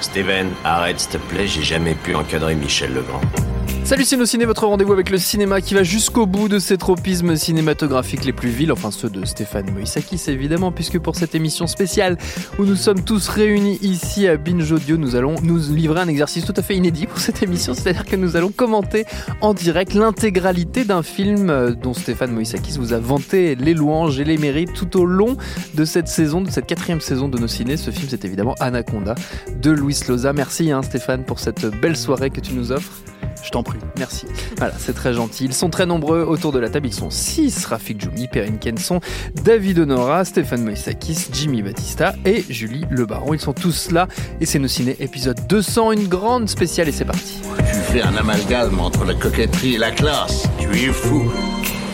Steven, arrête s'il te plaît, j'ai jamais pu encadrer Michel Legrand. Salut Ciné, votre rendez-vous avec le cinéma qui va jusqu'au bout de ses tropismes cinématographiques les plus vils, enfin ceux de Stéphane Moïsakis évidemment, puisque pour cette émission spéciale où nous sommes tous réunis ici à Binge Audio, nous allons nous livrer un exercice tout à fait inédit pour cette émission, c'est-à-dire que nous allons commenter en direct l'intégralité d'un film euh, dont Stéphane Moïsakis vous a vanté les louanges et les mérites tout au long de cette saison, de cette quatrième saison de nos ciné. Ce film c'est évidemment Anaconda de Luis Loza. Merci hein, Stéphane pour cette belle soirée que tu nous offres. Je t'en prie. Merci. Voilà, c'est très gentil. Ils sont très nombreux autour de la table. Ils sont 6. Rafik Djoumi, Perrine Kenson, David Honora, Stéphane Moïsakis, Jimmy Batista et Julie Le Baron. Ils sont tous là. Et c'est nos ciné épisode 200, une grande spéciale. Et c'est parti. Tu fais un amalgame entre la coquetterie et la classe. Tu es fou.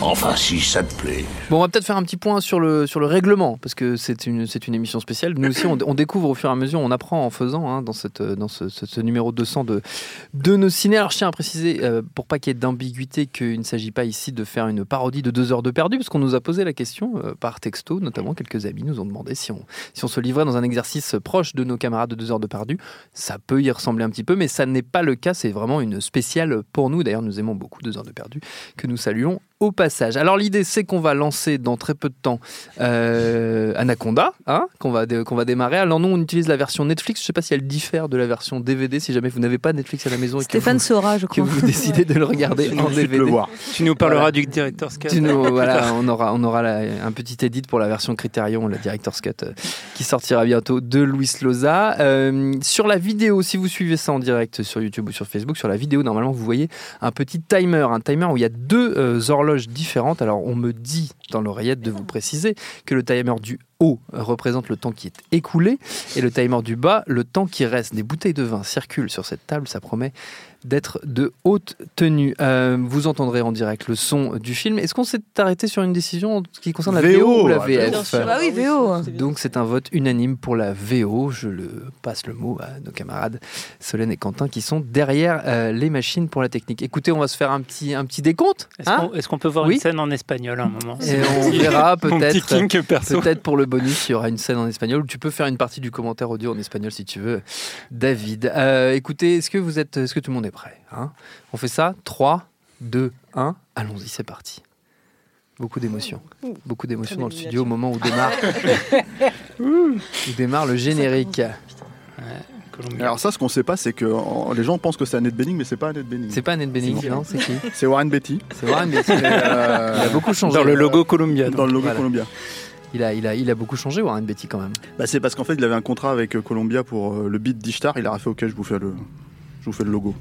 Enfin, si ça te plaît. Bon, on va peut-être faire un petit point sur le, sur le règlement, parce que c'est une, c'est une émission spéciale. Nous aussi, on, on, découvre au fur et à mesure, on apprend en faisant hein, dans, cette, dans ce, ce, ce, numéro 200 de, de nos ciné. Alors, je tiens à préciser, euh, pour pas qu'il y ait d'ambiguïté, qu'il ne s'agit pas ici de faire une parodie de deux heures de perdu, parce qu'on nous a posé la question euh, par texto, notamment quelques amis nous ont demandé si on, si on se livrait dans un exercice proche de nos camarades de deux heures de perdu. Ça peut y ressembler un petit peu, mais ça n'est pas le cas. C'est vraiment une spéciale pour nous. D'ailleurs, nous aimons beaucoup deux heures de perdu, que nous saluons au passage. Alors l'idée c'est qu'on va lancer dans très peu de temps euh, Anaconda, hein, qu'on va, qu'on va démarrer. Alors non, on utilise la version Netflix. Je ne sais pas si elle diffère de la version DVD. Si jamais vous n'avez pas Netflix à la maison et Stéphane que vous, Sora, je que vous décidez de le regarder tu en nous, DVD. Tu, le voir. tu nous parleras voilà. du Director's Cut. Tu nous, voilà, on aura, on aura la, un petit edit pour la version Criterion, la Director's Cut, euh, qui sortira bientôt de Louis Loza. Euh, sur la vidéo, si vous suivez ça en direct sur YouTube ou sur Facebook, sur la vidéo, normalement vous voyez un petit timer, un timer où il y a deux euh, horloges différentes. Alors on me dit dans l'oreillette de vous préciser que le timer du haut représente le temps qui est écoulé et le timer du bas le temps qui reste. Des bouteilles de vin circulent sur cette table, ça promet d'être de haute tenue. Euh, vous entendrez en direct le son du film. Est-ce qu'on s'est arrêté sur une décision qui concerne la VO, VO ou la VF ah oui, VO. Donc c'est un vote unanime pour la VO. Je le passe le mot à nos camarades Solène et Quentin qui sont derrière euh, les machines pour la technique. Écoutez, on va se faire un petit, un petit décompte. Est-ce hein qu est qu'on peut voir oui une scène en espagnol à un moment Et on verra peut-être euh, peut-être pour le bonus, il y aura une scène en espagnol où tu peux faire une partie du commentaire audio en espagnol si tu veux, David. Euh, écoutez, est-ce que vous êtes, est-ce que tout le monde est prêt hein On fait ça 3, 2, 1, allons-y, c'est parti. Beaucoup d'émotions. Beaucoup d'émotions dans le studio au moment où démarre, où démarre le générique. Alors ça, ce qu'on ne sait pas, c'est que en, les gens pensent que c'est Annette Bening, mais c'est pas Annette Bening. C'est pas Annette Bening, non C'est qui C'est Warren Beatty. C'est Warren Beatty. Euh, il a beaucoup changé. Dans le logo Columbia. Dans le logo voilà. Columbia. Il a, il, a, il a, beaucoup changé Warren Betty quand même. Bah, c'est parce qu'en fait il avait un contrat avec Columbia pour euh, le beat d'Ishtar, il a fait ok je vous fais le, je vous fais le logo.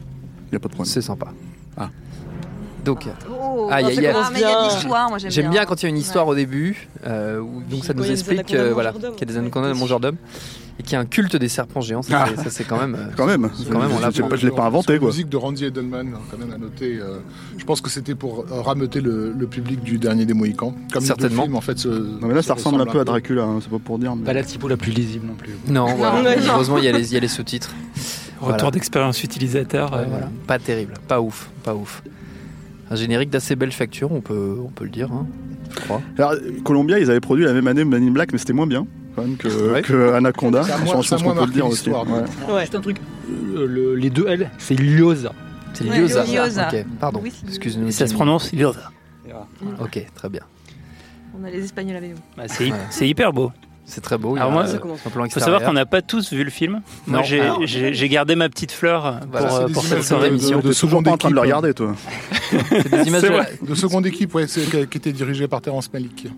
Il n'y a pas de problème. C'est sympa. Ah. Donc, oh, ah, y a, a... J'aime bien. bien. quand il y a une histoire ouais. au début, euh, où, donc ça nous explique qu'il euh, voilà, qu'il y a des anacondas de d'homme et qu'il y a un culte des serpents géants. Ça, ah. c'est quand même. quand même. Quand même, on pas, je l'ai pas inventé quoi. La musique de Randy Edelman, quand même à noter. Euh, je pense que c'était pour euh, rameuter le, le, public du dernier des Mohicans. Comme Certainement. Films, en fait, ce, non, mais là, ça ressemble un peu à Dracula. Hein, c'est pas pour dire. Mais... Pas la typo la plus lisible non plus. Non, heureusement il y a les sous-titres. Euh, Retour d'expérience utilisateur. euh, Pas terrible, pas ouf, pas ouf un générique d'assez belle facture, on peut, on peut le dire, hein, je crois. Alors, Columbia, ils avaient produit la même année Man in Black, mais c'était moins bien quand même que, ouais. que Anaconda. Ça moins, je pense qu'on peut le dire aussi. Ouais. Ouais. C'est un truc. Euh, le, les deux L, c'est Lyosa. C'est Lyosa. Lyosa. Ok, pardon. Oui, Excuse-nous. Ça se prononce Lyosa. Voilà. Ok, très bien. On a les Espagnols avec nous. Bah, c'est hyper beau. C'est très beau. Alors moi, euh, il faut savoir qu'on n'a pas tous vu le film. Moi, j'ai gardé ma petite fleur voilà, pour, euh, pour cette soirée émission. De, de, de seconde équipe, hein. en train de le regarder, toi. c'est des images de, la... hein. de, seconde équipe, ouais, qui était dirigée par Terence Malik.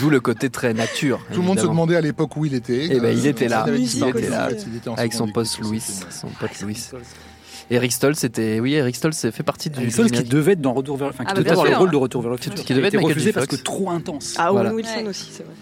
D'où le côté très nature. Tout le monde se demandait à l'époque où il était. Euh, Et ben, bah, il était là. Il était là, avec son poste Louis, son pote Louis. Eric Stoll, c'était oui, Eric Stoll, fait partie du. Eric Stoll qui devait être dans Retour vers, enfin, qui ah bah devait avoir sûr, le rôle de Retour vers le futur, qui devait être refusé parce que trop intense. Ah, Owen voilà. Wilson aussi, c'est vrai.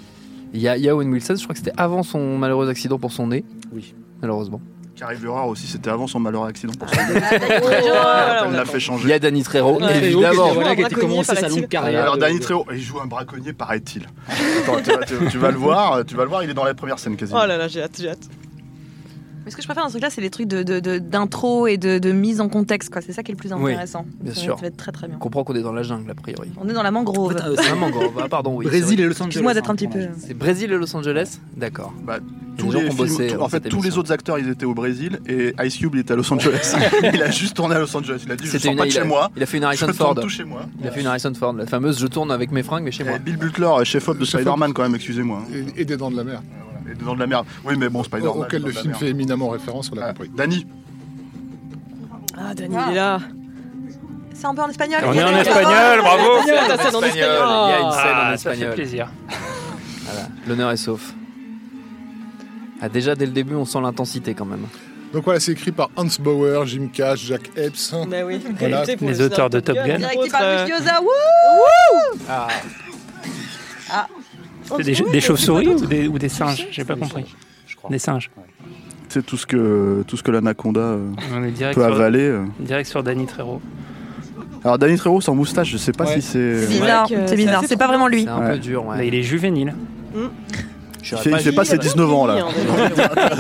Il y, a, il y a Owen Wilson, je crois que c'était avant son malheureux accident pour son nez. Oui. Malheureusement. Carrie rare aussi, c'était avant son malheureux accident. Pour son... Bah, on l'a fait changer. Il y a Danny Trejo, ouais, évidemment. Voilà, qui a commencé sa longue Ah, carrière. Alors Danny Trejo, il joue un braconnier, paraît-il. tu, tu, tu, vas le voir, tu vas le voir, il est dans la première scène quasiment. Oh là là, j'ai hâte, j'ai hâte. Mais ce que je préfère dans ce truc-là, c'est les trucs de- de- de- d'intro de, et de, de mise en contexte. quoi. C'est ça qui est le plus Oui, intéressant. bien ça, sûr. va être très très bien. On comprend qu'on est dans la jungle, a priori. On est dans la mangrove. Putain, euh, C'est vraiment gros. Ah, pardon, oui. c'est Brésil et Los Angeles. Excuse-moi d'être hein, un petit pour peu. moi. vrai. C'est Brésil et Los Angeles D'accord. Bah, Il y a des Tous gens les qui ont films- bossé tout- pour en fait, cette tous les émission. autres acteurs, ils étaient au Brésil et Ice Cube, il était à Los Angeles. il a juste tourné à Los Angeles. Il a dit Je C'était sors une, pas de il, chez a, moi. il a fait une Je Harrison tourne Ford. tout chez moi. Il a fait une Harrison Ford, la fameuse je tourne avec mes fringues mais chez moi. Euh, Et Bill Butler, euh, chef-op de Chef-op. Spider-Man, quand même, excusez-moi. Et, et des dents de la mer, Et dans de la merde. Oui, mais bon, au- Spider-Man. auquel dans le de la film merde. fait éminemment référence, on l'a Ah, compris. Danny, Ah, Dani, il est là. C'est un peu en espagnol. On est en Ah, espagnol, bravo Espagnol, Ah, la scène en espagnol. Il espagnol. y a une scène en Ah, ça fait espagnol. plaisir. Voilà. L'honneur est sauf. Ah, déjà dès le début on sent l'intensité quand même. Donc voilà, c'est écrit par Hans Bauer, Jim Cash, Jack Epps. Bah oui. Voilà. Tu sais, pour Les scénario auteurs de Top Gun. Directé par autre, Luis Giosa. Wouh Ah, C'est des, des chauves-souris ou des, ou des singes J'ai pas compris. Des singes. c'est tout ce que tout ce que l'anaconda euh, On est direct peut sur, avaler. euh. direct sur Danny Trejo. Alors Danny Trejo sans moustache, je sais pas Ouais. si c'est. C'est bizarre, Ouais. c'est bizarre. C'est pas vraiment lui. c'est un Ouais. peu dur. Là, Ouais. il est juvénile. Il fait, il fait pas ses 19 ans là.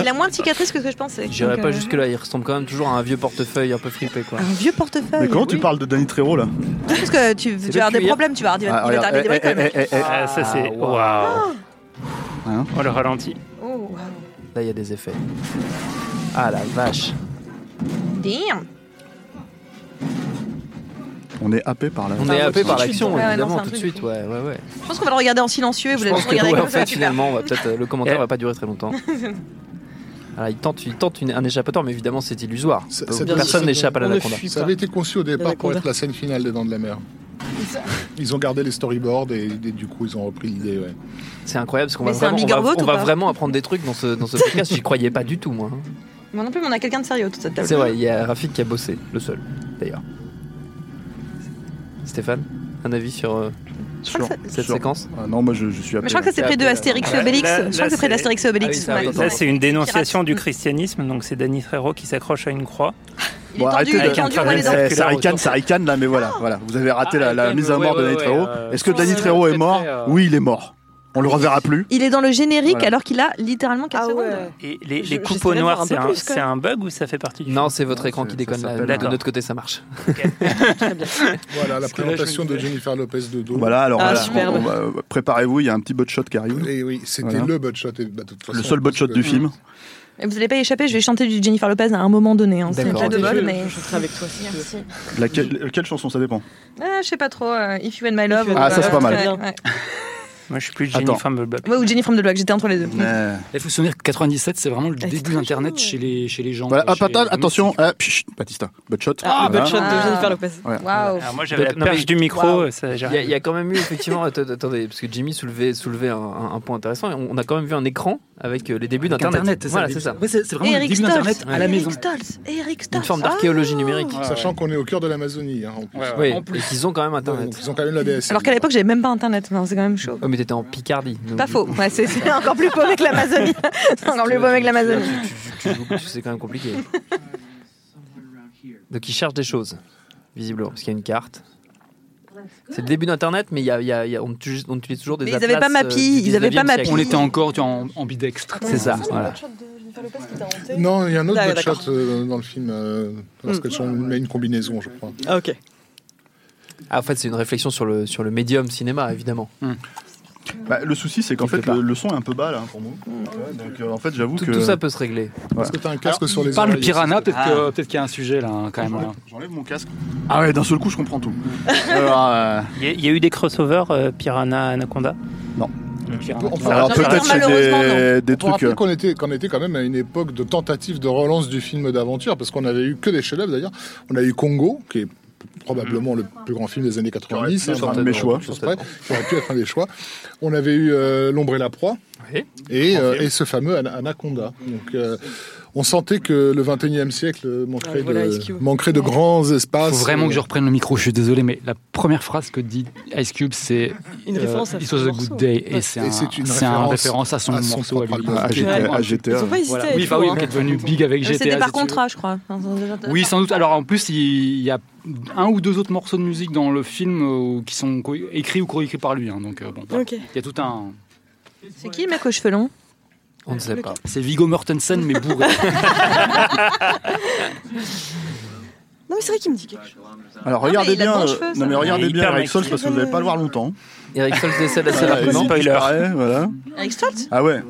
Il a moins de cicatrices que ce que je pensais. J'irai Donc, pas euh, jusque là, il ressemble quand même toujours à un vieux portefeuille un peu fripé quoi. Un vieux portefeuille. Mais comment Oui. tu parles de Danny Trejo là Je pense que tu, tu le vas avoir des cuir. problèmes, tu vas avoir des- Ah, il va regarde. t'arriver des Eh, eh, problèmes. eh, eh, eh. Ah, ça c'est. waouh. Waouh Hein Oh le ralenti. Oh, wow. Là il y a des effets. Ah la vache. Damn. On est happé par là. On est happé tout de par suite. l'action Ouais, ouais, non, évidemment c'est un tout de truc suite de ouais ouais ouais. Je pense qu'on va le regarder en silencieux et vous Je allez pense juste que regarder ouais, comme en ça. fait, tu fais- finalement, on va peut-être, euh, le commentaire Eh. va pas durer très longtemps. Alors, il tente, il tente une- un échappatoire, mais évidemment, c'est illusoire. Ça- Peu- ça doit- Personne ça n'échappe à On ne l'anaconda. fuit Ça pas. avait été conçu au départ pour Anaconda. être la scène finale des Dents de la Mer. Ils ont gardé les storyboards et, et du coup ils ont repris l'idée. ouais. C'est incroyable parce qu'on va, Mais c'est un vraiment, on va, bigorneau, on ou va pas vraiment apprendre des trucs dans ce, dans ce podcast. J'y croyais pas du tout, moi. hein. Moi non plus, mais on a quelqu'un de sérieux toute cette table. C'est vrai, il y a Rafik qui a bossé, le seul, d'ailleurs. Stéphane, un avis sur euh, Je crois que c'est- cette Sur- séquence Ah non, moi je, je suis happé. Mais je crois que ça c'est près de Astérix et Là, Obélix. là, Je crois que c'est près c'est- d'Astérix et Ah oui, Obélix. ça, oui, ouais. ça, Là, c'est une dénonciation Pirate. du christianisme, donc c'est Danny Trejo qui s'accroche à une croix. Il est tendu, arrêtez il est de- tendu, on voit les dents. Eh, Circulaire ça ricane, autour. ça ricane là, mais voilà, voilà. Vous avez raté la, la Ah, mise à ouais, mort de ouais, Danny ouais, Trejo. euh, Est-ce que ouais, Danny ouais, Trejo ouais, est mort très, euh, Oui, il est mort. On le reverra plus. Il est dans le générique Voilà. alors qu'il a littéralement 4 Ah secondes. ouais. Et les, Je- les coupes j'essaierai au de noir, voir un peu c'est un, plus, quand c'est un bug ou ça fait partie du Non, c'est votre Non, écran c'est- qui ça déconne. là. s'appelle- De D'accord. notre côté, ça marche. Voilà la Parce que là, présentation je me de disais- Jennifer Lopez de dos. Voilà, alors Ah, voilà, superbe. on- on va- euh, préparez-vous, il y a un petit bot shot qui arrive. Et oui, c'était Voilà. le bot shot. et bah, de toute façon, Le seul bot shot du film. Et vous n'allez pas y échapper, je vais chanter du Jennifer Lopez à un moment donné. Hein. C'est D'accord. pas de Je- bol, je- mais. Je serai avec toi. si tu veux. Merci. Laquelle, quelle chanson ça dépend Ah, je sais pas trop. euh, If You and My Love. If You ou, and Ah, ça, c'est euh, pas mal. ouais, ouais. Moi, je suis plus Attends. Jenny from the Block. Ouais, ou Jenny from the Block, j'étais entre les deux. Euh, Il faut se souvenir que 97, c'est vraiment le Elle était début très d'Internet chelou, chez les, chez les gens. Voilà, quoi, hop, chez- attends, vraiment, attention, c'est- ah, pchit, Batista, bot shot. Ah, Voilà. bot shot de Ah. Jennifer Lopez. Waaouh. Ah, Alors, moi, j'avais la Non, mais- perche du micro. Waouh. Ça, j'ai- Il y, a- il y a quand même eu effectivement, attendez, attendez, parce que Jimmy soulevait, soulevait un, un- un point intéressant. On, on a quand même vu un écran avec euh, les débuts Avec d'Internet. Internet, c'est ça. Voilà, le c'est début. ça. Ouais, c'est c'est Et vraiment le Eric début d'Internet hein, Stoltz. à la maison. Eric Stoltz. Eric Stoltz. Une forme d'archéologie numérique. Ouais, Sachant qu'on est au cœur de l'Amazonie. hein, Ah, en plus. Ouais, ouais. Oui, En plus. et qu'ils ont quand même Donc, Internet. ils ont quand même la DSL. Ah. Alors qu'à l'époque, j'avais même pas internet. Enfin, c'est quand même chaud. Oh, mais t'étais en Picardie. donc- Pas faux. Ouais, c'est c'est encore plus paumé que l'Amazonie. C'est encore plus paumé que l'Amazonie. Tu- tu- tu- tu- tu- C'est quand même compliqué. Donc ils cherchent des choses, visiblement, parce qu'il y a une carte. C'est le début d'Internet, mais il y a- il y a- il y a- on, utilise, on utilise toujours des Mais ils avaient pas atlas, Mappy, euh, du ils avaient pas 19e siècle. On était encore tu vois, en, en bidextre. C'est ça, voilà. Non, il y a un autre Ah, bot d'accord. shot euh, dans le film euh, lorsque tu mets une combinaison, je crois. Ah, ok. Ah, en fait, c'est une réflexion sur le, sur le médium cinéma, évidemment. Bah, le souci, c'est qu'en Quelque fait, le, le son est un peu bas là pour moi. Mm. Ouais, donc euh, en fait, j'avoue Tout, que. tout ça peut se régler. Parce que t'as un casque Alors, sur les Parle oreilles, piranha, c'est- peut-être que- peut-être qu'il y a un sujet là, hein, quand même. hein. J'enlève mon casque. Ah ouais, d'un seul coup, je comprends tout. Alors, euh, Il y, a- il y a eu des crossovers euh, Piranha Anaconda Non. Piranha. On peut- alors j'ai envie de peut-être dire, c'est malheureusement, des, des Pour trucs. euh, rappeler qu'on était, qu'on était quand même à une époque de tentative de relance du film d'aventure, parce qu'on avait eu que des chefs-d'œuvre d'ailleurs. On a eu Congo, qui est p- probablement le plus grand film des années hein, 90, Mhm. Qui aurait pu être un de mes choix. chose près, qui aurait pu être un des choix. On avait eu euh, L'ombre et la proie, Oui. et, euh, et ce fameux Ana- Anaconda. Donc, euh, on sentait que le 21e siècle manquerait, Ah, voilà, Ice de, Cube. manquerait de grands espaces. Faut vraiment que je reprenne le micro, je suis désolé, mais la première phrase que dit Ice Cube, c'est euh, Une référence à It ce was a morceau. good day. Ouais. Et c'est Et un- c'est une c'est un référence référence à son à son morceau à propre lui. album. Ah, GTA, Ouais. ah, Ils GTA. ont pas hésité Voilà. à Oui, être bah oui, loin. qui est devenu big avec GTA. Euh, C'était par si tu veux. contrat, je crois. Enfin, Oui, sans doute. Alors en plus, il y a un ou deux autres morceaux de musique dans le film euh, qui sont co- écrits ou co-écrits par lui. hein. donc euh, bon, voilà. Ok. il y a tout un. C'est qui le mec aux cheveux longs On ne sait pas. C'est Vigo Mortensen, mais bourré. Non, mais c'est vrai qu'il me dit quelque chose. Alors Ah, mais regardez il a bien, de bons euh, cheveux, ça. non mais regardez Il est bien hyper Eric Solz maquillé. parce que vous n'allez pas le voir longtemps. Eric Solz décède assez Voilà, rapidement. il disparaît, voilà. Eric Stoltz Ah ouais.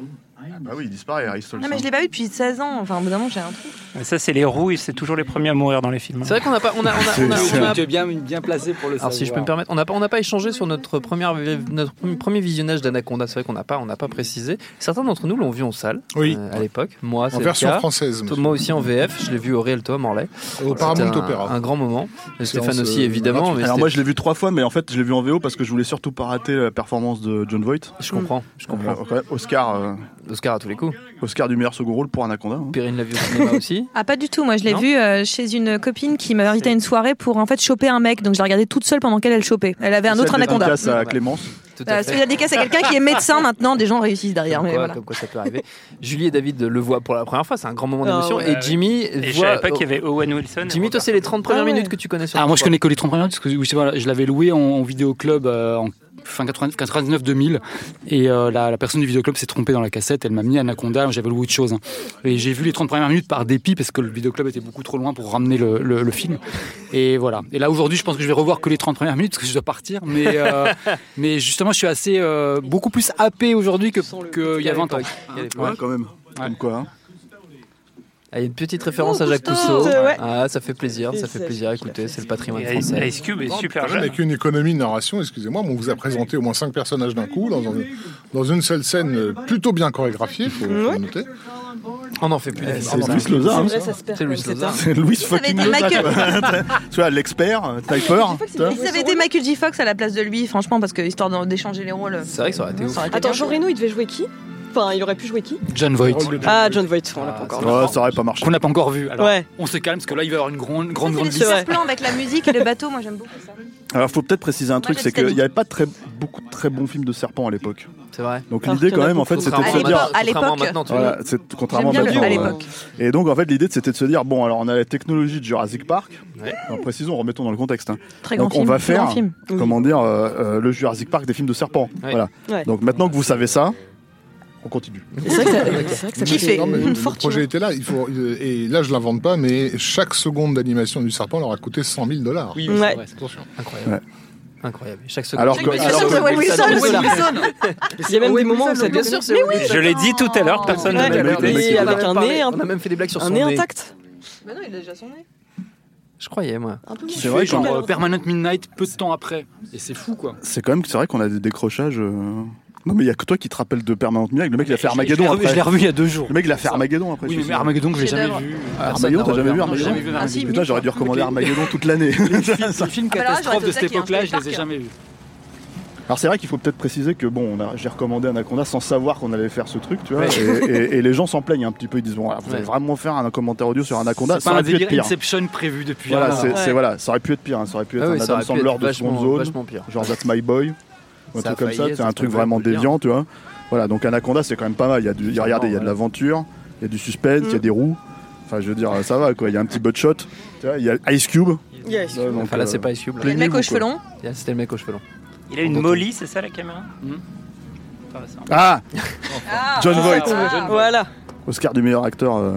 Bah oui, il disparaît Eric Solz. Non, mais je l'ai pas vu depuis 16 ans. Enfin, au bout d'un moment, j'ai un trou. Mais euh, Ça, c'est les roues, c'est toujours les premiers à mourir dans les films. C'est vrai qu'on n'a pas. On a, on a- on a- C'est- on a- Tu es bien, bien placé pour le alors si je peux me permettre, on n'a pas, on n'a pas échangé sur notre première, notre premier visionnage d'Anaconda. C'est vrai qu'on n'a pas, on n'a pas précisé. Certains d'entre nous l'ont vu en salle Oui. euh, à l'époque. Moi, c'est En le version cas. française, Toi, Moi aussi en VF, je l'ai vu au Real Tom Morlaix. au C'était Paramount un, Opéra. un grand moment. Et Stéphane Séance, aussi euh, évidemment. Mais Alors c'était- moi je l'ai vu trois fois, mais en fait je l'ai vu en VO parce que je voulais surtout pas rater la performance de John Voight. je comprends, je comprends. Euh, ouais, Oscar, euh, Oscar à tous les coups. Oscar du meilleur second rôle pour Anaconda. hein. Perrine l'a vu au cinéma aussi. Ah, pas du tout. Moi, je l'ai Non vu euh, chez une copine qui m'avait invité à une soirée pour en fait choper un mec. Donc, je l'ai regardé toute seule pendant qu'elle elle chopait. Elle avait un autre Spéciale anaconda. dédicace à Clémence. Tout à Bah, Euh, fait. spéciale dédicace à quelqu'un qui est médecin maintenant. Des gens réussissent derrière. Comme Mais quoi, voilà. comme quoi ça peut arriver. Julie et David le voient pour la première fois, c'est un grand moment Ah d'émotion. ouais. et Jimmy Et je voit. savais pas qu'il y avait Owen Wilson. oh. Jimmy, toi, c'est les 30 premières Ah ouais. minutes que tu connais sur Ah, le moi je programme. connais que les 30 premières parce que oui, c'est- voilà, je l'avais loué en, en vidéoclub euh, en fin 99-2000 et euh, la, la personne du vidéoclub s'est trompée dans la cassette, elle m'a mis Anaconda, j'avais loué autre chose. hein. Et j'ai vu les 30 premières minutes par dépit parce que le vidéoclub était beaucoup trop loin pour ramener le, le- le film. Et voilà. Et là aujourd'hui je pense que je vais revoir que les 30 premières minutes parce que je dois partir. Mais, euh, mais justement je suis assez euh, beaucoup plus happé aujourd'hui que- que il y a 20 ans. Ah, Il y a des- Ouais, quand même. Comme quoi. hein. Ah, il y a une petite référence Oh, à Jacques Cousteau, Cousteau. ouais. Ah, ça fait plaisir, ça fait plaisir. Écoutez, c'est le patrimoine français. Oh, Ice Cube est super Problème jeune. avec une économie de narration, excusez-moi, mais on vous a présenté au moins cinq personnages d'un coup dans une, dans une seule scène euh, plutôt bien chorégraphiée, faut, faut le noter. On n'en fait plus. la- Eh, C'est Louis Loza. hein. C'est Louis Lozard. C'est Louis avait fucking été Loza. Michael. quoi. tu vois, l'expert, euh, Typer. tu vois. Si ça avait été Michael J. Fox à la place de lui, franchement, parce que histoire d'en- d'échanger les rôles. euh, C'est vrai que ça aurait été ouf. ça aurait été Attends, bien. Jean Reno, il devait jouer qui Enfin, il aurait pu jouer qui John Voight. Rôle de John Ah, Voight. John Voight, on l'a pas encore. Ah, Ouais, ça aurait pas marché. Qu'on n'a pas encore vu. Alors, Ouais. on se calme parce que là il va y avoir une grande grande Ça, grande C'est les liste. super plans avec la musique et le bateau. Moi, j'aime beaucoup ça. Alors, faut peut-être préciser un truc, Moi, c'est j'aime qu'il n'y avait pas de très, beaucoup de très bons films de serpents à l'époque. C'est vrai. Donc, Alors l'idée, qu'il y en quand a même, en fait, beaucoup. c'était de se À dire. l'époque- à Contrairement l'époque. maintenant, tu vois. Voilà, c'est contrairement J'aime bien le- maintenant, à ouais. l'époque. Et donc, en fait, l'idée, c'était de se dire bon, alors, on a la technologie de Jurassic Park. Alors, précisons, remettons dans le contexte. hein. Très grand Donc, film. on va très faire, grand film. Oui. comment dire, euh, euh, le Jurassic Park des films de serpents. Ouais. Voilà. Ouais. Donc, maintenant que vous savez ça, on continue. C'est vrai que ça- c'est vrai que ça Qui coûtait fait Non, mais une le fortune. projet était là, il faut, et là je l'invente pas, mais chaque seconde d'animation du serpent leur a coûté 100 000 dollars. Oui, Ouais. c'est vrai, c'est- Incroyable. Ouais. Incroyable. Chaque seconde. Alors que- Chaque alors seconde, que- Owen Wilson, Owen Owen Wilson. Il y a même des moments où ça bien devient sûr, c'est Owen Wilson. Je l'ai dit tout à Ah, l'heure, personne Ouais. ne m'a Ouais. écouté. Mais- On a avec même un parlé- nez, un- On a même fait des blagues sur un son nez nez. intact. Bah non, il a déjà son nez. Je croyais, moi. Un peu C'est Fait vrai genre qu'on- euh, Permanent Midnight peu de temps après. Et c'est fou quoi. C'est quand même, c'est vrai qu'on a des décrochages. euh, Non, mais il y a que toi qui te rappelles de Permanent Miracle. Le mec, il a fait Armageddon Je l'ai après. revu il y a deux jours. Le mec, il a fait Armageddon après. Ah. Oui, celui-ci. mais Armageddon que j'ai jamais Chef-d'œuvre. vu. Armageddon, t'as jamais vu Non, j'ai Armageddon jamais vu Ah, si, Armageddon. Putain, j'aurais dû recommander Armageddon toute l'année. Les films Ah, bah là, j'aurais catastrophes été de au cette taquet, hein, époque-là, tous je les ai les jamais vus. Alors c'est vrai qu'il faut peut-être préciser que bon, on a- j'ai recommandé Anaconda sans savoir qu'on allait faire ce truc, tu vois, et, et- et les gens s'en plaignent un petit peu, ils disent bon, alors, vous allez Ouais. vraiment faire un commentaire audio sur Anaconda, C'est ça pas un aurait pu être délire pire. Inception prévu depuis Voilà, un c'est, an. c'est- voilà, ça aurait pu être pire, hein, ça aurait pu être Ah un oui, ça Adam aurait pu Sandler être de Second vachement, Zone, vachement pire. genre That's My Boy, ou un Ça a truc comme failli ça, être, c'est ça un truc pouvait vraiment être pire. déviant, tu vois. Voilà, donc Anaconda c'est quand même pas mal, il y a du, il y a- regardez, il y a de voilà. l'aventure, il y a du suspense, Mm. il y a des roues, enfin je veux dire, ça va quoi, il y a un petit butt shot, tu vois, il y a Ice Cube. Yes. donc, Enfin, là, euh, c'est pas Ice Cube. là. Le mec Plaignez-vous, aux cheveux longs. Là, C'était le mec aux cheveux longs. Il a une On entend. molly, c'est ça la caméra Intéressant. Ah John Voight Voilà. Oscar du meilleur acteur, euh,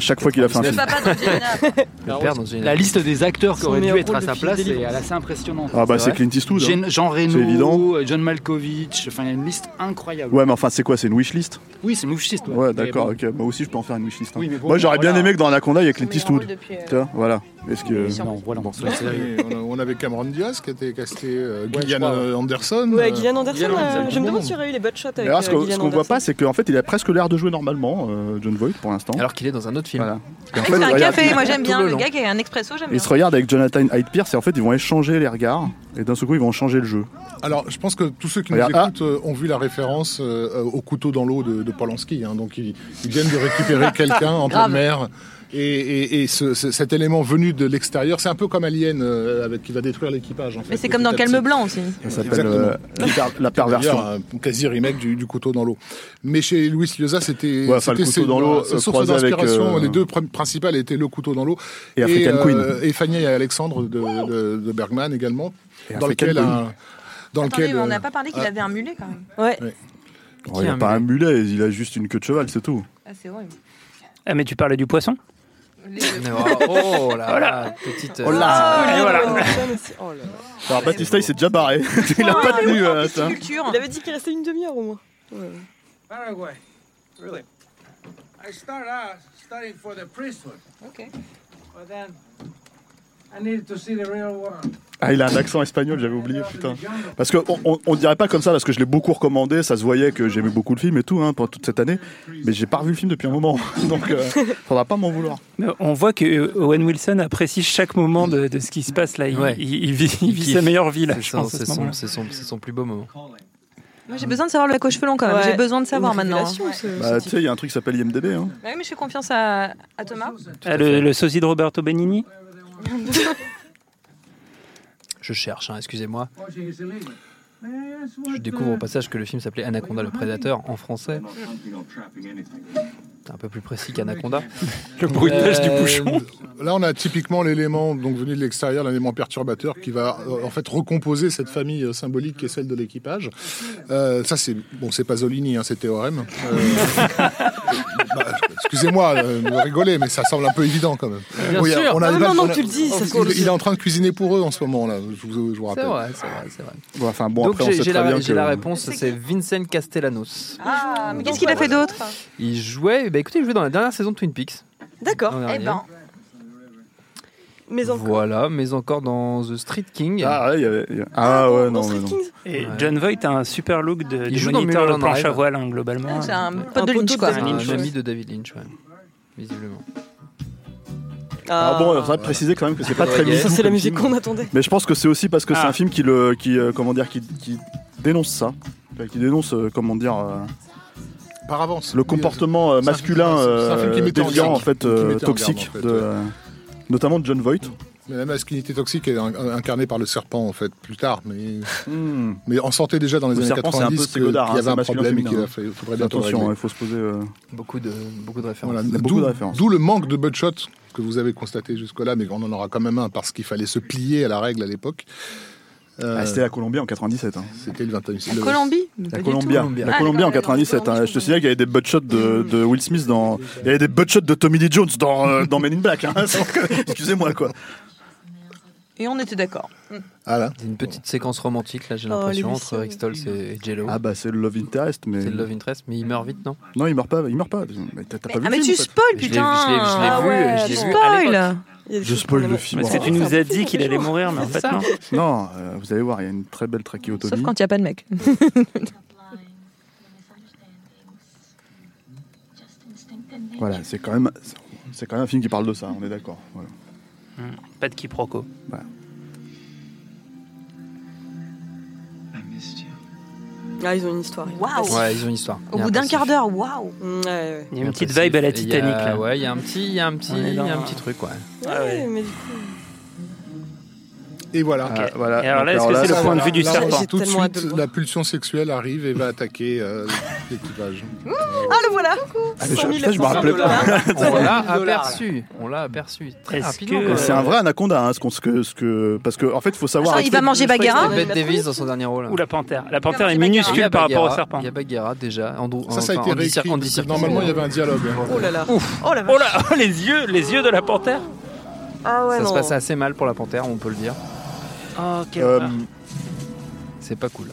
chaque fois qu'il a fait un film. Le papa d'Angelina. Le père dans une La liste des acteurs qui Son auraient dû meilleur être à rôle sa depuis place Deliverance. est assez impressionnante. Ah bah C'est c'est vrai. Jean- Clint Eastwood. hein. Jean, Jean évident. Reno, John Malkovich, enfin il y a une liste incroyable. Ouais mais enfin c'est quoi c'est une wishlist Oui, c'est Mouchiste. Ouais, d'accord ok moi aussi je peux en faire une wishlist. hein. Oui, mais bon, moi j'aurais bien voilà. aimé que dans Anaconda il y ait Clint Meilleur rôle Eastwood. depuis, euh, Tu vois voilà. Est-ce que... Mission. Non, voilà. Bon, c'est- c'est- Et on, a- on avait Cameron Diaz qui a été casté, euh, Ouais, Gillian je crois, ouais. euh, Anderson. Ouais, euh, Gillian Anderson, Gillian euh, Anderson. je me demande Bon. s'il y aurait eu les butt shots avec D'ailleurs, ce euh, qu'on Gillian ce qu'on voit Anderson. pas, c'est qu'en fait, il a presque l'air de jouer normalement, euh, John Voight, pour l'instant. Alors qu'il est dans un autre film. Voilà. Et en fait, C'est Ah, un regarde, café, il- moi j'aime tout bien. le Le long. gars qui a un expresso, j'aime Ils bien. se regardent avec Jonathan Hyde Pierce et en fait, ils vont échanger les regards et d'un seul coup, ils vont changer le jeu. Alors, je pense que tous ceux qui Regarde, nous ah. écoutent euh, ont vu la référence euh, euh, au couteau dans l'eau de, de Polanski. hein. donc, ils, ils viennent de récupérer quelqu'un en pleine mer. Et, et- et ce- ce- cet élément venu de l'extérieur, c'est un peu comme Alien euh, avec, qui va détruire l'équipage. en Mais fait, c'est comme dans petit à Calme petit. Blanc aussi. Ça s'appelle euh, la per- la perversion. D'ailleurs, un euh, quasi remake du, du couteau dans l'eau. Mais chez Louis Liosa, c'était Ouais, enfin, le c'était couteau dans l'eau, ses euh, sources croisé avec, d'inspiration. euh, Les deux prim- principales étaient le couteau dans l'eau Et euh, African Queen. et Fanny et Alexandre de, de- de Bergman également, Et dans African lequel Queen. un- dans Attendez, lequel mais on euh, n'a pas parlé qu'il avait un mulet quand même. Ouais. Oh, il Qui n'a a un pas un mulet, il a juste une queue de cheval, c'est tout. Ah, c'est horrible. Ah, mais tu parlais du poisson Oh là là, petite. euh, Oh là Ah, Et voilà. Oh là là. Alors Batista, il s'est déjà barré. il n'a pas tenu. euh, ça. Culture. Il avait dit qu'il restait une demi-heure au moins. Ouais. Paraguay. Really? I started out studying for the priesthood, Ok. but then I needed to see the real world. Ah, il a un accent espagnol, j'avais oublié, putain. Parce que on, on- on dirait pas comme ça, parce que je l'ai beaucoup recommandé, ça se voyait que j'aimais beaucoup le film et tout, hein, pendant toute cette année. Mais j'ai pas revu le film depuis un moment, donc euh, faudra pas m'en vouloir. Mais On voit que euh, Owen Wilson apprécie chaque moment de, de ce qui se passe là. Il, Ouais. il- il vit, il Il vit kiffe. sa meilleure vie là, C'est je son, pense, à ce c'est son, moment-là. c'est son, c'est son plus beau moment. Moi, j'ai besoin de savoir le mec aux cheveux longs quand même. Ouais. J'ai besoin de savoir Une maintenant. révélation, ce- Bah, tu sais, il y a un truc qui s'appelle IMDB. Hein. Ouais, mais je fais confiance à, à Thomas. Ah, le, le sosie de Roberto Benigni Je cherche, hein, excusez-moi. Watching is illegal. That's what, Je découvre au uh, passage que le film s'appelait Anaconda le Prédateur en français. C'est un peu plus précis qu'Anaconda. Le bruitage du Euh, bouchon Là, on a typiquement l'élément donc venu de l'extérieur, l'élément perturbateur qui va euh, en fait recomposer cette famille euh, symbolique qui est celle de l'équipage. Euh, ça, c'est bon, c'est Pasolini, hein, c'est Théorème. Euh, bah, Excusez-moi euh, de rigoler, mais ça semble un peu évident quand même. Bien Oui, sûr. on a- Ah, non, non, on a- tu le dis, ça se il, il est en train de cuisiner pour eux en ce moment là. Je vous, je vous C'est rappelle. vrai, c'est vrai, c'est vrai. Ouais, Enfin bon, Donc après, on j'ai sait j'ai très la, bien j'ai que. la réponse, c'est Vincent Castellanos. Ah, mais qu'est-ce qu'il a fait d'autre Il jouait, bah écoutez, il jouait dans la dernière saison de Twin Peaks. D'accord. l'an Eh dernier. ben, ben. Mais encore. Voilà, mais encore dans The Street King. Ah ouais, il y avait- il y a- ah, ouais, Dans non, mais Street non. Kings. Et Ouais. John Voight a un super look de, Il de joue dans moniteur Mulholland de planche à Drive. voile, hein, Ah, globalement. c'est un Un pote de Ah, Lynch poteau quoi. de C'est David un Lynch, ami ouais. de David Lynch, ouais. visiblement. Ah bon, il ça, faudrait préciser quand même que c'est pas très Faudrait- bisou c'est la comme musique film. qu'on attendait. Mais je pense que c'est aussi parce que c'est Ah. un film qui le, qui, euh, comment dire, qui, qui dénonce ça, Enfin, qui dénonce, euh, comment dire, euh, Par avance. le Oui, comportement euh, c'est un film- masculin, c'est un film qui euh, mettait en déviant garde. en fait, Qui euh, mettait en garde, toxique, en fait, de, ouais. notamment de John Voight. Mais la masculinité toxique est in- incarnée par le serpent en fait plus tard, mais Hmm. mais on sentait déjà dans les Le années serpent, c'est un 90 peu que- qu'il Godard, hein, y avait c'est un masculin, problème et féminin, qu'il hein. a fait- faudrait Fais bientôt le Attention, régler. il faut se poser. euh, Beaucoup de, beaucoup de références. Voilà, beaucoup d'où, de références. d'où le manque de butt-shot que vous avez constaté jusque-là, mais on en aura quand même un parce qu'il fallait se plier à la règle à l'époque. Euh, ah, c'était la Colombie en 97. hein. c'était le 21 siècle. La Colombie La Colombia, Colombia. la Ah, Colombia en d'accord, la 97. Colombie, Hmm. hein. Je te signale qu'il y avait des butt shots de, de Will Smith dans, il y avait des butt shots de Tommy Lee Jones dans, euh, dans Men in Black. hein. Excusez-moi quoi. Et on était d'accord. Ah là. C'est une petite séquence romantique, là, j'ai Oh, l'impression, les entre huissiers. Rick Stolz et Jello. Ah bah c'est le love interest, mais C'est le Love Interest, mais il meurt vite, non non il meurt pas, il meurt pas. Mais t'as t'as pas vu ah, le mais film, tu spoil, Je l'ai- je l'ai- Ah, putain je l'ai Ah vu, ouais, je l'ai tu vu à spoil Il y a des Je choses spoil qu'on le a- film. Parce que Oh, tu nous c'est un as peu dit qu'il chaud. allait mourir, mais en fait, non. toi Non, euh, vous allez voir, il y a une très belle trachéotomie. Sauf quand il n'y a pas de mec. Voilà, c'est quand même, c'est quand même un film qui parle de ça. On est d'accord. Voilà. Pas de quiproquo. Ah, ils ont une histoire. Waouh Ouais, ils ont une histoire. Au Il y a bout d'un passif. quart d'heure, waouh Mm, ouais, Il y Il a y une un petite passif. vibe à la Et il y a- Titanic. là. Ouais, il y a un petit, il y a un petit, On est il y dans a un un- petit truc, ouais. ouais. Ah ouais. Ouais, mais du coup, Et voilà. Ah, voilà. Et alors là, Donc, est-ce que c'est le ça, point de vue du là, serpent Tout de J'ai tellement hâte de le suite, voir. la pulsion sexuelle arrive et va attaquer euh, l'équipage. Ah, le voilà Ah, 100 000 putain, je me rappelais pas. On l'a aperçu, on l'a aperçu très Est-ce rapidement. Euh, que- euh. quand même. C'est un vrai anaconda, hein, ce qu'on- ce que, ce que, parce que en fait, faut savoir. Attends, il va manger Bagheera C'était Bette Davis dans son dernier rôle. Ah, Ou la panthère La panthère est Il y a Il y a minuscule par rapport au Bagheera, serpent. Il y a Bagheera déjà. Andrew, Ça, ça a enfin, été Andy Cir- réécrit. Andy parce que Serkis. Normalement, il y avait un dialogue. hein. Oh là là Oh là là Oh là, oh, les yeux, les yeux de la panthère. Ah ouais, Ça se non. passait assez mal pour la panthère, on peut le dire. Oh, quel Euh, horreur. C'est pas cool.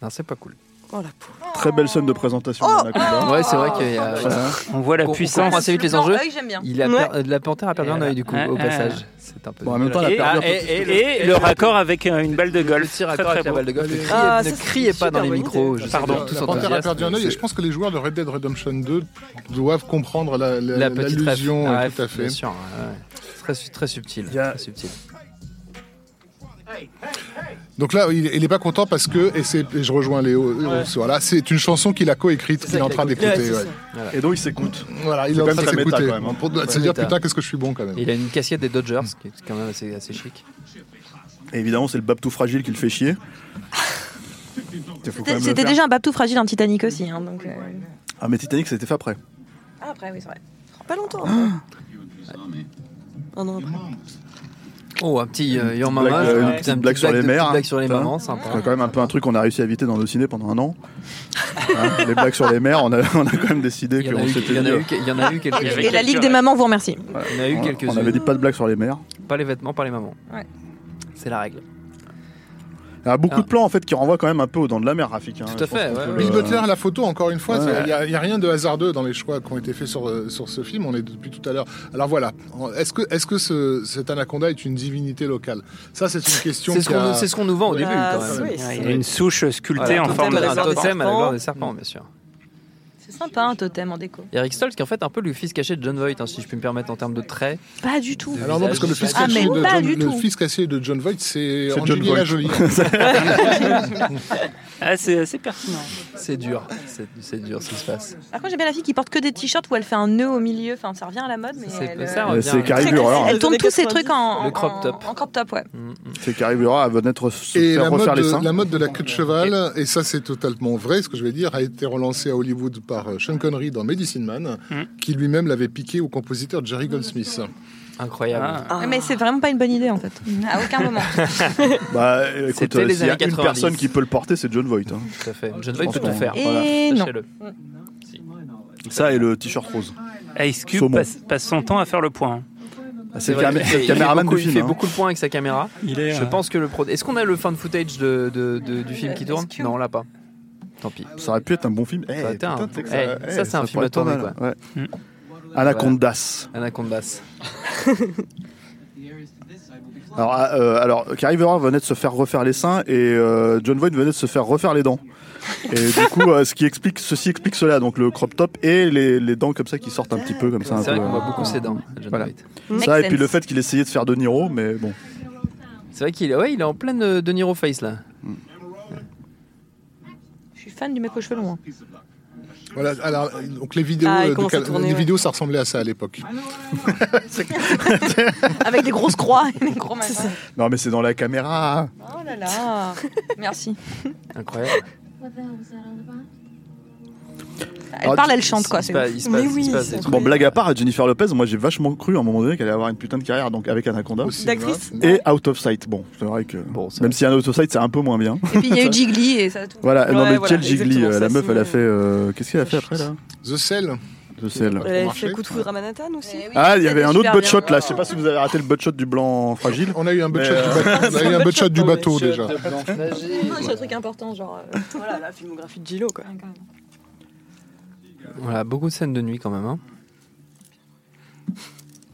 Non, c'est pas cool. Oh la pauvre. très belle scène de présentation Oh. Oh. d'anaconda. Ouais, c'est vrai qu'il y a. voilà. On voit la On- on puissance. comprend assez vite les enjeux. L'œil, j'aime bien. Il a Ouais. per- La panthère a perdu un œil du coup, Ouais, au ouais. passage. C'est un peu. Bon, en même temps, dégueulasse. la Ah, perdue. et- un peu- et, et le raccord avec euh, une balle de Le golf. tir Très, à très corps avec la beau. balle de golf. Ne criez- Ah, ne ça, c'est criez une pas dans super les bonne micros. idée. je sais Pardon, que vous êtes tout tous la panthère a enthousiastes, perdu un œil mais et je pense que les joueurs de Red Dead Redemption 2 doivent comprendre la, c'est- la- petite l'allusion ref. euh, Ouais, tout à fait. Bien sûr. ouais, ouais. Très, su- très subtil. Il y a- très subtil. Donc là, il il est pas content parce que, et, c'est- et je rejoins Léo, euh, voilà, c'est une chanson qu'il a coécrite, qu'il est en train Ouais, d'écouter. c'est ouais. ça. Et donc il s'écoute. Voilà, il est quand en même train très méta, d'écouter. quand même, hein. Pour de- se dire, méta. putain, qu'est-ce que je suis bon quand même. Et Il a une casquette des Dodgers, qui est quand même assez, assez chic. Et évidemment, c'est le bab tout fragile qui le fait chier. Faut quand C'était même le c'était faire. déjà un Babtou fragile, un Titanic aussi. hein, donc, euh. Ah mais Titanic, c'était fait après. Ah, après, oui, c'est vrai. Pas longtemps. après. Un an après. Oh, un petit euh, Your blague, Mama. euh, une un petite petit blague sur les de- mères, petite blague sur les putain. mamans, sympa. C'est quand même un peu un truc qu'on a réussi à éviter dans nos ciné pendant un an. Hein, les blagues sur les mères, on a, on a quand même décidé Il y en qu'on a eu- s'était il y en a dit, euh, eu- il y en a eu quelques-unes. Et la Ligue des mamans vous remercie. voilà, Il y en a eu on- quelques-unes. On avait dit pas de blagues sur les mères. Pas les vêtements, pas les mamans. Ouais. C'est la règle. Il y a beaucoup Ah. de plans en fait qui renvoient quand même un peu aux dents de la mer, Rafik. hein. Tout à Je pense fait, qu'on ouais, peut ouais. le- Bill Butler, la photo, encore une fois, Ouais. il n'y a, rien de hasardeux dans les choix qui ont été faits sur, euh, sur ce film. On est depuis tout à l'heure. Alors voilà, est-ce que, est -ce que ce- cet anaconda est une divinité locale Ça, c'est une question. C'est ce qui qu'on a- c'est ce qu'on nous vend au Ouais. début. Ah, quand hein. même. oui, Il y a une souche sculptée Voilà, en totem forme à de la gloire serpents. des serpents, à la gloire des serpents, bien sûr. C'est sympa un totem en déco. Eric Stoltz, qui est en fait un peu le fils caché de John Voight, hein, si je puis me permettre en termes de traits. Pas du tout. Alors non, parce que le fils Ah, caché mais de pas John- du le tout. fils caché de John Voight, c'est C'est John Angelina Voight. Jolie. Ah, c'est assez pertinent. C'est dur, c'est c'est dur ce qui se passe. Par contre, j'aime bien la fille qui porte que des t-shirts où elle fait un nœud au milieu. Enfin, ça revient à la mode, mais c'est- elle, ça euh, revient. Et C'est très Caribura. classique. hein. Elle tourne tous ces 90. trucs en, Le en- crop top. En crop top, ouais. Mm, mm. C'est Caribura, elle venait de re- se Et la faire mode, refaire les de, seins. la mode de la queue de cheval, et ça c'est totalement vrai, ce que je vais dire, a été relancée à Hollywood par euh, Sean Connery dans Medicine Man, Mm. qui lui-même l'avait piqué au compositeur Jerry Goldsmith. Incroyable. Ah. Mais c'est vraiment pas une bonne idée en fait. À aucun moment. Bah écoute, C'était euh, les s'il y a années une 90. personne qui peut le porter, c'est John Voight. hein. Tout à fait. John Je Voight pense peut tout qu'on- faire. Et Voilà. non. Sachez-le. Ça et le t-shirt rose. Ah. Ice Cube Saumon. passe, passe son temps à faire le point. Ah, C'est C'est le vrai, camé- c'est il le fait- caméraman il fait beaucoup, du Il fait film. hein. beaucoup le point avec sa caméra. Il est, Je pense que le pro. Est-ce qu'on a le fan footage de, de- de- du film qui tourne Euh, Est-ce que- Non, on l'a pas. Tant pis. Ça aurait pu être un bon film. Eh, aurait été un- putain, tu sais que eh, ça, c'est un pourrait film Hmm. à être pas tourner, mal, quoi. ouais. Hmm. Mm. Anacondas. Anacondas. Alors, ah, euh, alors, Caribura venait de se faire refaire les seins et euh, John Voight venait de se faire refaire les dents. Et du coup, euh, ce qui explique, ceci explique cela. Donc le crop top et les, les dents comme ça qui sortent un petit peu comme ça. un C'est vrai peu, qu'on euh, voit beaucoup ses dents. John Voilà. Voight. ça Make et puis le sense. fait qu'il essayait de faire de Niro, mais bon. C'est vrai qu'il est, ouais, il est en pleine euh, De Niro face là. Je suis fan du mec aux cheveux longs. hein. Voilà, alors, donc les vidéos, Ah, il euh, de commence à cal- tourner, les ouais. Ah vidéos ça ressemblait à ça à l'époque. Avec des grosses croix et des gros machins. Non, mais c'est dans la caméra. hein. Oh là là. Merci. Incroyable. Elle parle, elle chante quoi. Il se c'est passe, ouf. il se passe- Mais il se oui, passe c'est des trucs. Bon, blague à part, Jennifer Lopez, moi j'ai vachement cru à un moment donné qu'elle allait avoir une putain de carrière donc avec Anaconda. Au cinéma. D'actrice Et Out of Sight. Bon, c'est vrai que. Bon, c'est même vrai. si un Out of Sight, c'est un peu moins bien. Et puis il y a eu Jiggly et ça tout. Voilà, non Ouais, mais voilà, quel Gigli exactement, euh, La ça, meuf, c'est- elle a fait. euh, Qu'est-ce qu'elle a fait après là The Cell, De celle. Elle avait marché. fait coup de foudre à Manhattan aussi. Ah, il y avait un autre butt shot shot là. Je sais pas si vous avez raté le butt shot du blanc fragile. on a eu un butt shot Mais, du bateau, on a eu un butt shot du bateau déjà. Ah, C'est un truc important, genre. euh, Voilà, la filmographie de Gillo, Bah, quoi. Voilà, beaucoup de scènes de nuit quand même. hein.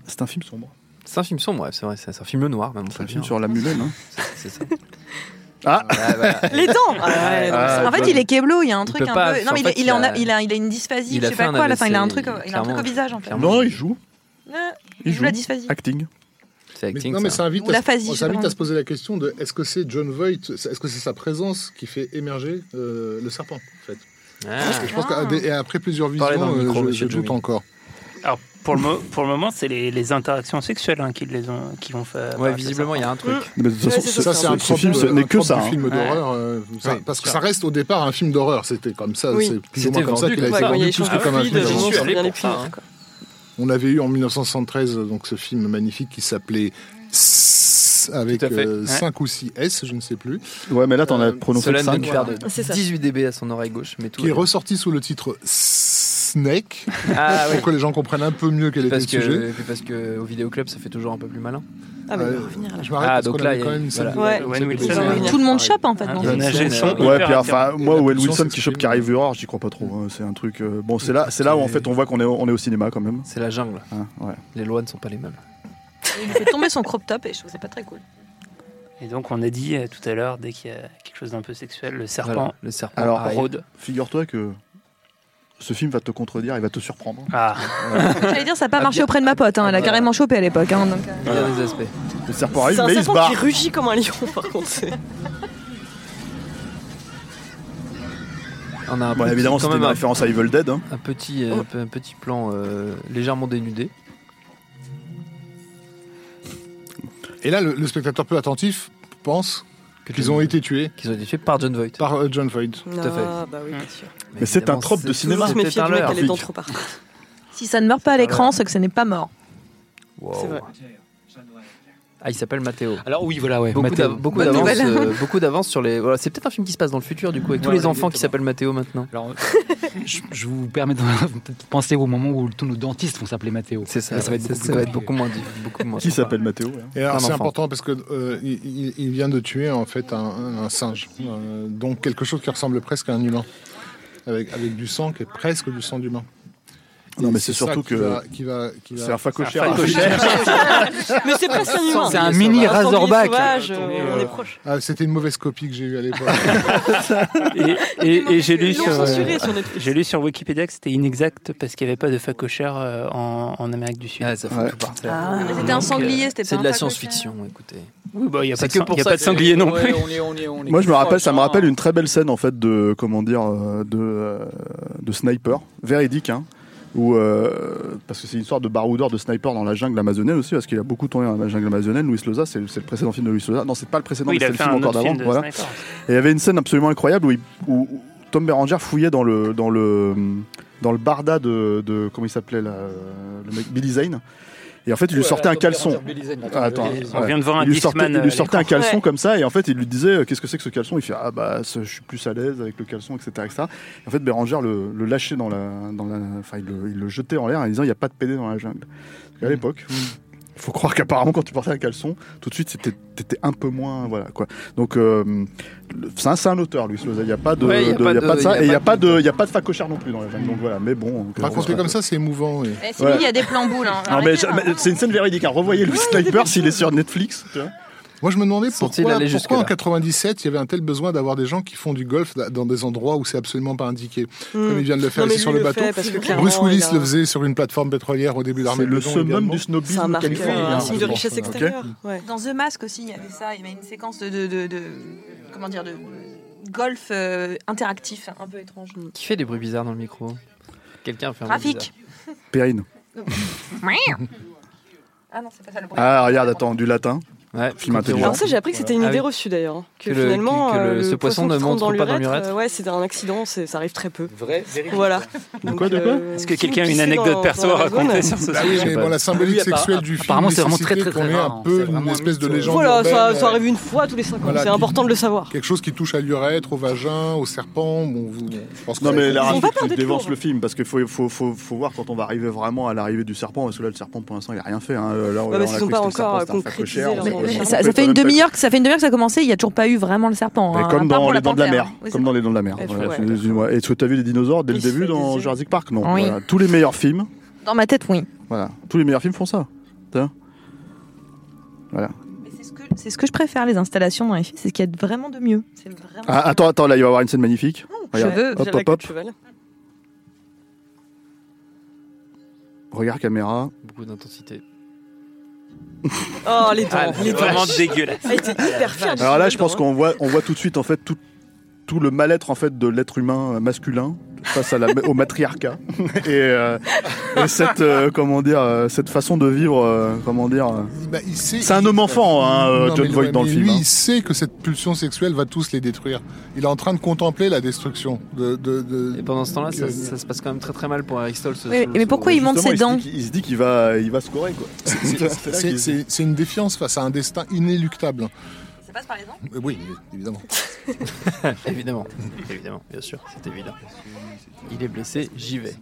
C'est un film sombre. C'est un film sombre, ouais, c'est vrai. C'est c'est un film noir même. on C'est peut un le film dire. sur la mulette. hein. C'est- C'est ça. Ah. Ouais, voilà. Les dents Ah ouais, non, Ah, ça- En fait, John- il est keblo, il y a un truc peut un pas, peu. Non, en mais il, est- fait, il, est en il a, a- il, a, il a une dysphasie, il je a sais fait pas un quoi. là. Enfin, il a un AVC, truc, il a un truc clairement. au visage en fait. Clairement. Non, il joue. Ah, Il Il joue. joue la dysphasie. Acting. C'est Mais- acting. non, mais ça. ça invite, Ou la à, se- phasie, ça je sais invite pas. à se poser la question de est-ce que c'est John Voight, est-ce que c'est sa présence qui fait émerger euh, le serpent en fait Ah. Je pense qu'à- et après plusieurs visions, Parlez dans le euh, micro, je, monsieur je doute Jimmy. encore. Alors, pour le, mo- pour le moment, c'est les, les interactions sexuelles hein, qui, les ont, qui vont faire. Ouais, visiblement, il y a un truc. Mais de toute façon, c'est ce- ça, Ça, ce- c'est un ce trope, film, ce euh, n'est un que trope ça. du hein. film d'horreur. euh, ça- Oui, parce que sûr. ça reste au départ un film d'horreur. C'était comme ça. Oui. C'est plus C'était ou moins comme ça vendu qu'il a comme été ça. vendu il y a plus que comme un film de d'horreur. Gillo. Gillo, Bien bien épinard, quoi. On avait eu en 1973 donc ce film magnifique qui s'appelait S- avec Tout à fait. 5 ou 6 S, je ne sais plus, Ouais, mais là, t'en as Euh, prononcé Solène vient 5. de perdre C'est ça. 18 dB à son oreille gauche, mais tout. qui est va bien. ressorti sous le titre Snake, Ah oui. pour que les gens comprennent un peu mieux quel était Parce le sujet. que, parce que au vidéoclub, ça fait toujours un peu plus malin. Ah, mais on va revenir à la Je m'arrête Ah, parce donc qu'on là, avait il y a quand une- même voilà. cette- Ouais, cette Owen Wilson. question. Tout le monde chope en fait. dans Il ce y a un film. nager son Ouais, euh, hyper puis enfin, moi, La Owen Wilson pulsion qui s'exprime. chope Carrie Horror, j'y crois pas trop. hein. C'est un truc. euh, Bon, c'est là, c'est là où en fait on voit qu'on est, on est au cinéma quand même. C'est la jungle. Hein, ouais. Les lois ne sont pas les mêmes. Il lui fait tomber son crop top et je trouve ça pas très cool. Et donc, on a dit euh, tout à l'heure, dès qu'il y a quelque chose d'un peu sexuel, le serpent Voilà, Ah, le serpent. Alors, pareil. rôde. Figure-toi que ce film va te contredire, il va te surprendre. Ah, J'allais dire, ça n'a pas marché auprès de ma pote. hein, Elle a carrément chopé à l'époque. hein, donc, euh, Il y a des aspects. Le serpent arrive, C'est un mais il se serpent barre. qui rugit comme un lion, par contre. c'est- On a un Bon, petit- évidemment, quand c'était même une un, référence à Evil Dead. hein. un petit, euh, un petit plan euh, légèrement dénudé. Et là, le, le spectateur peu attentif pense que qu'ils John- ont été tués Qu'ils ont été tués par John Voight. par euh, John Voight. Ah, bah oui, bien sûr. Mais c'est évidemment, un trope de c'est cinéma. Faut se toujours méfier du mec, un elle est dans leurre. trop par Si ça ne meurt pas à l'écran, c'est que ce n'est pas mort. Wow. C'est vrai. Ah, il s'appelle Matteo. Alors oui, voilà, ouais. Beaucoup Matteo. d'av- beaucoup Bonne d'avance, nouvelle. euh, beaucoup d'avance sur les. Voilà, c'est peut-être un film qui se passe dans le futur, du coup, avec tous Ouais, les enfants qui exactement. s'appellent Matteo maintenant. Alors, je, je vous permets de peut-être penser au moment où tous nos dentistes vont s'appeler Mathéo. C'est ça, Là, ça va être c'est- beaucoup, ça plus va être beaucoup compliqué. moins dit. beaucoup moins Qui sympa. s'appelle Mathéo hein. Et alors, Un c'est enfant. important parce que euh, il, il- il vient de tuer en fait un, un- un singe, Euh, donc quelque chose qui ressemble presque à un humain, avec, avec du sang qui est presque du sang d'humain. Non, Et mais c'est ça surtout qui que- va- qui va- qui va- C'est un facochère. Mais c'est pas si humain. C'est un mini sanglier Razorback. sauvage, euh, on est proche. Ah, C'était une mauvaise copie que j'ai eue à l'époque. Et, et- et j'ai lu Ils l'ont sur, euh, censuré sur Netflix. j'ai lu sur Wikipédia que c'était inexact parce qu'il n'y avait pas de facochère euh, en, en Amérique du Sud. Ah, ça fait Ouais. tout par terre. Ah, mais c'était Donc, un euh, sanglier, c'était C'est pas de la un facochère. science-fiction, écoutez. Oui, bah, il n'y a, C'est pas de, que sang- pour il y a ça pas de que- sanglier non plus. Moi, je me rappelle, ça me rappelle une très belle scène en fait de comment dire euh, de euh, de sniper véridique, hein, où euh, parce que c'est une histoire de baroudeur de sniper dans la jungle amazonienne aussi, parce qu'il a beaucoup tourné dans la jungle amazonienne. Louis Loza, c'est le, c'est le précédent film de Louis Loza. Non, c'est pas le précédent, Oui, mais il c'est a le fait film un encore autre d'avant. film de Voilà. Sniper. Et il y avait une scène absolument incroyable où, il- où- où Tom Berenger fouillait dans le dans le dans le barda de, de- comment il s'appelait là, euh, le mec Billy Zane. Et en fait, il lui sortait un caleçon. Ah, attends, On ouais. vient de voir un il lui sortait, Discman. il lui sortait euh, à un caleçon Ouais. comme ça et en fait il lui disait euh, qu'est-ce que c'est que ce caleçon il fait ah bah ce- je suis plus à l'aise avec le caleçon etc etc en fait Béranger le, le lâchait dans la dans la enfin il le, il le jetait en l'air en disant il n'y a pas de PD dans la jungle Mm. à l'époque il faut croire qu'apparemment quand tu portais un caleçon tout de suite c'était t'étais un peu moins voilà quoi donc euh, le- c'est un, c'est un auteur lui Sosa. il n'y a pas de Ouais, il y a de- pas il y a de- pas il de y ça a et il n'y a pas pas de il y a pas de facochère non plus dans la jungle donc voilà mais bon Raconté comme ça, c'est émouvant. oui. Eh, c'est Ouais. mis, il y a des plans boules. hein. non, mais, Arrêtez, là. mais c'est une scène véridique hein. revoyez le sniper s'il est sur Netflix tu vois. Moi, je me demandais Sont-ils pourquoi, allés pourquoi en jusque-là 97, il y avait un tel besoin d'avoir des gens qui font du golf dans des endroits où c'est absolument pas indiqué. Comme il vient de le faire Non, mais ici sur lui le le bateau. fait parce que Bruce clairement, Willis il a- le faisait sur une plateforme pétrolière au début de l'armée C'est de le Meudon summum également. du C'est snobisme un marqueur, californien. un signe de bon, richesse ok. extérieure. Ouais. Dans The Mask aussi, il y avait ça. Il y avait une séquence de, de, de- de- comment dire de golf euh, interactif, un peu étrange. Qui fait des bruits bizarres dans le micro Quelqu'un fait un bruit Trafic. bizarre. Perrine Ah non, c'est pas ça le bruit. Ah, regarde, attends, du latin. Ouais, Film intelligent. Alors ça, j'ai appris que c'était une Ah idée oui. reçue d'ailleurs. hein, Que, Que le- finalement, que le- euh, ce le poisson ne qui trempe montre pas dans l'urètre. euh, ouais, c'est un accident, c'est- ça arrive très peu. Vrai, vérité. Voilà. Donc, quoi, de quoi euh, Est-ce que si quelqu'un vous a une pissez dans- anecdote dans perso la à raconter zone, sur ce Ah Bah oui, sujet mais bon, la symbolique Lui, appa- sexuelle du film. apparemment, c'est vraiment nécessitait très, très, qu'on très ait rare, un hein. peu C'est vraiment une un espèce de mythe, euh, légende. Voilà, ça, urbaine, ça arrive une fois tous les 5 ans. Voilà, c'est qui- important de le savoir. Quelque chose qui touche à l'urètre, au vagin, au serpent. Bon, vous- je pense que Non mais la Ils ont rafle, pas peur tu de dévances clore. le film parce qu'il faut, faut, faut, faut voir quand on va arriver vraiment à l'arrivée du serpent parce que là le serpent pour l'instant il a rien fait. Hein. Là, on- Ouais, là, parce on a qu'ils ont cru pas que c'était le encore euh, serpent, c'était un concrétisé facochère, leur- on Mais- a- Ouais, mais on a- ça, on ça a- fait on une a- demi-heure que ça fait une demi-heure que ça a commencé. Il n'y a toujours pas eu vraiment le serpent. Mais Ah, hein, comme à part dans pour les dents de la panthère. mer, Oui, c'est comme dans les dents de la mer. hein. Ouais, Voilà, ouais. c'est des- ouais. Et tu as vu les dinosaures dès le Il se début fait dans des- Jurassic Park Non. Oui. Voilà. Tous les meilleurs films, vrai. Dans ma tête, oui. voilà, tous les meilleurs films font ça. Tiens. Mais c'est ce que- C'est ce que je préfère, les installations dans les films, c'est ce qu'il y a de vraiment de mieux. C'est vraiment- Ah, attends, attends, là il va y avoir une scène magnifique. je Oh, Regarde. veux. Hop, J'ai la hop, queue hop. de cheval. Regarde caméra. hein. Beaucoup d'intensité. Oh, les Ah, dents, c'est les dents. vraiment dégueulasse. Elle était hyper fière. du Alors là, cheval, je pense hein. qu'on voit, on voit tout de suite en fait tout, tout le mal-être en fait de l'être humain euh, masculin face à la, au matriarcat et, euh, et cette euh, comment dire euh, cette façon de vivre euh, comment dire euh, Bah, il sait- c'est un homme enfant hein, euh, Non, John mais Voight ouais, dans le mais film Lui, hein. il sait que cette pulsion sexuelle va tous les détruire. Il est en train de contempler la destruction. De, de- de- Et pendant ce temps-là, ça, ça se passe quand même très très mal pour Eric Stoltz. ce- Oui, ce- mais ce- pourquoi il monte Justement, ses dents il se dit qu'il- il se dit qu'il va il va scorer quoi C'est- C'est là C'est qu'il- c'est- c'est une défiance face à un destin inéluctable. Ça passe par les dents Euh, Oui, évidemment. Évidemment, évidemment, bien sûr, c'est évident. Il est blessé, j'y vais.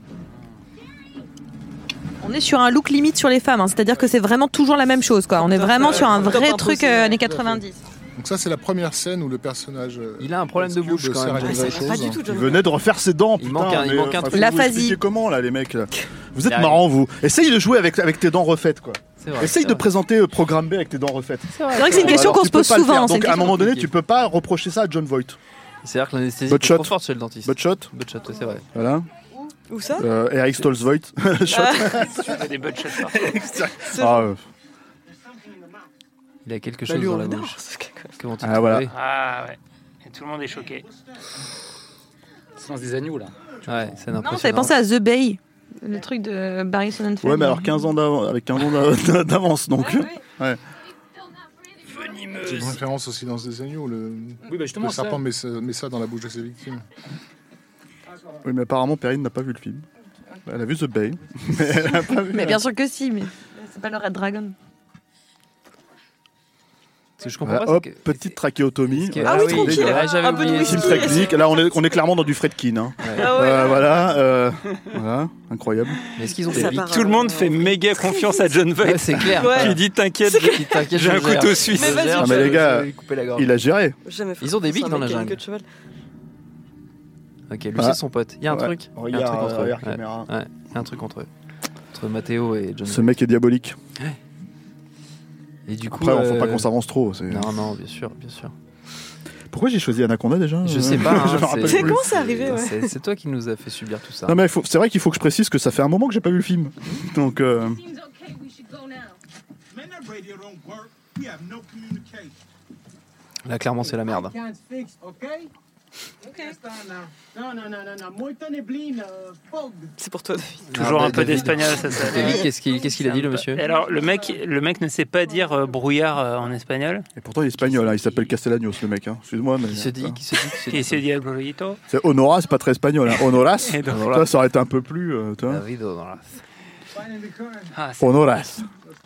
On est sur un look limite sur les femmes, hein, c'est-à-dire que c'est vraiment toujours la même chose. Quoi. On est vraiment sur un vrai truc euh, années 90. Donc ça, c'est la première scène où le personnage... euh, Il a un problème de Ice Cube bouche, quand sert même. à Ah, des ça vraies Pas choses. du tout, il John. venait de refaire ses dents Il putain, manque un- il mais, manque un enfin, truc. faut La vous expliquer phasie. comment là les mecs là. vous êtes Derrière. marrants vous essayez de jouer avec avec tes dents refaites quoi C'est vrai, c'est Essaye de vrai. présenter euh, Programme B avec tes dents refaites. C'est vrai que c'est une Alors, question qu'on tu se peux pose pas le faire. souvent. hein, c'est Donc, ah, une à un question- moment donné, compliquée. tu peux pas reprocher ça à John Voight. C'est-à-dire que l'anesthésie est Butt shot. trop forte chez le dentiste. Butt shot, Butt shot, oui, c'est vrai. voilà. Où ça Euh, Eric Stolz Voight. Shot. Des bonnes choses, par Ah, euh, Il a quelque Bah, chose lui, dans on la l'adore, bouche. ce gars, quoi. Comment tu Ah, le trouves voilà. Ouais, Ah ouais. Et tout le monde est choqué. Silence des agneaux, là. c'est impressionnant. Non, j'avais pensé à The Bay, le truc de Barry Sonnenfeld. Ouais, mais alors 15 ans d'avance, avec 15 ans d'a- d'avance donc. Ah C'est une référence au silence des agneaux. Le, Oui, bah le justement, ça. serpent met, ça- met ça dans la bouche de ses victimes. Oui, mais apparemment Perrine n'a pas vu le film. Elle a vu The Bay. Mais bien sûr que si, mais c'est pas le Red Dragon. Parce que je comprends Voilà, pas. hop, petite trachéotomie. Ah oui, Ah tranquille, dégueulasse. ouais, j'avais Un peu de oublié. whisky. Team Technique. Là, on est, on est clairement dans du Fredkin. Hein. Ah ouais. Euh, voilà, euh, voilà, incroyable. est-ce qu'ils ont Et puis, tout le monde fait méga confiance à John Voight. Ouais, c'est clair. Qui dit t'inquiète, j'ai- j'ai un couteau suisse. Ah, mais les gars, il a géré. Jamais fait Ils ont des ça bics dans la avec un jungle. queue de cheval. Ok, lui Ah. c'est son pote. Il y a un Ouais. truc. Il y a un Regarde, truc entre eux. regarde, Ouais. caméra. Ouais. Il y a un truc entre eux. Entre Matteo et John. Ce mec est diabolique. Et du coup, Après, on faut pas euh, qu'on s'avance trop. c'est- Non, non, bien sûr, bien sûr. Pourquoi j'ai choisi Anaconda déjà euh, Je sais pas. Je hein, me rappelle C'est plus. con, c'est arrivé, ouais. c'est- C'est toi qui nous a fait subir tout ça. Non, mais il faut- c'est vrai qu'il faut que je précise que ça fait un moment que j'ai pas vu le film. Donc, euh, Man, that radio don't work. We have no communication. Là, clairement, c'est la merde. Can't fix, okay? Okay. No, no, no, no, no. Muita neblina, euh, fog. C'est pour toi, David. Toujours Ah, un peu David. d'espagnol, ça, ça. David, qu'est-ce qu'il qu'est-ce qu'il a dit, le monsieur Et Alors, le mec, le mec ne sait pas dire euh, brouillard euh, en espagnol. Et pourtant, il est espagnol. hein, Il s'appelle Castellanos, le mec. hein. Excuse-moi. Mais... Qui se dit, qui se dit, qui se Et dit. c'est Diabolito. C'est Honora, c'est pas très espagnol. Hein. Honoras. Et donc- Toi, ça aurait été un peu plus. euh, tu vois. David Honoras. Find the current. Ah, c'est- Honoras. Let's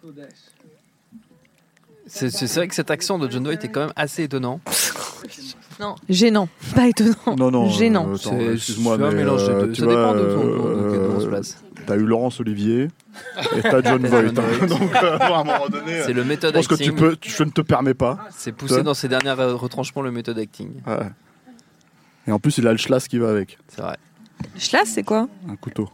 do this. C'est c'est vrai que cet accent de John Doe était quand même assez étonnant. Gênant, pas étonnant. Non, non. Gênant. euh, attends, C'est- Excuse-moi. c'est un mais, mélange des euh, deux. tu Ça dépend vois, de- de- de- de- de- on se euh, place. T'as eu Laurence Olivier et t'as John Voight. hein. Donc, euh, à un moment donné, C'est le je méthode pense que tu acting. peux. tu- Je ne te permets pas. C'est poussé dans ses derniers euh, retranchements le méthode acting. Ouais. Et en plus, il a le schlass qui va avec. C'est vrai. euh, Schlass, c'est quoi Un couteau.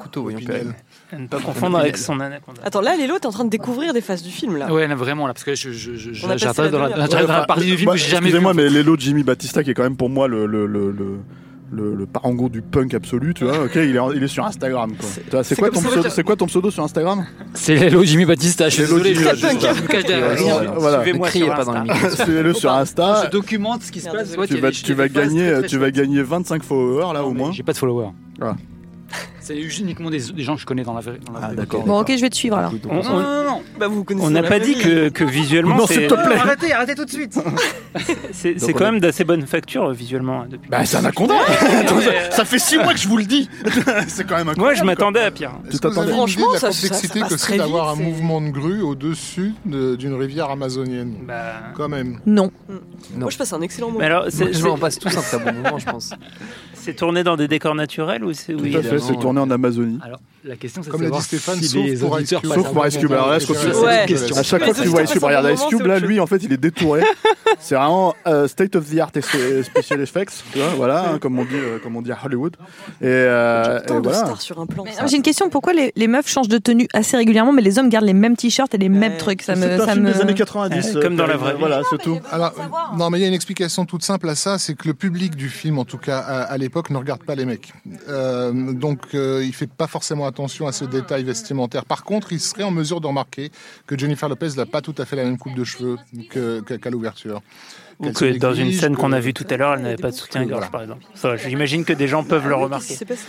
Couteau, voyons Pérel. à ne pas confondre avec son Ah, anaconda. Attends, là, Lélo, t'es en train de découvrir des phases du film, là. Ah Ouais, non, vraiment, là, parce que je, je, je, On a passé la j'atteins dans la, demi-heure. j'atteins dans la partie du film Bah, que j'ai jamais vu. Excusez-moi, mais l'élo de Jimmy Batista, qui est quand même pour moi le, le, le, le, le- le parangon du punk absolu, tu vois, ok, il est, en- il est sur Instagram. quoi. Tu vois, C'est quoi, ton pseudo- c'est quoi ton pseudo sur Instagram C'est Lélo Jimmy Batista, je suis Lélo désolé, je Jimmy je- je- je me cache derrière. Ouais, Je- ouais. Euh, voilà. Suivez-moi Ne criez sur pas dans les Insta. micros. Suivez-le sur Insta. Je documente ce qui se Merde, passe. désolé. vois qu'il y Tu avait- vas, il y tu avait vas des phases très, gagner, très tu vas chouettes. gagner 25 followers là au moins. euh, J'ai pas de followers. Ah. C'est uniquement des, des gens que je connais dans la vraie. dans la vraie vie. Bon, ok, je vais te suivre alors. On- On- on- on- non, non. Bah, vous vous connaissez On n'a la pas famille. dit que, que visuellement, Non, c'est s'il te plaît. Arrêtez, arrêtez tout de suite. c'est- c'est Donc, on quand même d'assez bonne facture euh, visuellement. hein, depuis. Bah c'est un anaconda Attends, euh, ça, ça fait 6 mois que je vous le dis C'est quand même incroyable Moi, je m'attendais à pire. Est-ce Tout que vous avez attendait. une idée de Franchement, la ça- ça- ça complexité passe que très c'est d'avoir un vite, c'est- mouvement de grue au-dessus de- d'une rivière amazonienne Bah, Quand même. Non. Moi, je passe un excellent Mais moment. alors, c'est- Je m'en c'est passe tous un très bon moment, je pense. c'est tourné dans des décors naturels ou c'est Tout oui, à il y a- fait, c'est tourné en Amazonie. Alors, la question, c'est de Comme l'a dit savoir Stéphane, si sauf les pour Ice auditeurs Cube. passent Sauf un pour bon Ice Cube, alors là, je trouve que moment. c'est- Ouais. une question. À chaque fois que tu vois Ice Cube regarder Ice Cube, là, lui, en fait, il est détouré. C'est vraiment euh, state of the art et et special effects, tu vois, voilà, hein, comme on dit, euh, comme on dit à Hollywood. Et, euh, et Tant de voilà. stars sur un plan. Mais ça. J'ai une question. Pourquoi les, les meufs changent de tenue assez régulièrement, mais les hommes gardent les mêmes t-shirts et les mêmes Ouais. trucs Ça me, C'est un ça film me. des années 90. Ouais, comme dans la euh, vraie vie. Voilà, c'est tout. Alors, euh, non, mais il y a une explication toute simple à ça, c'est que le public du film, en tout cas à, à l'époque, ne regarde pas les mecs. Euh, donc, euh, il fait pas forcément attention à ce détail vestimentaire. Par contre, il serait en mesure de remarquer que Jennifer Lopez n'a pas tout à fait la même coupe de cheveux que- que- qu'à l'ouverture. ou Qu'elle que se dans une néglige, scène que- qu'on a vue tout à l'heure, elle n'avait pas de soutien-gorge, Voilà. par exemple. Ça, J'imagine que des gens peuvent Ah le Qu'est-ce qui remarquer. s'est passé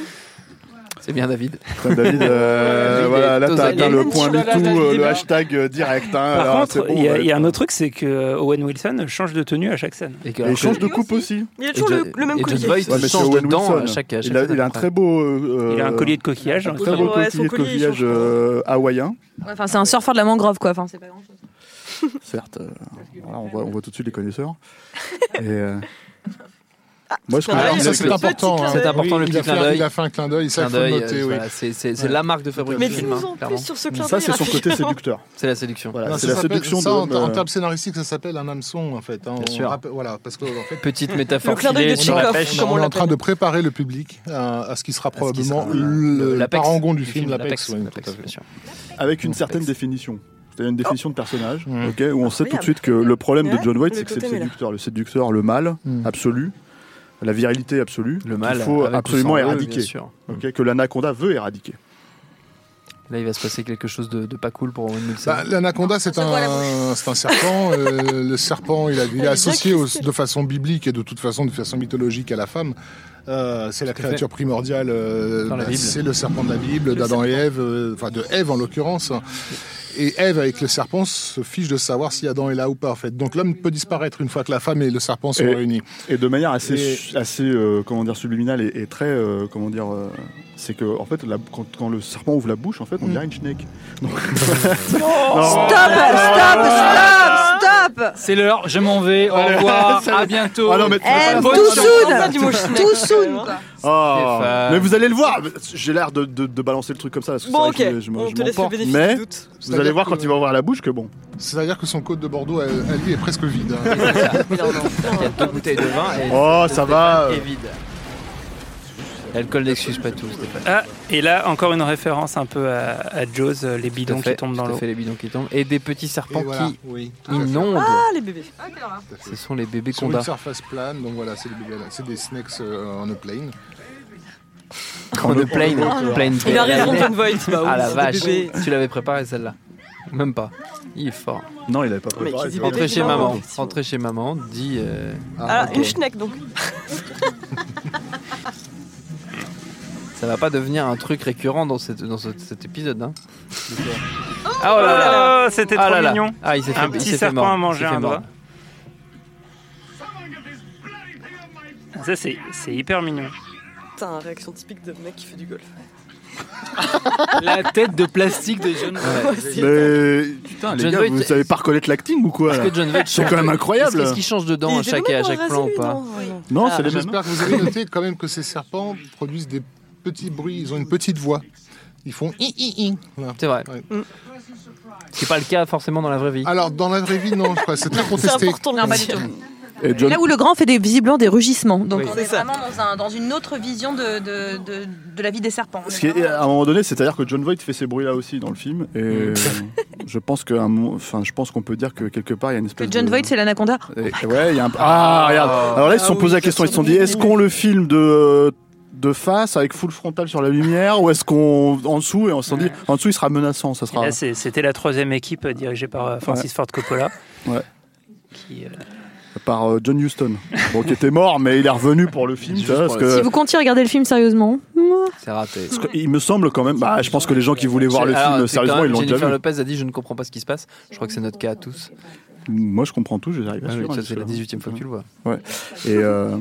C'est bien, David. Putain, David, euh, voilà, là, t'as atteint le point Là, là, MeToo, là, euh, le là. hashtag euh, direct. hein. Par Alors, c'est contre, bon, il y a- il y a ouais. un autre truc, c'est euh, que Owen Wilson change de tenue à chaque scène. Et, que- Et il change de coupe aussi. Il y a toujours le, le même et John collier. Voight Ouais, mais c'est change Owen de dents à Wilson. chaque, à chaque Il a, scène il a un après. très beau. euh, Il a un collier de coquillage. Ah, un très beau Ouais, son collier de collier, il change coquillage euh, hawaïen. Ouais, Enfin, c'est un surfeur de la mangrove, quoi. Enfin, c'est pas grand-chose. Certes, euh, voilà, on, voit, on voit tout de suite les connaisseurs. Et, euh, moi, je Ah, Alors, connais. il ça, a fait c'est le important. petit clin hein. C'est important, le il a petit fait clin un- d'œil. Il a fait un clin d'œil, ça, Clin il faut le d'œil, noter, euh, oui. voilà, c'est- C'est c'est la marque de fabrique Mais du film, dis-nous hein, en clairement. plus sur ce clin d'œil. Ça, c'est son côté Raphaël. séducteur. C'est la séduction. Voilà, Non, Bah, c'est ça la s'appelle- séduction euh, ça, en, de. en termes scénaristiques, ça s'appelle un hameçon, en fait. hein. Bien On sûr. rappelle- voilà, parce que, en fait, Petite métaphore Ah, Le clin d'œil filée de sur la Chekhov, pêche. comme on on est en train l'appelle. de préparer le public à, à ce qui sera à ce qui sera, probablement voilà, le, l'apex parangon du du film, l'Apex. oui, l'apex, tout à fait. bien sûr. Avec une Bon, certaine Apex. définition. C'est-à-dire une définition de personnage, Mm. ok, où on sait tout de Incroyable. suite que le problème de Ouais, John Voight, le c'est que c'est le totem est là. séducteur. Le séducteur, le mal Mm. absolu, la virilité absolue, Le mal. qu'il faut avec ou absolument sans eux, bien éradiquer, sûr. ok, que l'anaconda veut éradiquer. Là, il va se passer quelque chose de, de pas cool pour Owen Wilson. Bah, L'anaconda, c'est voit la un, c'est un serpent. euh, le serpent, il, a- il est bien associé au- cristée. de façon biblique et de toute façon de façon mythologique à la femme. Euh, c'est la créature primordiale. euh, Dans la bah, Bible. c'est le serpent de la Bible, d'Adam et Ève, euh, enfin de Ève en l'occurrence. Et Ève, avec le serpent, se fiche de savoir si Adam est là ou pas, en fait. Donc l'homme peut disparaître une fois que la femme et le serpent sont Et- réunis. Et de manière assez, Et- su- assez euh, comment dire, subliminale et, et très, euh, comment dire, euh, c'est que en fait, la- quand, quand le serpent ouvre la bouche, en fait, on dirait une snake. Stop, stop, stop, stop. C'est l'heure, je m'en vais. Au Allez. revoir, Ça à bientôt. Ah non, mais- Eh, Bonne tout chance. soon Tout soon Oh, Stéphane. mais vous allez le voir. J'ai l'air de, de- de balancer le truc comme ça. Parce que Bon, c'est vrai ok. que je, me- On je te laisse m'emporte. le bénéfice Mais du doute. vous allez voir quand il va ouvrir la bouche que bon. C'est-à-dire que son côte de Bordeaux, à, à lui, est presque vide. hein. Il y a deux bouteilles de vin et Oh, ça va. est vide. L'alcool n'excuse pas tout, Stéphane. Ah, et là, encore une référence un peu à, à Jaws, euh, les Tout à bidons fait, qui tombent dans tout à l'eau. fait, les bidons qui tombent. Et des petits serpents Et voilà, qui oui. inondent. Ah, les bébés Ce sont les bébés Sur une condas. surface plane, donc voilà, c'est des, c'est des snakes euh, on a plane. On ne plane, Oh, plane. Il a raison, John Voight. Bah oui, Ah la c'est des vache, bébés. tu l'avais préparé celle-là. Même pas. Il est fort. Non, il avait pas Mais qui préparé. dit c'est bébé Rentrez dit chez maman. maman. Rentrez chez maman, dit. euh, Ah, une schneck donc. Ça va pas devenir un truc récurrent dans, cette, dans ce- cet épisode. Hein. Ah oh là là Oh, c'était Ah trop là là. mignon. Ah, il s'est fait, Un il petit s'est fait serpent mordre, à manger il s'est fait un doigt. mordre. Ça, c'est c'est hyper mignon. Putain, réaction typique de mec qui fait du golf. La tête de plastique de John Voight. Mais putain, les John gars, Voight, vous c'est- savez pas reconnaître l'acting ou quoi Est-ce là que John Voight C'est chante- quand même incroyable. Est-ce qu'il change dedans à Il était chaque, vraiment à chaque rasé, plan ou lui, pas non Ouais, non. Non, c'est les mêmes. J'espère que vous avez noté quand même que ces serpents produisent des petits bruits, ils ont une petite voix. Ils font i i i. Voilà. C'est vrai. Ouais. Mm. Ce qui n'est pas le cas forcément dans la vraie Ah. vie. Alors dans la vraie vie, non, je crois, c'est très C'est contesté. important. Non, le pas du dire. tout. Et John Là où le grand fait des, visiblement des rugissements. Donc, On C'est est ça. vraiment dans, un- dans une autre vision de, de, de, de la vie des serpents. On Ce est qui est- vraiment- à un moment donné, c'est-à-dire que John Voight fait ces bruits-là aussi dans le film, et Mm. euh, je pense que, un mo- enfin, je pense qu'on peut dire que quelque part il y a une espèce que John de... Voight, c'est l'anaconda. Et- ouais, il y a un... Ah, regarde. Alors là, ils se sont Ah posés oui, la question. Ils se sont dit, oui. est-ce qu'on le filme de de face avec full frontal sur la lumière ou est-ce qu'on en dessous et on s'est dit en dessous il sera menaçant ça Et sera là, c'est- c'était la troisième équipe euh, dirigée par euh, Francis Ford Coppola. Ouais. Qui, euh, par euh, John Huston bon qui était mort mais il est revenu pour le film tu vois, parce que Si vous comptiez regarder le film sérieusement, C'est raté. parce que il me semble quand même bah je pense que les gens qui voulaient voir le Alors, film c'est quand sérieusement même- ils l'ont déjà Jennifer vu Lopez a dit Je ne comprends pas ce qui se passe. Je crois que c'est notre cas à tous. moi je comprends tout je n'arrive pas Ah oui, sûr, ça, hein, c'est la celui-là. 18 e fois que tu le vois. et euh,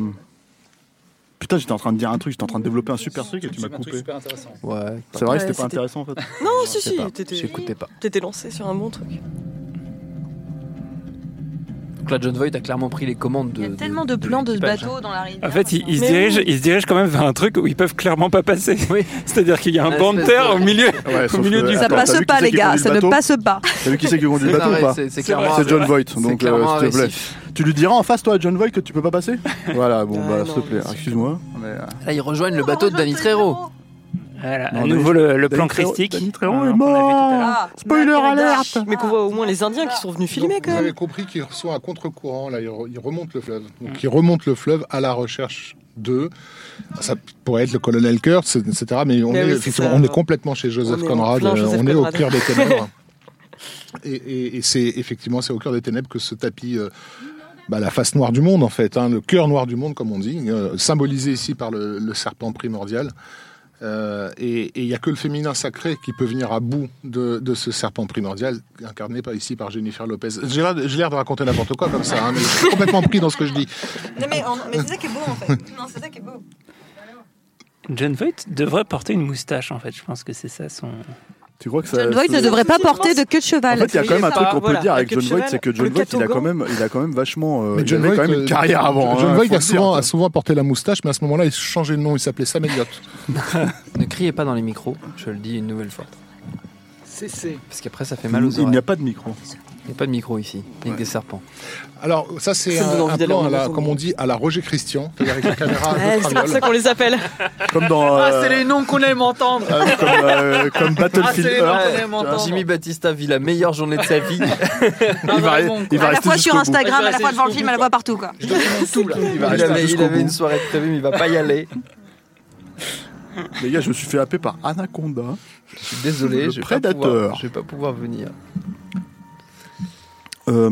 putain j'étais en train de dire un truc j'étais en train de développer un super truc et tu m'as coupé super intéressant. Ouais, c'est vrai Ouais, c'était c'était- pas intéressant en fait Non, Je si, sais si, pas. t'étais- j'écoutais pas. t'étais lancé sur un bon truc. Donc là, John Voight a clairement pris les commandes de. Il y a tellement de plans de, l'équipage, bateaux dans la rivière. En fait, ils, ils se Mais dirigent, oui. ils se dirigent quand même vers un truc où ils peuvent clairement pas passer. Oui. C'est-à-dire qu'il y a un Un banc de espèce terre de- au milieu, Ouais, au sauf milieu que- du. ça Attends, passe t'as vu pas, qui c'est les qui gars, conduit ça le ne bateau passe pas. T'as vu qui c'est qui conduit le C'est bateau ou vrai, pas c'est- c'est C'est clairement un John récif. Voight. C'est Donc, clairement euh, un s'il te plaît. récif. Tu lui diras en face, toi, à John Voight, que tu peux pas passer Voilà, bon, Ah, bah, non, s'il te plaît, mais c'est- excuse-moi. mais, euh, Là, ils rejoignent le bateau de Danny Trejo. Voilà, Non, à Danny- nouveau le, le plan Danny Trejo- christique. Danny Trejo euh, qu'on a est vu tout à l'heure. Ah, Spoiler Mac et alerte Dash. Mais qu'on voit au moins les Indiens qui sont venus filmer Donc, quand vous avez même. compris qu'ils sont à contre-courant, là, ils re- ils remontent le fleuve. Donc ils remontent le fleuve à la recherche de. Ça pourrait être le colonel Kurtz, etc. Mais on, Mais est, Ben oui, c'est effectivement, ça. on est complètement chez Joseph On est en Conrad, plein euh, Joseph on est au Conrad. cœur des ténèbres. et et- et c'est effectivement, c'est au cœur des ténèbres que se tapit. euh, bah, la face noire du monde, en fait, hein, le cœur noir du monde, comme on dit, euh, symbolisé ici par le, le serpent primordial. Euh, et et il n'y a que le féminin sacré qui peut venir à bout de, de ce serpent primordial, incarné par, ici par Jennifer Lopez. J'ai l'air de- j'ai l'air de raconter n'importe quoi comme ça, hein, mais je suis complètement pris dans ce que je dis. Non, mais, on- mais c'est ça qui est beau en fait. Non, c'est ça qui est beau. John Voight devrait porter une moustache en fait. Je pense que c'est ça son. Tu crois que Euh, ça. John Voight c'est- ne devrait pas c'est- porter de queue de En cheval. fait, il y a quand même un ça, truc qu'on peut voilà, dire la avec queue de John Voight, cheval, c'est que John le Voight, il a catogan. quand même, il a quand même vachement, euh, Mais il avait quand même une euh, carrière avant. John hein, Voight faut a le dire, souvent, tu a vois. souvent porté la moustache, mais à ce moment-là, il changeait de nom, il s'appelait Sam Elliott. Ne criez pas dans les micros, je le dis une nouvelle fois. C'est Parce qu'après, ça fait mal aux Il n'y oreilles. a pas de micro. Il n'y a pas de micro ici, il n'y a que des serpents. Alors, ça, c'est Ça me un, donne envie un d'aller plan, en à la, Amazonie. comme on dit, à la Roger Christian, c'est-à-dire avec la caméra à deux pour ça travioles. qu'on les appelle. Comme dans. euh, Ah, noms qu'on aime hein. entendre. euh, comme, euh, comme Battlefield Earth. Jimmy Batista vit la meilleure journée de sa vie. Il va, il va À la rester fois sur jusqu'au bout. Instagram, à la rester fois devant le jusqu'au film, bout, à la fois partout. quoi. Il Il va rester avait, il jusqu'au avait bout. une soirée prévue, mais il va pas y aller. Les gars, je me suis fait happer par Anaconda. Je suis désolé, Le je vais pas prédateur. pouvoir- je vais pas pouvoir venir. Euh,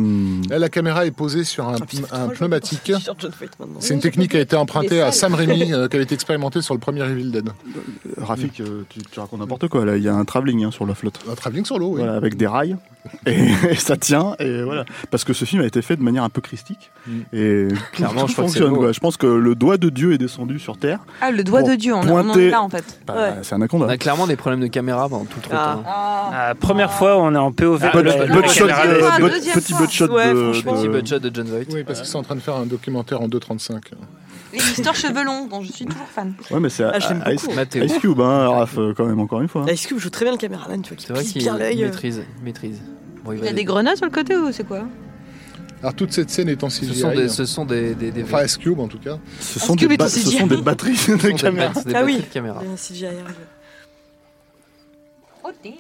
Là, la caméra est posée sur Ah, un, un pneumatique. C'est une technique qui a été empruntée à Sam Raimi, euh, qui avait été expérimentée sur le premier Evil Dead. Rafik, euh, tu, tu racontes n'importe quoi là. Il y a un travelling hein, sur la flotte. Un travelling sur l'eau, oui. Voilà, avec des rails. Et, et ça tient. Et voilà. Parce que ce film a été fait de manière un peu christique. Et Mm. Clairement, tout je crois que c'est fonctionne. beau. quoi. Je pense que le doigt de Dieu est descendu sur Terre. Ah, le doigt Bon, de Dieu, on, on en pointer- est là en fait. Bah, Ouais. C'est On Anaconda. a clairement des problèmes de caméra pendant tout le hein. Ah. temps. Ah. Ah, première fois, on est en POV. But- de la- but de la shot, caméra euh, des- Ah, but- deuxième petit budget Ouais, de, franchement. de- Petit budget de John Voight. Oui, parce qu'ils sont en train de faire un documentaire en 2.35. Et l'histoire cheveux longs, dont je suis toujours fan. Ouais, mais c'est Ah, à- je l'aime à- Ice, beaucoup. Mathéo. Ice Cube, hein, Raph, euh, quand même, encore une fois. hein. Ice Cube joue très bien le caméraman, tu vois, qui C'est vrai pisse qu'il bien l'œil. euh. maîtrise. maîtrise. Bon, Il y va a les- des grenades sur le côté ou c'est quoi Alors toute cette scène est en Ce CGI. sont des, ce sont des, des, hein. des- hein. Enfin, Ice Cube en tout cas. Ce sont, Cube des, est ba- en ce CGI. sont des batteries ce sont de des caméras. bats- des Ah batteries oui. de caméra. Il y a un CGI arrive. Oh damn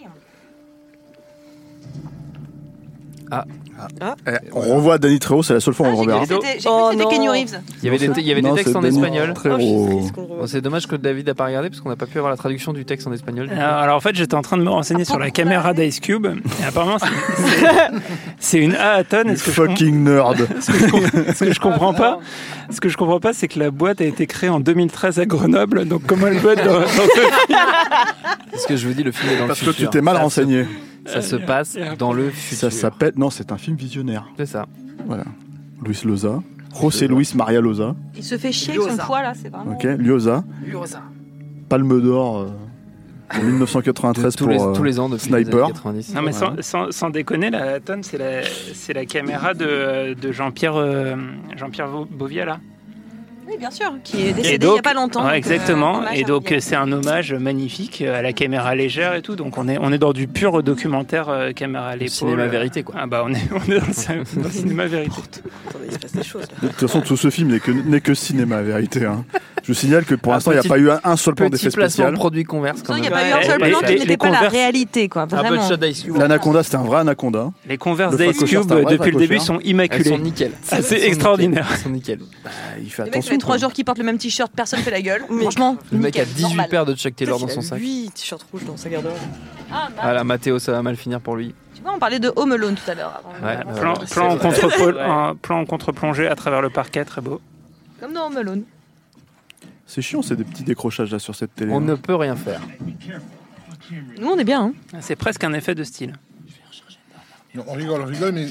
Eh, on revoit Danny Trejo, c'est la seule fois où on le reverra. C'était- J'ai Oh cru que c'était non. Kenny Reeves. Il y avait des, il y avait des Non, textes c'est en Danny espagnol. Oh, je suis Trejo. triste qu'on le Bon, revoie. c'est dommage que David n'a pas regardé parce qu'on n'a pas pu avoir la traduction du texte en espagnol. du coup. Alors, alors, en fait, j'étais en train de me renseigner sur la caméra d'Ice Cube. Et apparemment, c'est- c'est- c'est une A à tonne. You et Ce que, je, com- Fucking nerd. ce que je com- ce que je comprends pas, ce que je comprends pas, c'est que la boîte a été créée en 2013 à Grenoble. Donc comment elle peut être dans, dans ce C'est ce que je vous dis, le film est dans Parce le que tu futur. t'es mal Ça se- renseigné. Ça se passe dans le futur. Ça s'appelle. Non, c'est un film visionnaire. C'est ça. Voilà. Luis Loza. José Luis Maria Loza. Il se fait chier avec son poids là, c'est vraiment. Ok. Lioza. Palme d'or euh, en De 1993 tous, pour. les, euh, tous les ans depuis les Sniper. années 90. Non mais sans, sans- sans déconner, la tonne, c'est la, c'est la caméra de, euh, de Jean-Pierre euh, Jean-Pierre Bo- Bovia là. Oui, bien sûr, qui est Et décédé il donc- n'y a pas longtemps. Ouais, donc, euh, Ah, exactement. hommage et à donc Bobby. euh, c'est un hommage magnifique euh, à la caméra légère et tout. Donc on est on est dans du pur documentaire euh, caméra à l'épaule. cinéma vérité, quoi. Ah bah on est on est dans le, cin- dans le cinéma vérité. Attendez, il se passe des choses. là. De toute façon, tout ce film n'est que, n'est que cinéma, en vérité. hein. Je vous signale que pour Un l'instant, il n'y a petit- pas eu un, un seul plan Petit d'effet placement spécial. produit converse quand Non, il n'y a même. pas eu un Ouais, seul et- plan qui et- n'était les pas la Converse- réalité, quoi. Vraiment. bah, de d'Ice Cube. L'anaconda, c'était un vrai anaconda. Les converses Le d'Ice Franco Cube Star Wars, depuis le Franco début Star. sont Elles sont immaculées. nickel. Ah, Elles c'est sont extraordinaire. nickel. Elles sont nickel. Ah, Les Il fait mecs, ça attention. fait trois quoi. jours qu'ils portent le même t-shirt, personne fait la gueule. Franchement, Le mec a nickel, 18 normal. paires de Chuck Taylor dans Peut-être son qu'il a sac. huit t-shirts rouges dans sa garde-robe. Ah, bah, Ah là, Mathéo, ça va mal finir pour lui. Tu vois, on parlait de Home Alone tout à l'heure. avant. Ouais, Avant. ouais. Plan, c'est plan en vrai. contre un plan en contre-plongée à travers le parquet, très beau. Comme dans Home Alone. C'est chiant, c'est des petits décrochages là sur cette télé. On hein. ne peut rien faire. Nous, on est bien. Hein. C'est presque un effet de style. Non, on rigole, on rigole, mais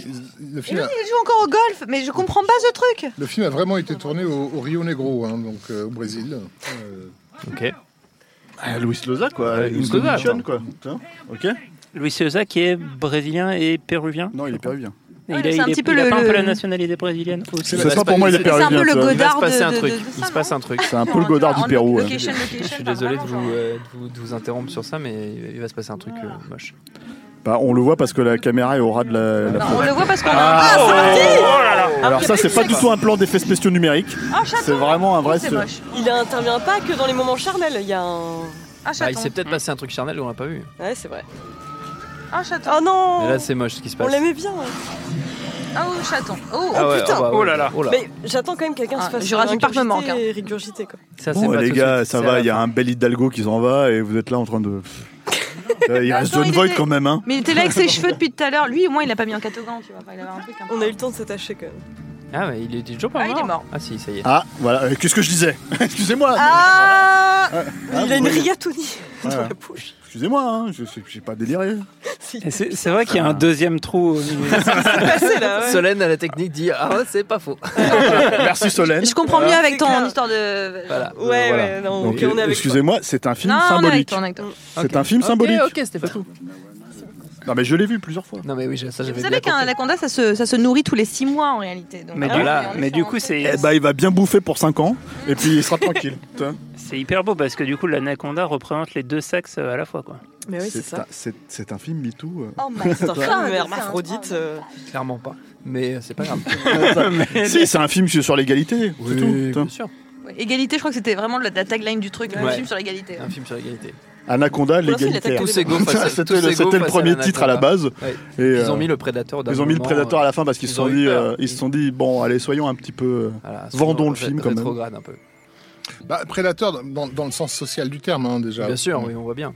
le Et film, oui, a, il joue encore au golf, mais je comprends pas ce truc. le film a vraiment été tourné au, au Rio Negro, hein, donc euh, au Brésil. Euh, Ok. Ah, Luis Loza, quoi. Ouais, une Luis Loza, condition, quoi. Putain. Ok Luis Sosa qui est brésilien et péruvien. Non, il est hein. péruvien. Et Ouais, il a, c'est il un est- petit peu il a le- pas un le- peu la nationalité brésilienne aussi. C'est va se ça, pour moi, il est passer- C'est un péruvien. peu le tu vois. Il va se Godard passer de- un de- truc. de Il ça, se passe un truc. C'est un peu le Godard du Pérou. hein. ouais. Location, location, Je suis enfin, désolé de vraiment, vous, genre. euh, de vous, de vous interrompre sur ça, mais il va se passer un truc euh, moche. Bah, on le voit parce que la caméra est au ras de la. la Non, Ah fenêtre. on le voit parce qu'on Ah, a un Alors ça, c'est pas du tout un plan d'effets spéciaux numériques. Ah, chaton. C'est vraiment un vrai. C'est ce- moche. Il intervient pas que dans les moments charnels. Il y a Un un. Bah, il s'est chaton. peut-être passé un truc charnel, on l'a pas vu. Ouais, c'est vrai. Un chaton. Oh Mais non là, c'est moche ce qui se On passe. l'aimait bien. hein. Ah, oh, chaton. Oh, Ah ouais, putain. ah bah ouais. Oh là là. Oh là. Mais j'attends quand même que quelqu'un Ah, se fasse. Jurassic Park me manque, ingurgiter et Régurgiter quoi. Ça, c'est Bon, pas tout Oh, les de gars, suite, ça c'est va, à il y a la un bel Hidalgo qui s'en va et vous êtes là en train de. Euh, il reste Bah, Attends, John il Voight était- quand même, hein. Mais il était là avec ses cheveux depuis tout à l'heure. Lui, au moins, il l'a pas mis en catogan, tu vois. Enfin, Il avait un truc un peu- On a eu le temps de s'attacher quand même. fin. Ah, mais il est toujours pas Ah, il est mort. Ah, si, ça y est. Ah, voilà, euh, qu'est-ce que je disais Excusez-moi Ah Ah, il a une oui. rigatoni dans Voilà. la bouche. Excusez-moi, hein, je je- j'ai pas déliré. Et C'est c'est vrai qu'il y a un deuxième trou au milieu. Passé là. ouais. Solène à la technique dit Ah, ouais, c'est pas faux. Merci Solène. Je comprends mieux Voilà. avec C'est ton clair. histoire de. Voilà. Ouais, euh, voilà. ouais, non, Donc, ok, on est avec toi. Excusez-moi, c'est un film Non, on est avec symbolique. toi, on est avec toi. C'est un film symbolique. Ok, ok, Stéphane. Non, mais je l'ai vu plusieurs fois. Non, mais oui, j'ai- ça, j'avais Vous bien savez qu'un compris. anaconda, ça se, ça se nourrit tous les 6 mois en réalité. Donc, Mais, ah du, oui, voilà. on est mais sur du un coup, truc. c'est Eh ben, il va bien bouffer pour 5 ans et puis il sera tranquille. Putain. c'est hyper beau parce que du coup, l'anaconda représente les deux sexes à la fois. Quoi. Mais oui, c'est C'est un- ça. c'est- c'est un film MeToo. euh. Oh my C'est un God, film c'est hermaphrodite. incroyable. euh, Clairement pas. Mais euh, c'est pas grave. si, c'est un film sur l'égalité. c'est tout. putain. bien sûr. Ouais, Égalité, je crois que c'était vraiment la, la tagline du truc, le Ouais. film sur l'égalité. Un film sur l'égalité. Anaconda, Pour l'instant, il l'égalité. attaque Tous ces go face à- tous C'était le- ces go c'était le face à premier titre à la l'anaconda. base. Ouais. Et, Ils euh, ont mis le Predator Ils ont mis le Predator à la fin parce qu'ils ils se ont sont eu dit, peur. euh, ils se sont dit, bon, allez, soyons un petit peu. euh, Vendons le film, quand même. Rétrograde un peu. bah, prédateur dans, dans le sens social du terme, hein, Bah, déjà. Bien sûr, oui, on voit bien.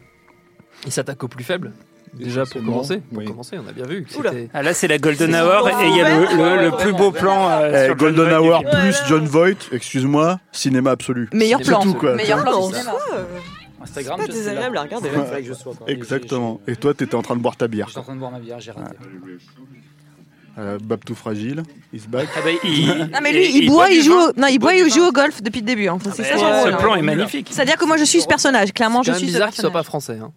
Ils s'attaquent aux plus faibles. Déjà pour Forcément, commencer, pour oui. commencer, on a bien vu. que Oula. c'était- Ah, là, c'est la Golden Hour et il y a le, le- le plus beau plan. Ah, euh, euh, sur Golden John Voight Hour du film. plus John Voight, excuse-moi, cinéma absolu. Meilleur C'est plan. tout, quoi. Meilleur Ah, plan non, du en cinéma. soi, euh, Instagram, pas désagréable à regarder. hein. Il fallait que je sois. quand même. Exactement. J'ai- Et toi, t'étais en train de boire ta j'ai- bière. J'étais en train de boire ma bière, j'ai raté. Euh, Bab tout fragile, is back. Ah bah, il, Non, mais lui, il, boit, il joue, au... non, il boit, il joue au golf depuis le début. hein. Enfin, c'est ça bah, son ouais, rôle. Ce hein. plan est magnifique. C'est-à-dire que moi, je suis ce personnage. Clairement, C'est je quand même suis ce bizarre qu'il soit pas personnage. français. hein.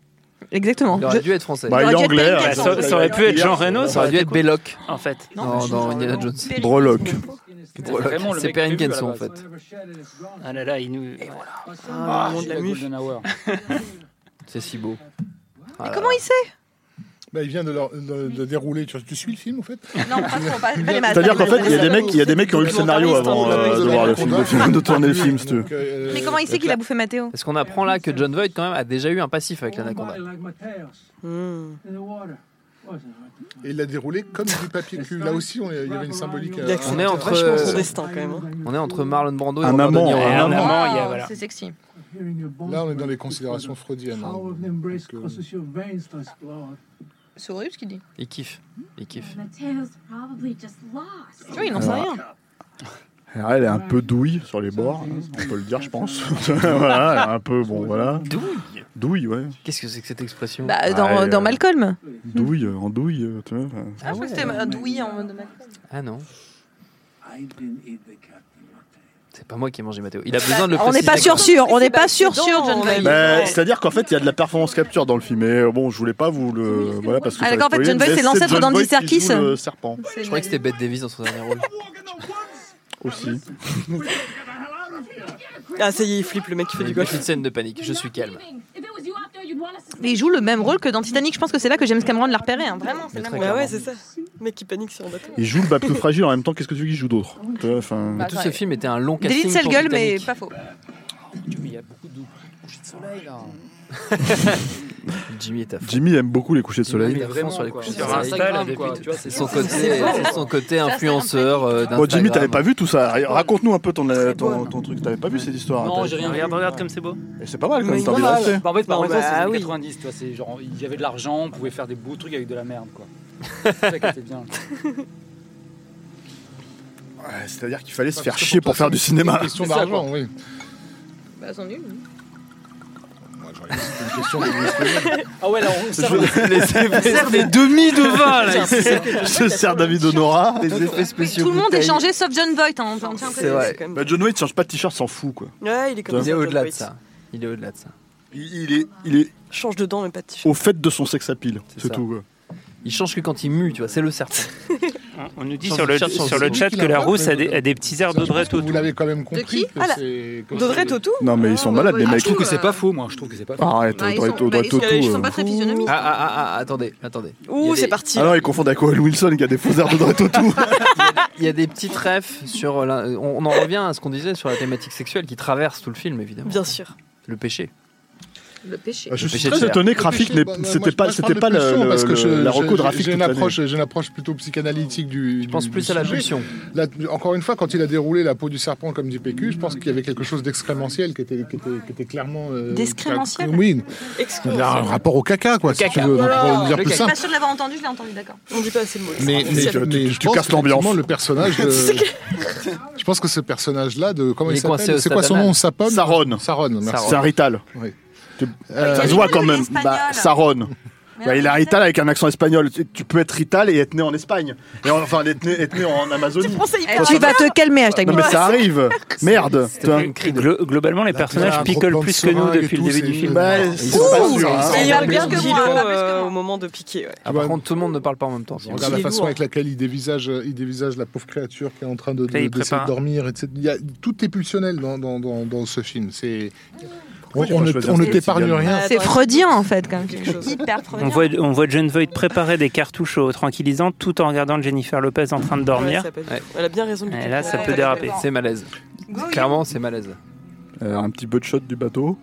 Exactement. Il aurait Je- dû être français. Bah, il aurait est dû être anglais. belge. là. Ça, ça aurait pu être Jean Reno, Ça aurait dû être Belloc. En fait. Non, dans Indiana Jones. Breloque. vraiment le C'est mec Perrin prévu à la Kenson en base. fait. Ah là là, il nous. voilà. Ah, le monde de la muf. Golden Hour. C'est si beau. Mais comment il sait Bah, il vient de, leur- de- de dérouler. Tu, tu suis le film, en fait Non, pas trop, pas- pas les masses, C'est-à-dire pas qu'en les fait, il y a des masses. mecs, il y a des mecs qui ont eu le scénario hein, avant euh, de voir le film, de, film- de tourner le film, si tu veux. euh, Mais comment il sait qu'il a bouffé Mathéo Est-ce qu'on apprend là que John Voight quand même a déjà eu un passif avec l'anaconda Mmh. Et il l'a déroulé comme du papier cul. Là aussi, on- il y avait une symbolique. euh, On est entre vachement son euh, destin quand même. hein. on est entre Marlon Brando et Un Robert De amant, Niro. un Hein. amant. Maman, il y a- Wow, voilà. C'est sexy. Là, on est dans les considérations freudiennes. hein. C'est horrible ce qu'il dit. Il kiffe, il kiffe. Oui, il n'en sait rien. Ah, Elle est un peu douille sur les bords, hein, on peut le dire, je pense. voilà, elle est un peu, bon, voilà. Douille. Douille, ouais. Qu'est-ce que c'est que cette expression Bah, dans, Ouais, dans euh, Malcolm. Douille, euh, en douille, euh, tu vois. enfin. Ah, je crois que c'était un douillet en mode. Ah non. C'est pas moi qui ai mangé Mathéo. Il a besoin de le Bah, On n'est pas préciser. sûr sûr, on n'est pas C'est sûr dans- sûr, John on Voight. est- Bah, C'est-à-dire qu'en fait, il y a de la performance capture dans le film. Et euh, bon, je voulais pas vous le. Voilà, parce que Ah, ça d'accord, en fait, spoilait, John Boy, mais c'est l'ancêtre John d'Andy Boy qui joue Serkis. Le serpent Je croyais que c'était Bette Davis dans son dernier rôle. aussi. Ah, ça y est, il flippe le mec qui fait Il du y a golf. une scène de panique. Je suis calme. Mais il joue le même rôle que dans Titanic. Je pense que c'est là que James Cameron l'a repéré. hein, Vraiment, c'est Mais le très même Bah rôle. ouais, c'est ça. Le mec qui panique sur un bateau. Il joue le bateau fragile en même temps, qu'est-ce que tu veux qu'il joue d'autre Tu vois, enfin, Tout ce film était un long casting. Délit de sale pour gueule, mais Titanic. pas faux. Tu vois, Il y a beaucoup de couchers de soleil là. Jimmy est à fond. Jimmy aime beaucoup les couchers de soleil. Il est à fond sur les quoi. couchers de Sur soleil. Instagram, quoi, Depuis- tu vois, c'est C'est son ça. côté, c'est son côté influenceur euh, d'Instagram. Bon, Jimmy, t'avais pas vu tout ça. Raconte-nous un peu ton, euh, ton, ton truc. T'avais pas vu cette histoire. hein, Non, t'as- j'ai rien. Regarde, regarde comme c'est beau. Et c'est pas mal quand même, Mais t'as envie de normal. rester. Bah, en fait, par Non, exemple, c'est bah, les années oui. 90, tu vois, c'est genre, il y avait de l'argent, on pouvait faire des beaux trucs avec de la merde, quoi. C'est ça qui était bien. Ouais, C'est-à-dire qu'il fallait se Parce faire que chier toi, pour faire du c'est une cinéma. question C'est ça, d'argent, oui. Bah, sont nuls. Moi, j'aurais- C'est une question de Ah ouais, là, on sert sert des demi de vin là. Je sers David Honora. Les effets spéciaux. Tout le monde est bouteilles. changé sauf John Voight. hein, on tient C'est vrai. quand même- Bah, John Wayne change pas de t-shirt, s'en fout quoi. Ouais, il est comme Il est ça, au-delà John de Voight. ça. Il est au-delà de ça. Il, il est, il est Change de dents, mais pas de t-shirt. au fait de son sex appeal, C'est c'est ça. tout. quoi. Il change que quand il mue, tu vois. C'est le serpent. On nous dit Sans- sur le, sans- sur le sans- chat euh, que la rousse a des, a des petits airs Ça, je d'Audrey pense que Vous Tautou. l'avez quand même compris. qui que Ah, la- c'est- que D'Audrey c'est- Tautou Non, mais ils sont malades, les Ah, mecs. je trouve que c'est pas faux, moi. Je trouve que c'est pas faux. Arrête, Bah, ils Audrey sont- bah, Audrey ils sont- Tautou. ils sont euh. pas très physionomistes. Ah ah ah, ah, attendez, attendez, Il y a Ouh, des- c'est parti. Ah non, ils confondent avec Owen Wilson qui a des faux airs d'Audrey Tautou. Il y a des petits trèfles sur. la- On on en revient à ce qu'on disait sur la thématique sexuelle qui traverse tout le film évidemment. Bien sûr. Le péché. Le péché. Je suis péché de très chair. étonné que Le Rafik, Ah, péché, n'ait- bah, moi, c'était je- pas, moi, je c'était parle pas de la, pulsion, le- parce que le- je- la je- reco de Rafik. J'ai une toute l'année. approche, j'ai une approche plutôt psychanalytique du. Je pense plus à la pulsion. Là, encore une fois, quand il a déroulé la peau du serpent comme du PQ, je pense qu'il y avait quelque chose d'excrémentiel qui était, qui était, qui était clairement. euh, D'excrémentiel clair- Oui, il y Excuse-moi. a un rapport au caca, quoi, si tu veux, donc, pour le dire Le plus caca. simple. Pas sûr de l'avoir entendu, je l'ai entendu, d'accord. On dit pas assez le mot. Mais, mais, c'est tu- mais tu je pense casses l'ambiance. effectivement, Le personnage de. je pense que ce personnage-là, de. Comment Il il est coincé au s'appelle C'est quoi son Satanas. nom Sapone Saron. Saron, merci. Saron. C'est un rital. Oui. Tu- Euh, Ça se voit quand Il est même. espagnol. Bah, Saron. Bah, il a rital avec un accent espagnol. Tu- Tu peux être rital et être né en Espagne. Et en- enfin, être né, être né en Amazonie. Eh, Tu vas te calmer, hashtag. Non, mais ça arrive. Merde. Glo- Globalement, les t'as personnages un picolent gros plus que plan de nous seringue depuis et le tout, début c'est- du film. Bah, Ils c'est sont pas pas sûr. sûrs, hein. hein. Il Ah, a bien plus que moi, pas plus que le moi. au moment de piquer. ouais. Ah, par contre, tout le monde ne parle pas en même temps. Regarde Il la est façon lourd. avec laquelle il dévisage, euh, il dévisage la pauvre créature qui est en train de, de- Là, il d'essayer prépare. de dormir, etc. Il y a- tout est pulsionnel dans, dans, dans, dans ce film. C'est on, tu on vas ne, choisir on ne ce t'épargne cigale rien. Attends, C'est il faut freudien en fait, quand même. quelque chose. Hyper On voit, on voit John Voight préparer des cartouches au tranquillisant tout en regardant Jennifer Lopez en train de Ouais, dormir. ça peut être- Ouais. Elle a bien raison. de Et piquer. là, ça Ouais, peut ouais, déraper. ouais. C'est malaise. Clairement, c'est malaise. Euh, Un petit peu de shot du bateau.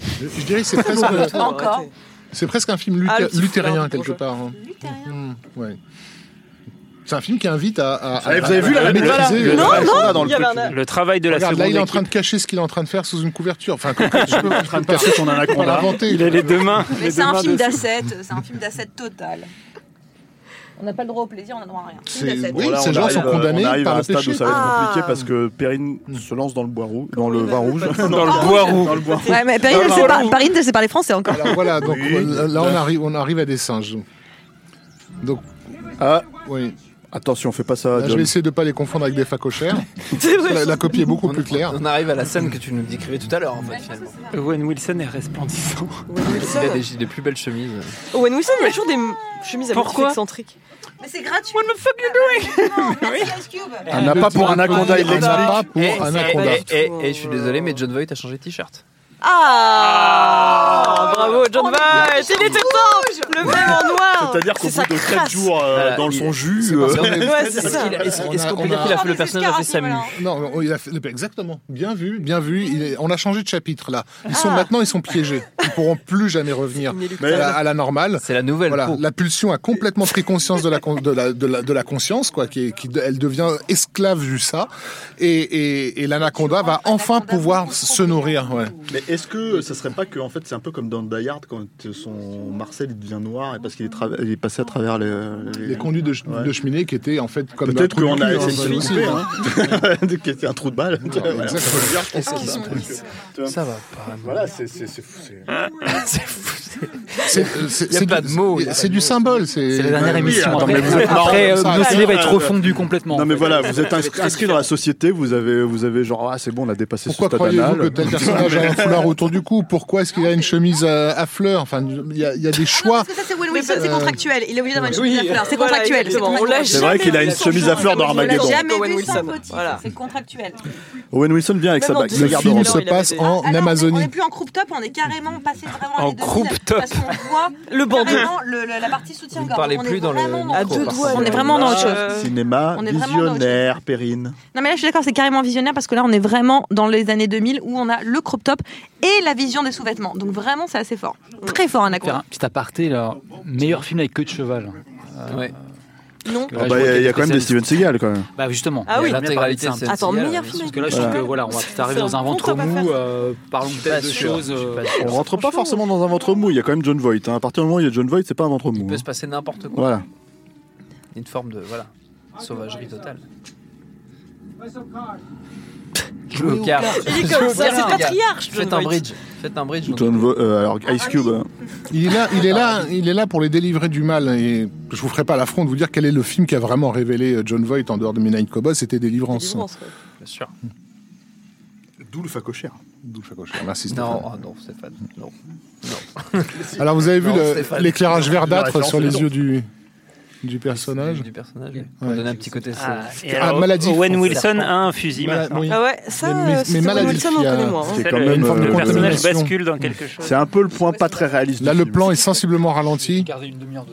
Je, je dirais que c'est presque, Encore. c'est presque un film luthé- Ah, le petit luthérien foulard du quelque bourgeois. part. hein. Mmh, ouais. C'est un film qui invite à. à- à- Allez, Ah, vous avez vu la à réplique, là maîtriser, euh, Non, la non, sonda dans le Il y avait truc. un. Le travail de la Regarde, là, seconde il est en équipe. train de cacher ce qu'il est en train de faire sous une couverture. Enfin, comme- je peux- je peux pas- Casser son pas anaconda. l'inventer. Il a les deux mains. Mais c'est un film d'asset, c'est un film d'asset total. On n'a pas le droit au plaisir, on n'a le droit à rien. C'est- Bon, Oui, là, ces on gens arrive, sont euh, condamnés On arrive à par un le stade péché. où ça va être Ah. compliqué parce que Perrine se lance dans le bois rouge, dans le vin rouge. Dans le bois roux. Dans le bois. Ouais, mais Perrine, elle sait pas, Perrine, elle sait parler français encore. Alors voilà, donc euh, Oui. là on arrive, on arrive à des singes. Donc, Ah, oui. Attention, fais pas ça. Là, Bah, je John. vais essayer de pas les confondre avec des facochères. la, la copie est beaucoup plus claire. On arrive à la scène que tu nous décrivais tout à l'heure, en fait, finalement. Owen Wilson est resplendissant. Il a des, des plus belles chemises. Owen Wilson, il a toujours des chemises à motifs Pourquoi excentriques. Mais c'est gratuit. What the fuck you doing Un appât pour Anaconda, il l'explique. Ah, pour Eh, et- Anaconda. Et, et- et- et je suis désolé, mais John Voight a changé de t-shirt. Ah Bravo, John Vache Il était temps Le même en noir C'est-à-dire qu'au C'est sa bout de 4 crasse. jours euh, Voilà, dans il- son jus. c'est pas euh, ça. Ouais, c'est Est-ce ça. qu'il a- est-ce- est-ce qu'on peut On a- dire qu'il a on a- fait le personnage avec Samu Non, on- il a fait, exactement. Bien vu, bien vu. Il est- on a changé de chapitre là. Ils sont maintenant, ils sont piégés. Ils pourront plus jamais revenir à la, à la normale. C'est la nouvelle. Voilà, peau. la pulsion a complètement pris conscience de la con- de la, de la, de la conscience quoi. Qui, est- qui, elle devient esclave du ça. Et, et, et l'anaconda va enfin pouvoir se nourrir. Ouais. Mais est-ce que ça serait pas que en fait c'est un peu comme dans Die Hard quand son Marcel il devient noir et parce qu'il est, tra- il est passé à travers les, Les conduits de, ch- Ouais. de cheminée qui étaient en fait comme Peut-être un trou de qu'on cul, a hein, essayé de ça aussi, couper, hein. hein. qui était un trou de balle. exactement. Est-ce qu'ils sont- Ça va pas. Voilà, c'est c'est- c'est fou. c'est- C'est fou. c'est- C'est- c'est- Il y a c'est pas du- de mots. C'est du symbole. C'est la dernière Ouais, oui, émission. attends, Après, mais vous êtes après, marrant, euh, ça, nos ça, idées vont ça, être ça. refondues complètement. Non mais voilà, vous êtes inscrit, inscrit dans la société, vous avez, vous avez genre ah c'est bon, on a dépassé Pourquoi ce stade croyez-vous anal. que tel personnage a un foulard autour du cou Pourquoi est-ce qu'il a une chemise euh, à fleurs Enfin, il y, a- il y a des choix. Ah Parce que ça, c'est Will Wilson, c'est contractuel. Il est obligé d'avoir une chemise euh, Oui, à fleurs. C'est voilà, contractuel. exactement. On l'a C'est vrai qu'il a une chemise à fleurs dans Armageddon. jamais Owen vu sans Wilson. motif. Voilà. C'est contractuel. Owen Wilson vient avec Même sa dans bague. Disney, sa Le film garde-robe. se passe Ah, en On Amazonie. n'est plus en croup top, on est carrément passé vraiment En les deux croup siècles, top. Parce qu'on voit Le bandeau. carrément le- le- la Vous partie ne soutien-gorge. parlez On est plus dans le. vraiment dans- À micro, deux par doigts, contre. là. Euh. On est vraiment dans autre Ah, chose. Cinéma, euh, On est vraiment dans autre visionnaire, Perrine. Ah, Non mais là je suis d'accord, c'est carrément visionnaire parce que là on est vraiment dans les années 2000 où on a le crop top et la vision des sous-vêtements. Donc vraiment c'est assez fort. Très fort Faire Anaconda. un petit aparté, là. meilleur film avec queue de cheval. Euh, Ah, Ouais. Non. Ah Là, je bah, vois Il y a- il y a quelques quand même des scènes- Steven Seagal quand même. Bah justement. Ah oui. j'aimerais bien parler de ça L'intégralité, un peu. c'est Attends, Seagal, meilleur Parce film avec que là, je Seagal. trouve que Voilà. voilà, on va peut-être C'est arriver dans un un ventre compte à pas mou. faire. euh, parlons suis peut-être pas de sûr. choses. Je suis euh, pas On rentre pas forcément dans un ventre mou. Il y a quand même John Voight. hein. À partir du moment où il y a John Voight, c'est pas un ventre mou. Il peut hein. se passer n'importe quoi. Voilà. Une forme de. Voilà. Sauvagerie totale. Jouez aux cartes. Il est Jouez comme aux ça, cartes, c'est les gars. patriarche. John Faites un Voight. bridge. Faites un bridge. John Voight, euh, alors Ice Cube. hein. Il est là, il est là, il est là pour les délivrer du mal. Et je vous ferai pas l'affront de vous dire quel est le film qui a vraiment révélé euh, John Voight en dehors de Midnight Cowboy. C'était Délivrance. Bien sûr. D'où le facochère. D'où le facochère. Non, Merci Stéphane. ah non, Stéphane. Non. Alors vous avez vu Non, le- Stéphane. l'éclairage verdâtre Référence, sur les non. yeux du du personnage. Du personnage. oui. Pour donner un petit côté. Ah, c'est- et alors, maladif, Owen en fait. Wilson a un fusil Voilà, maintenant. oui. Ah ouais, ça, Mais- mais- euh, c'était mais Owen maladie, Wilson, il on y a- connaît moins. C'est C'est quand le- même. une forme de euh, Le personnage contamination. bascule dans quelque chose. C'est un peu le point pas très réaliste. Là, du le film. plan est sensiblement ralenti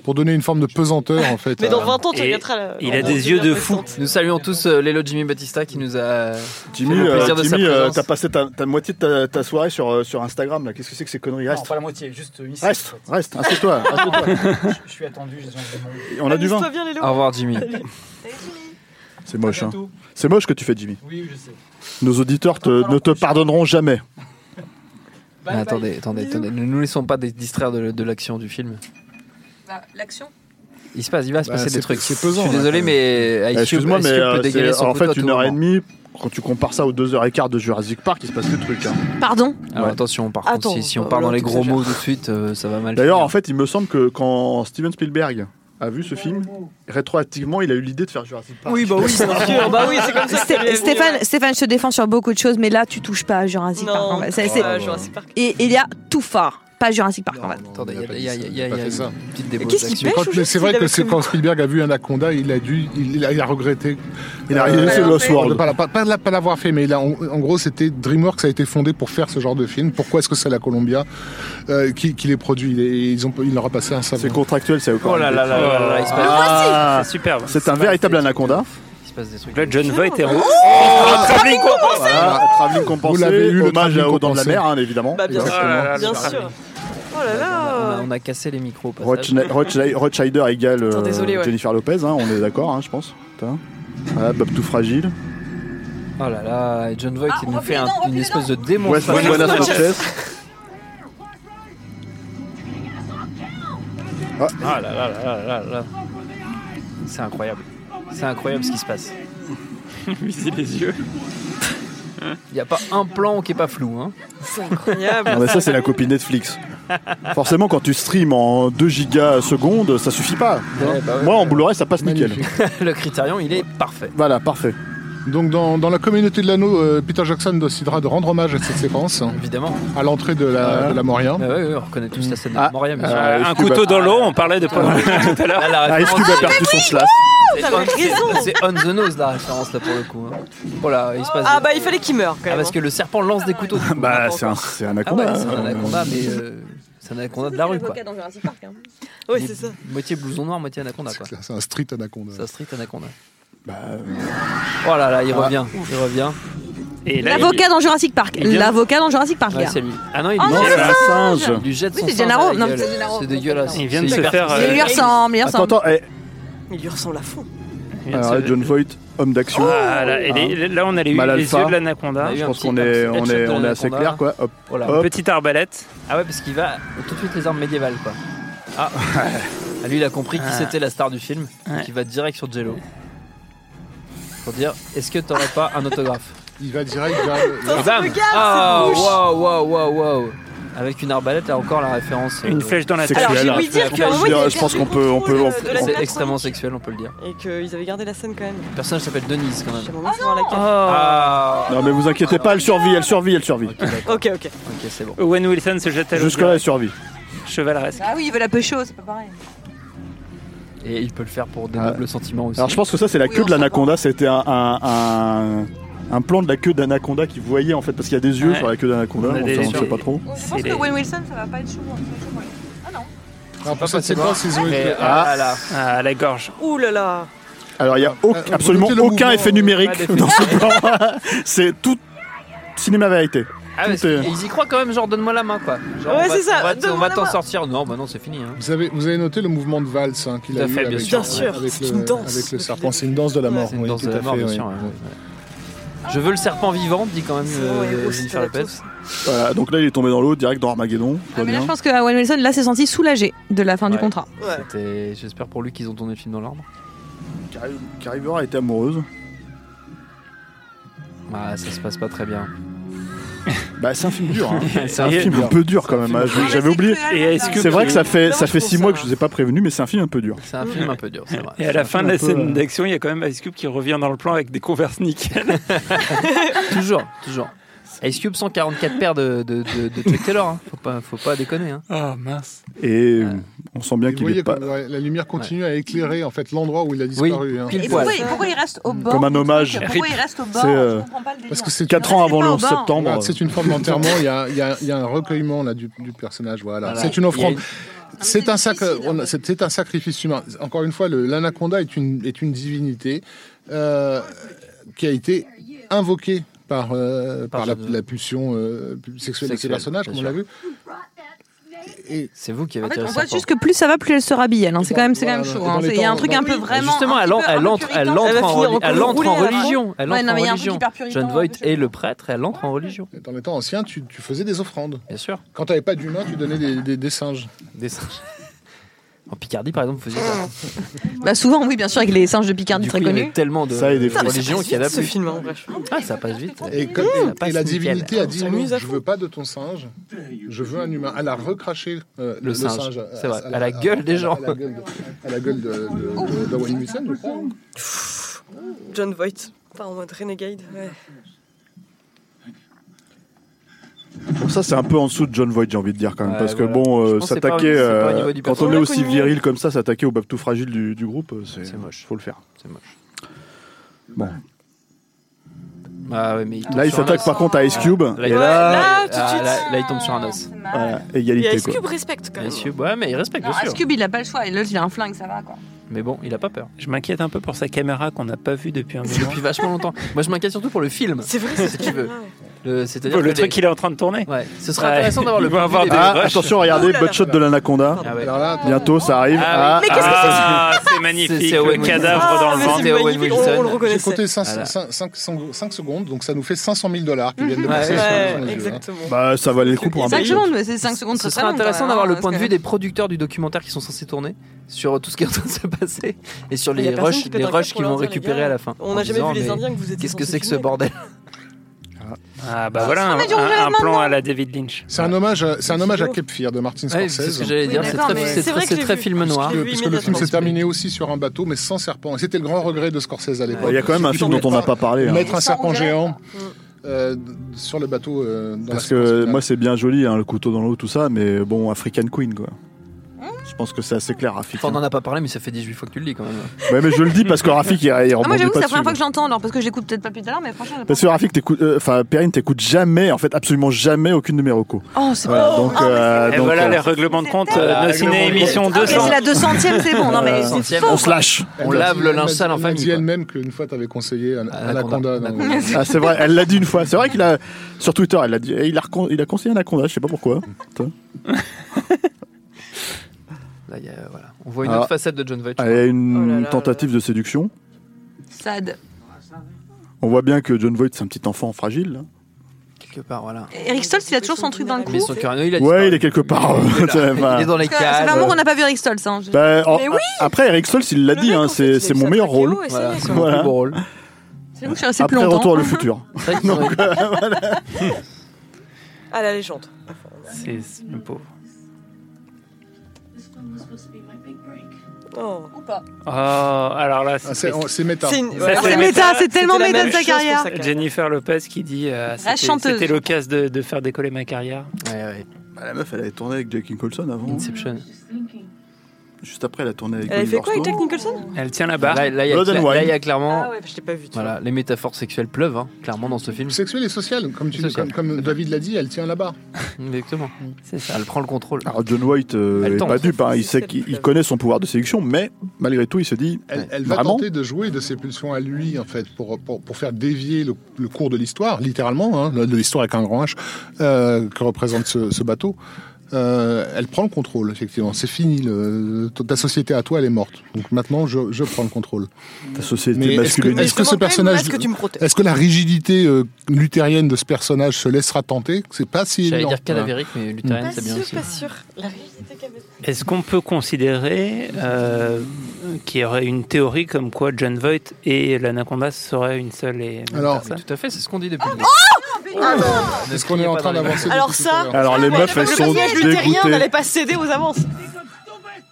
pour donner une forme de pesanteur en fait. Mais dans à- 20 ans, tu Et regarderas la. il a des yeux de Ah. fou. Nous saluons tous euh, l'élo de Jimmy Batista qui nous a. Jimmy, fait le euh, plaisir de sa Jimmy, euh, présence. t'as passé ta, ta moitié de ta, ta soirée sur, euh, sur Instagram là. Qu'est-ce que c'est que ces conneries Non, Reste, pas la moitié, juste ici. reste, reste. Assieds-toi. assieds-toi. Je je suis attendu, j'ai besoin de mon- On a du vin. Amuse-toi bien, Lélo. Au revoir, Jimmy. C'est moche. À Hein. bientôt. C'est moche que tu fais, Jimmy. Oui, oui, je sais. Nos auditeurs te- ne te pardonneront jamais. Mais attendez, attendez, attendez. Ne nous laissons pas dé- distraire de, de l'action du film. Bah, L'action. Il se passe, il va se Bah, passer c'est- des trucs. c'est pesant, Je suis là, désolé, quand mais Ice Cube- Excuse-moi, Ice mais Cube peut euh, dégaler c'est- son en couteau fait, à tout une heure et moment. demie, quand tu compares ça aux deux heures et quart de Jurassic Park, il se passe des trucs. hein. Pardon. Alors Ouais. attention, par contre, Attends, si, si on euh, part dans là, les tu gros mots exagères. tout de suite, euh, ça va mal. D'ailleurs, en finir. fait, il me semble que quand Steven Spielberg a vu ce film, rétroactivement, il a eu l'idée de faire Jurassic Park. Oui, bah oui, c'est sûr. Bah oui, c'est comme ça. que ça lui Sté- est venu. Stéphane, Stéphane, je te défends sur beaucoup de choses, mais là tu touches pas à Jurassic Park. en Non, fait. C'est- c'est- euh, Jurassic Park. Et et il y a tout fort, pas Jurassic Park. en fait. attendez, il y a, il y a- il y a- on a pas il y a fait ça. une petite débauche qu'est-ce qu'il d'action. pêche Quand- mais aujourd'hui, c'est vrai il que avait c'est prévu. quand Spielberg a vu Anaconda, il a dû, il, il a, il a regretté. Il a réalisé euh, Lost de World. pas, la- pas, pas de la- pas l'avoir fait, mais il a- en, en gros, c'était DreamWorks a été fondé pour faire ce genre de film. Pourquoi est-ce que c'est la Columbia euh, qui, qui les produit Il est- Ils ont, il leur a passé un savon. C'est contractuel, c'est encore. Oh là une là bêtise. là là là là, il se passe- Ah, C'est superbe. C'est un véritable anaconda. Il se passe des trucs. Là, John Voight est en Voilà, travelling Vous compensé, l'avez eu, le hommage travelling au dents de la compensé. mer, hein, évidemment. Bah, bien sûr. Ah, Bien là, sûr. Oh là On a, là. on a cassé les micros. au passage. Rothschne- Rothschne- Rothschilder égale euh, Attends, désolé, ouais. Jennifer Lopez, hein, on est d'accord, hein, je pense. Putain. Voilà, Bob tout fragile. Oh là là, et John Voight, Ah, il nous replie fait les un- dents, replie une les espèce de West démonstration. Buenas noches. Ah là là là là là là. C'est incroyable. C'est incroyable ce qui se passe. viser les yeux. Il n'y a pas un plan qui est pas flou. Hein. C'est incroyable. Non, mais ça, c'est la copie Netflix. Forcément, quand tu streams en 2 gigas secondes, ça suffit pas. bah Moi, en Blu-ray, ça passe nickel. le critérium, il est parfait. Voilà, parfait. Donc dans, dans la communauté de l'anneau, euh, Peter Jackson décidera de rendre hommage à cette séquence. Évidemment. À l'entrée de la, de la Moria. Ah ouais, ouais, on reconnaît tous la scène de Ah, la Moria, bien sûr. euh, Un couteau dans l'eau, on parlait de Paul Henry tout à l'heure. Là, la Ah, référence- Ice Cube a Ah, perdu mais son oui, slash. non, C'est t'avais on- c'est- raison. C'est on the nose la référence là pour le coup. hein. Voilà, il se passe. Ah des- bah il fallait qu'il meure quand Ah, même. parce que le serpent lance des couteaux. Bah, c'est un, c'est un Ah ouais, anaconda. c'est un hein. anaconda, mais euh, c'est un anaconda de la rue quoi. dans Jurassic Park. Hein. Oui, Il c'est est ça. Moitié blouson noir, moitié anaconda quoi. C'est un street anaconda. C'est un street anaconda. Oh là là, il revient, il revient. Et L'avocat dans Jurassic Park. Il vient- L'avocat dans Jurassic Park, Ouais, gars. c'est lui. Ah non, il Oh lui non, jette c'est un un singe. Il lui jette Oui, son c'est singe à Gennaro. la Non, mais gueule. c'est Gennaro, C'est c'est dégueulasse. euh, Il vient de C'est se hyper- faire, Il lui ressemble, il lui Attends, ressemble. attends. eh, Il lui ressemble à fond. alors là, Ah, John Voight, homme d'action. Ah, là, et les- là, on a les, Mal les alpha. yeux de l'anaconda. Il y Je a eu pense un qu'on petit- est, un petit on headshot est, de on est assez l'anaconda. clair, quoi. Hop, Voilà. Une hop. petite arbalète. Oh Ah ouais, parce qu'il va tout de suite les armes médiévales quoi. Ah, Ah, lui il a compris qui Ah. c'était la star du film, Ouais. qui va direct sur Jello. Pour dire, est-ce que t'aurais pas un autographe Il va direct vers le- Et vers- bam regarde, Ah cette bouche. waouh waouh waouh waouh Avec une arbalète, là encore la référence. euh, Une flèche dans la tête. Alors, j'ai oublié de dire qu'à un moment, il avait Je pense perdu qu'on le peut, on peut, contrôle, on euh, de peut- la- on peut- C'est extrêmement sexuel, on peut le dire. Et qu'ils avaient gardé la scène quand même. Le personnage s'appelle Denise quand même. J'ai un moment de savoir laquelle. Ah Non, mais vous inquiétez pas, elle survit, elle survit, elle survit. Ok, ok. Ok, c'est bon. Oh. Owen Wilson se jette à l'eau. Jusque-là, elle survit. Chevaleresque. Ah oui, il veut la pécho, c'est pas pareil. Et il peut le faire pour des Ah nobles sentiments aussi. Alors, je pense que ça, c'est la queue de l'anaconda. C'était un, un, un- un plan de la queue d'anaconda qui voyait, en fait, parce qu'il y a des yeux Ouais. sur la queue d'anaconda. On a On des- ne sait pas trop. Je C'est pense les- que Wayne Wilson, ça va pas être chaud. hein, ça va être chaud, ouais. Ah non. Non, pour pas cette possible. séquence, ils ont été- Mais, Ah. ah là. Ah, la gorge. Ouh là là. Alors, il n'y a au- notez absolument Euh, le mouvement, aucun effet pas numérique d'effet dans ce plan. C'est tout cinéma vérité. Ah, mais Tout est- c'est- ils y croient quand même, genre donne-moi la main quoi. Genre, Ouais, on va- c'est ça, on va- On donne-moi va la t'en main. sortir. Non, bah non, c'est fini. hein. Vous avez, vous avez noté le mouvement de valse hein, qu'il Tout à a fait, eu bien avec, sûr. le- Bien sûr, avec c'est le, une danse. avec le serpent. C'est une danse de la mort. C'est une oui, danse tout de à la mort, fait, bien oui. sûr. ouais, ouais. Je veux le serpent vivant, dit quand même C'est euh, vrai, aussi, Jennifer t'as Lopez. tous. Voilà, donc là, il est tombé dans l'eau, direct dans Armageddon. tout va Ah, mais là, bien. je pense que Wayne Wilson, là, s'est senti soulagé de la fin du Ouais. contrat. Ouais. C'était- J'espère pour lui qu'ils ont tourné le film dans l'arbre. Carrie- Carrie Weaver a été amoureuse. Ah, ça se passe pas très bien. Bah, c'est un film dur. hein. C'est un Et- film un peu dur quand même. hein. Je- J'avais oublié. Et est-ce que C'est vrai que ça fait Non, ça je fait trouve six ça, mois que je hein. vous ai pas prévenu, mais c'est un film un peu dur. C'est un film un peu dur, c'est vrai. Et à la fin de un la peu, scène euh, d'action, il y a quand même Ice Cube qui revient dans le plan avec des converses nickel. toujours, toujours. Ice Cube 144 paires de, de, de, de Chuck Taylor, hein. faut, pas, faut pas déconner. Hein. Ah mince. Et euh, on sent bien Et Vous qu'il est voyez, pas comme, ouais, la lumière continue à éclairer en fait l'endroit où il a disparu. hein. pile Et pourquoi, poil. il- pourquoi il reste au bord Comme un du truc hommage. Pourquoi il reste au bord C'est, euh, Je comprends pas le délire. Parce que c'est quatre ans avant le Restez 11 pas au banc. septembre. Voilà, c'est euh. une forme d'enterrement. Il y a, il y a- il y a un recueillement là, du, du personnage. Voilà. Voilà. C'est une offrande. Il y a C'est un, sac, difficile, on a- c'est c'est un sacrifice humain. Encore une fois, le- l'anaconda est une, est une divinité euh, qui a été invoquée par, euh, par, Par la, ce- la pulsion euh, pu- sexuelle de ces Sexuelle, personnages, bien comme on l'a vu. Et, C'est vous qui avez En fait, tiré on ça voit fort. juste que plus ça va, plus elle se rhabille. elle, hein. C'est quand même, c'est quand même Voilà, chaud. dans hein. les C'est- Il y a un temps- truc dans- un peu oui, vraiment. Bah, Justement, un elle, petit en- peu- un elle peu entre, elle puritain. entre Elle va en, finir reli- au elle col entre roulé en à la fin. religion. Elle Ouais, entre non, mais il y a en un truc religion. hyper puritain, John Voight un peu est le prêtre, elle entre en religion. Dans les temps anciens, tu, tu faisais des offrandes. Bien sûr. Quand tu n'avais pas d'humains, tu donnais des, des- des singes. Des singes. En Picardie, par exemple, vous faisiez ça. Bah, souvent, oui, bien sûr, avec les singes de Picardie Du coup, très il y avait connus. tellement de Ça et des de fruits. religions qu'il y avait Ce plus. film, en bref. Ah, ça passe vite. Et, comme- Ça et passe la nickel. divinité a dit On non, s'amuse à je fond. veux pas de ton singe, je veux un humain. Elle a recraché euh, le, Le singe, singe. à- c'est vrai, à- à la gueule des gens. À la gueule de- à la gueule de- de- de- d'Owen Wilson, je crois. John Voight. Enfin, en mode Renegade. Ouais. Pour ça, c'est un peu en dessous de John Voight, j'ai envie de dire quand même. Ouais, parce que voilà. bon, Je euh, pense que c'est pas- s'attaquer. c'est pas au euh, niveau du quand on est personnage. aussi viril comme ça, s'attaquer au bab tout fragile du, du groupe, euh, c'est C'est moche. Faut le faire. C'est moche. Bon. Ah ouais, mais il tombe Là, il sur un s'attaque os. par contre à Ice Cube. Là, et il- là, Là, tout de Ah, suite. là, là, il tombe sur un os. C'est marrant. voilà, Il y a égalité Ice quoi. Cube respecte quand même. Ice Cube, ouais, mais il respecte, Non, bien sûr. Ice Cube, il a pas le choix. Et l'autre, il a un flingue, ça va quoi. Mais bon, il a pas peur. Je m'inquiète un peu pour sa caméra qu'on n'a pas vue depuis un moment. Depuis vachement longtemps. Moi, je m'inquiète surtout pour le film. C'est vrai, c'est Si tu veux. Ouais. Le- C'est-à-dire Le que truc les- qu'il est en train de tourner. Ouais, ce serait Ouais. intéressant d'avoir le Il point va de vue avoir des- des- Ah, vache. attention, regardez, Ouh là là. butt shot de l'anaconda. Ah ouais. Alors là, Bientôt, ça arrive. Ah, Ah, Mais qu'est-ce que c'est Ah, c'est magnifique, C'est- c'est le Owen cadavre Wilson. dans Ah, le mais ventre. c'est Owen magnifique, on- Wilson. on le J'ai reconnaissait. compté 5, Voilà. secondes, donc ça nous fait 500 000 dollars qui viennent de Ouais, passer sur- Ouais, sur nos yeux, hein. exactement. bah, ça valait le coup pour un 5 butt shot. secondes, mais c'est 5 secondes, Ce c'est serait hein, intéressant d'avoir le point de vue Ah, des producteurs du documentaire qui sont censés tourner sur tout ce qui est en train de se passer et sur Il y a les personne rushs, qui pète les un câble rushs pour qu'ils vont leur dire, les récupérer gars, à la fin. On en n'a jamais disant, vu les mais Indiens que vous étiez. Qu'est-ce que censés c'est que ce filmer. bordel Ah bah voilà, un, un- un plan à la David Lynch. C'est un hommage, à- c'est un hommage à Cape Fear de Martin Ouais, Scorsese. c'est ce que j'allais dire, Oui, c'est d'accord, très- mais c'est c'est vrai très- que c'est j'ai très vu. film noir. Parce que, J'ai vu parce que le film immédiatement. s'est terminé aussi sur un bateau, mais sans serpent. Et c'était le grand regret de Scorsese à l'époque. Il y a quand même un Il film voulait dont on n'a pas parlé, hein. Mettre un Sans serpent Rougeret. géant euh, d- sur le bateau. euh, dans Parce la séquence que finale. moi, c'est bien joli, hein, le couteau dans l'eau, tout ça, mais bon, African Queen, quoi. Hein Je pense que c'est assez clair, Rafik. hein. Enfin, on n'en a pas parlé, mais ça fait 18 fois que tu le lis quand même. Ouais, mais je le dis parce que Rafik, il, il Ah, moi rebondit j'avoue, pas c'est la dessus. première fois que j'entends, alors parce que je l'écoute peut-être pas plus tard, mais franchement. j'ai pas Parce que Rafik, t'écoutes- euh, enfin, Perrine, t'écoutes jamais, en fait, absolument jamais aucune de mes recos. Oh, c'est Voilà, pas- donc, Oh, mais euh, Et donc, voilà euh, les règlements de compte, Voilà, euh, nos règlements de ciné compte. émission Ah, mais 200. c'est la 200e, c'est bon. Non, mais Euh, c'est Centième. faux, On quoi. se lâche. Elle On l'a lave dit- le elle linge m'a- sale en elle m'a famille, dit elle-même qu'une fois, t'avais conseillé un- Anaconda. dans- Ah, c'est vrai, elle l'a dit une fois. C'est vrai qu'il a sur Twitter, elle l'a dit. Et il a, recon- il a conseillé Anaconda, je sais pas pourquoi. Oh Putain. Là, il y a- voilà. On voit une Alors, autre facette de John Voight. Elle a une Oh là là. tentative de séduction. Sad. On voit bien que John Voight, c'est un petit enfant fragile. hein. là. Quelque part, voilà. Eric Stoltz, il a toujours son truc dans le cou. Mais son carnet, il a ouais, il est quelque part. Il est dans les Parce que Ça fait un euh. moment cases. qu'on n'a pas vu Eric Stoltz. hein. Je- Bah, en- Mais oui Après, Eric Stoltz, il l'a dit, hein, c'est c'est mon meilleur rôle. et ça, Voilà. c'est mon plus beau rôle. C'est vous que je suis restée plus Après, longtemps. retour à le futur. Donc, euh, voilà. Ah la légende. C'est le pauvre. Oh. Ou pas. Oh, alors là, Ah, c'est- triste. on- c'est méta. C'est une- Ça, voilà, c'est méta, c'est C'était tellement la méta même de sa chose pour carrière. Jennifer Lopez qui dit euh, c'était- chanteuse. c'était l'occasion de, de faire décoller ma carrière. Bah, la meuf, elle avait tourné avec Jack Nicholson avant. Inception. Juste après, elle a tourné avec. Elle avait fait Oliver quoi avec Jack Stone. Nicholson Elle tient la barre. Là, là, il y a, Blood and là, il y a Wine. clairement. Ah ouais, je l'ai pas vu. tu Voilà, les métaphores sexuelles pleuvent, hein, clairement, dans ce film. Sexuelle et sociale, comme, tu, Sociale. comme, comme David l'a dit, elle tient la barre. Exactement. C'est ça. Elle prend le contrôle. Alors John White euh, Elle est tente. pas dupe, hein. il, sait qu'il il connaît son pouvoir de séduction, mais malgré tout il se dit Elle, elle va vraiment tenter de jouer de ses pulsions à lui, en fait, pour, pour, pour faire dévier le, le cours de l'histoire, littéralement, hein, de l'histoire avec un grand H, euh, que représente ce, ce bateau. Euh, elle prend le contrôle, effectivement. C'est fini. le- ta société à toi, elle est morte. Donc maintenant, je, je prends le contrôle. ta société Mais est-ce que, masculine. est-ce que Mais je ce demande quand même, personnage. est-ce que tu me protèges est-ce que la rigidité euh, luthérienne de ce personnage se laissera tenter C'est pas si J'allais évident. dire cadavérique, mais luthérienne, c'est bien aussi. Pas sûr. La rigidité qu'elle avait. Est-ce qu'on peut considérer euh, qu'il y aurait une théorie comme quoi John Voight et l'anaconda seraient une seule et même Alors- personne Tout à fait, c'est ce qu'on dit depuis Ah, le début. Voilà. Est-ce qu'on est en train d'avancer Alors depuis ça, tout à l'heure Alors les Ah ouais, meufs elles le sont personnage luthérien n'allait dégoûtées. pas céder aux avances.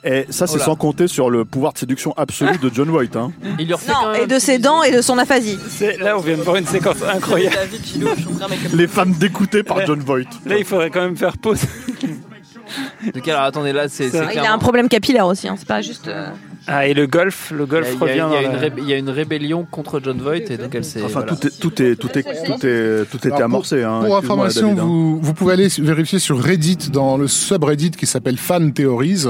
Et ça c'est Oh là. sans compter sur le pouvoir de séduction absolu de John White. hein. Il lui refait quand Non, même et de ses dents et de son aphasie. C'est- Là, on vient de voir une séquence incroyable. David Gino, je comprends, mais comme- Les femmes dégoûtées par Ouais. John Voight. Là, il faudrait quand même faire pause. De quel- alors, attendez, là, c'est. c'est Il a clairement- un problème capillaire aussi, hein, c'est pas juste. euh, Ah, et le golf, le euh, golf Il y a- il y revient. a- il y a dans une la- ré- Il y a une rébellion contre John Voight et donc elle s'est. Enfin voilà. tout est tout est tout est tout est tout était Alors, pour- amorcé. hein. Excuse-moi, Pour information, David, hein. vous, vous pouvez aller su- vérifier sur Reddit, dans le subreddit qui s'appelle Fan Theories.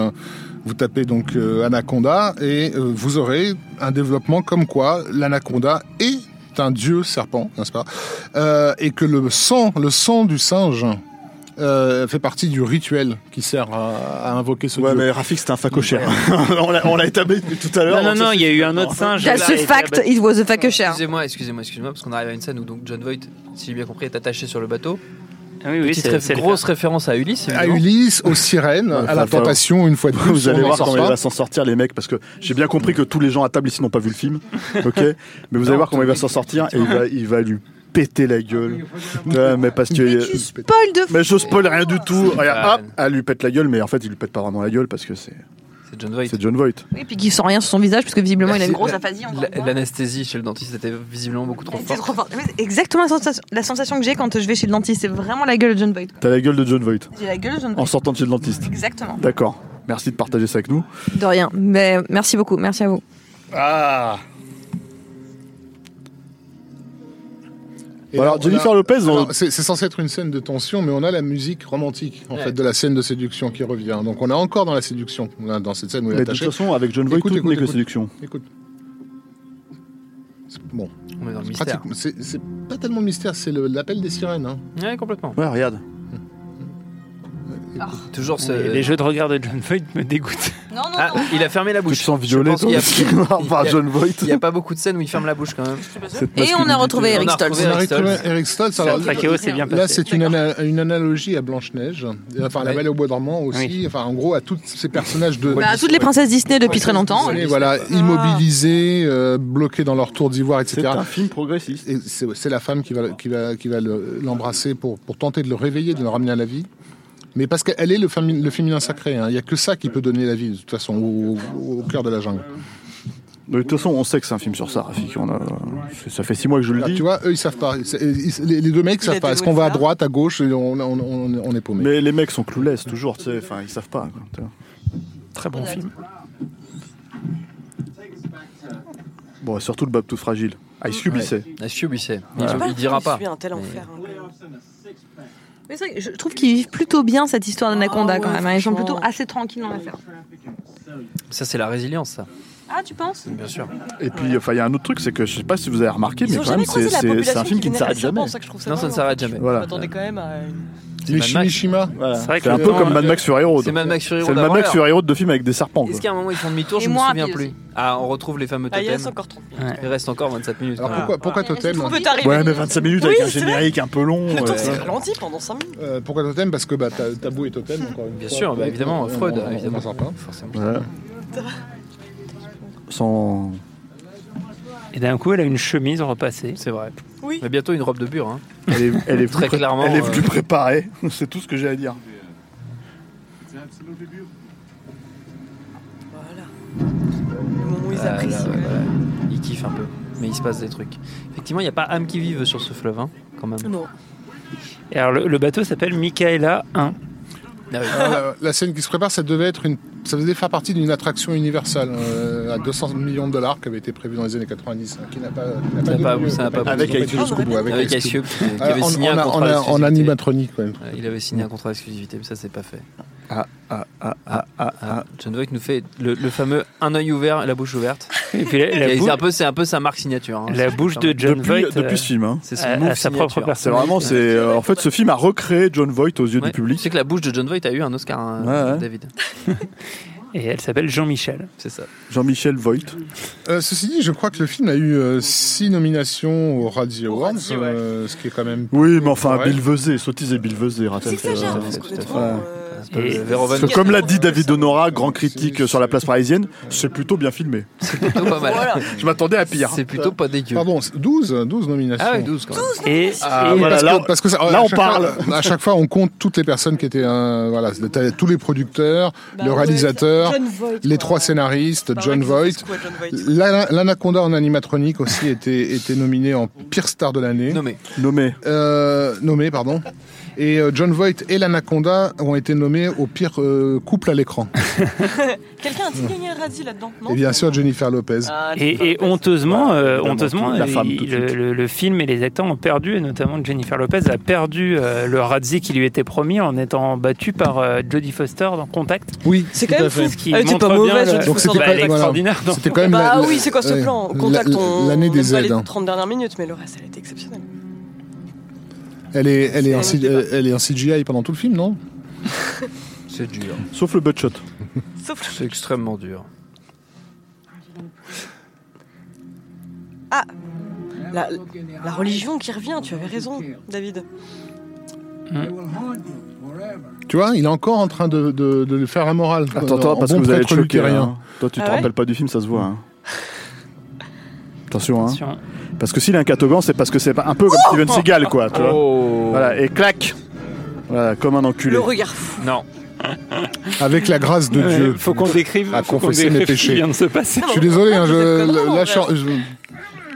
Vous tapez donc euh, Anaconda et euh, vous aurez un développement comme quoi l'anaconda est un dieu serpent, n'est-ce pas Euh, Et que le sang, le sang du singe euh, fait partie du rituel qui sert à, à invoquer ce Ouais dieu. mais Rafik c'était un facochère. on l'a on l'a établi depuis tout à l'heure. Non, non, non, il y a eu un autre singe. That's là, a et- fact, it was a fuck cher. Excusez-moi, excusez-moi, excusez-moi, parce qu'on arrive à une scène où donc John Voight, si j'ai bien compris, est attaché sur le bateau. Ah oui, oui, Petite c'est ré- c'est le- grosse référence à Ulysse. À évidemment. Ulysse, aux sirènes, à la Enfin, tentation, une fois de plus. Vous on allez n'en voir sort comment pas. il va s'en sortir, les mecs, parce que j'ai bien compris que tous les gens à table ici n'ont pas vu le film, ok Mais vous allez voir comment il va s'en sortir et il va, il va lui péter la gueule. Ouais, mais parce que. Paul de Mais je spoil rien du tout. Regarde, hop, elle lui pète la gueule, mais en fait, il lui pète pas vraiment la gueule parce que c'est C'est John Voight. c'est John Voight. Oui, puis qu'il sent rien sur son visage, parce que visiblement il a une C'est- grosse la- aphasie. encore la- une fois. L'anesthésie chez le dentiste était visiblement beaucoup trop C'est forte. trop fort. Oui, c'est Exactement la sensation, la sensation que j'ai quand je vais chez le dentiste, c'est vraiment la gueule de John Boyd. T'as la gueule de John Voight J'ai la gueule de John en Boyd. sortant de chez le dentiste. Exactement. D'accord. Merci de partager ça avec nous. De rien. Mais merci beaucoup, merci à vous. Ah. Et là, Alors on Jennifer a- Lopez, on- Alors, C'est c'est censé être une scène de tension, mais on a la musique romantique en Ouais. fait de la scène de séduction qui revient. Donc on a encore dans la séduction, là, dans cette scène où il est mais de toute attaché. façon, avec John Voight, Écoute, tout n'est écoute, que écoute. séduction. Écoute, C'est- bon, On est dans le c'est mystère. pratique. C'est c'est pas tellement le mystère, c'est le- l'appel des sirènes. hein. Ouais, complètement. Ouais, regarde. Toujours ce. euh, Et Les jeux de regard de John Voight me dégoûtent. Non, non, Ah, non. il a fermé la bouche. Tu te sens violé, Je pense qu'il y a- toi, parce que- par il y a- John Voight. Il n'y a pas beaucoup de scènes où il ferme la bouche quand même. Et on a retrouvé Eric Stoltz. retrouvé On a retrouvé Eric Stoltz. Alors, Le trachéo s'est bien Là, passé. c'est une, ana- une analogie à Blanche-Neige, enfin à la Belle au Bois dormant aussi, enfin en gros à tous ces personnages de. Bah, à toutes les princesses Disney depuis très longtemps. Disney, voilà, Ah. immobilisés, euh, bloqués dans leur tour d'ivoire, etc. C'est un film progressiste. Et c'est c'est la femme qui va, qui va, qui va le- l'embrasser pour, pour tenter de le réveiller, de le ramener à la vie. Mais parce qu'elle est le, fami- le féminin sacré, hein. il n'y a que ça qui peut donner la vie, de toute façon, au, au- au cœur de la jungle. De toute façon, on sait que c'est un film sur ça, Rafik. On a... Ça fait six mois que je le Là, dis. Ah, tu vois, eux, ils savent pas. Ils- ils- les, les deux mecs Il savent a pas. des Est-ce qu'on va à Wildcards. droite, à gauche et on, on- on- on est paumé. Mais les mecs sont clouless, toujours, tu sais. Enfin, ils savent pas. quoi, tu vois. Très bon film. Bon, surtout le Bob tout fragile. Ah, il subissait. Il subissait. Il- Il ne dira pas. Je suis un tel enfer. hein, quand même. Mais c'est vrai que je trouve qu'ils vivent plutôt bien cette histoire d'Anaconda quand même. hein. Ils sont plutôt assez tranquilles dans l'affaire. Ça, c'est la résilience, ça. Ah, tu penses Bien sûr. Et puis, enfin, il y a un autre truc, c'est que je sais pas si vous avez remarqué, Ils mais ont quand même, jamais croisé c'est la c'est- c'est population un film qui ne venait s'arrête d'Alsace, jamais. hein, ça que je trouve ça Non, ça ne marrant. s'arrête jamais. Je Voilà. m'attendais quand même à une... C'est Mad Max. Mishima. Voilà. C'est vrai que C'est un le- peu comme Mad Max sur Road. C'est Mad Max Fury C'est Road le Mad avant Max l'heure. Fury Road de film avec des serpents. quoi. Est-ce qu'à un moment ils font demi-tour Et Je ne me moi, souviens puis plus. aussi. Ah, on retrouve les fameux Ah, il totems. reste encore 30 minutes. Il reste encore 25 minutes. Alors Ah. pourquoi, pourquoi Totem hein On peut t'arriver. Ouais, mais 25 minutes Oui, avec un c'est générique un peu long. euh, Le ouais. temps s'est ralenti pendant 5 minutes. Euh, Pourquoi Totem Parce que bah, ta- Tabou et Totem, encore une Bien fois, sûr, bah, on- évidemment, on- Freud, on- on- évidemment. on s'en parle. Forcément. Voilà. Sans. Et d'un coup, elle a une chemise repassée. C'est vrai. Oui. Mais bientôt une robe de bure. Hein. Elle est, elle est Très plus pré- clairement, Elle est euh, plus préparée. C'est tout ce que j'ai à dire. Voilà. Le moment où ils Ah, là, apprécient. ouais, voilà. Ils kiffent un peu. Mais il se passe des trucs. Effectivement, il n'y a pas âme qui vive sur ce fleuve, hein, quand même. Non. Et alors, le, le bateau s'appelle Michaela 1. Ah, la, la scène qui se prépare, ça devait être une, ça faisait faire partie d'une attraction universelle euh, à 200 millions de dollars qui avait été prévue dans les années 90, hein, qui n'a pas, qui n'a Ça n'a de pas, lieu, ça n'a pas Avec bougé. Aïkyu jusqu'au bout, avec Avec Aïkyu. Aïkyu, qui qui Ah, avait on- signé on un a- contrat on a- En d'exclusivité. animatronique, quand même. Ouais, Ah, Il avait signé un contrat d'exclusivité, mais ça, c'est pas fait. Ah, ah, ah, ah, ah, ah. John Voight nous fait le, le fameux un œil ouvert, la bouche ouverte. Et puis la- la Et bouche- c'est un peu, c'est un peu sa marque signature. hein. La C'est bouche de John depuis, Voight. depuis euh, ce film. hein. C'est à- son move à sa propre signature. C'est vraiment, c'est euh, en fait ce film a recréé John Voight aux yeux Ouais. du public. Tu sais que la bouche de John Voight a eu un Oscar, hein, Ouais, ouais. David. Et elle s'appelle Jean-Michel. C'est ça. Jean-Michel Voight. Euh, ceci dit, je crois que le film a eu euh, six nominations aux Razzie Awards, euh, ce qui est quand même. Oui, mais enfin, Ouais. Bill Vesey, sottise et Bill Vesey, Raphaël. exagère, parce Ouais. qu'honnêtement, Ouais. euh, Et- Et- Verhoeven, Parce que comme l'a dit David Honora, grand critique sur la place parisienne, c'est plutôt bien filmé. c'est plutôt pas mal. Voilà. Je m'attendais à pire. C'est plutôt pas dégueu. Pardon, 12, 12 nominations. Ah ouais, 12 quand même. et- Ah, et- voilà, parce là, que, parce que ça- là, à on chaque parle. fois, à chaque fois, on compte toutes les personnes qui étaient. euh, voilà, t'as tous les producteurs, Bah le ouais, réalisateur, John Voight, les quoi. trois scénaristes, Bah ouais, John qu'est-ce que Voight. c'est quoi, John Voight L'ana- L'Anaconda en animatronique aussi était, était nominé en pire star de l'année. Nommé. Nommé. Euh, nommé, pardon. Et euh, John Voight et l'Anaconda ont été nommés au pire euh, couple à l'écran. Quelqu'un a-t-il gagné un radis là-dedans Non Et bien sûr, Jennifer Lopez. Ah, Jennifer Et, et Lopez. honteusement, euh, évidemment, honteusement tout- la femme, il- tout de le, suite. le- le film et les acteurs ont perdu, et notamment Jennifer Lopez a perdu euh, le Razzie qui lui était promis en étant battu par euh, Jodie Foster dans Contact. Oui, C'est tout quand à même fait. fou. Elle était montre pas bien mauvaise, le- Jodie Donc, Foster. c'était Bah, pas- elle est voilà. extraordinaire. dans- C'était quand même Bah la- la- oui, c'est quoi ce ouais, plan Au la- Contact, on. L'année on des valait aides. les 30 dernières minutes, mais le reste, elle était exceptionnelle. Elle est, elle, est en, C'est- C- euh, elle est en CGI pendant tout le film, non C'est dur. Sauf le butt shot. Sauf le- C'est extrêmement dur. la, la religion qui revient, tu avais raison, David. Tu vois, il est encore en train de, de, de lui faire la morale. Attends, En attends, parce que bon vous allez être prêtre choqué. luthérien. hein. Toi, tu Ah te ouais rappelles pas du film, ça se voit. hein. Attention, hein. Attention. Parce que s'il a un catogan, c'est parce que c'est un peu comme Steven Oh Seagal, quoi. Tu vois Oh. Voilà, et clac Voilà, comme un enculé. Le regard fou. Non. hein. Avec la grâce de Ouais, Dieu. faut qu'on décrive, À faut qu'on confesser mes décrive ce qui péchés. vient de se passer. Non, Je suis mais désolé, hein, vous je, êtes connard, en là, je, suis en- vrai. je,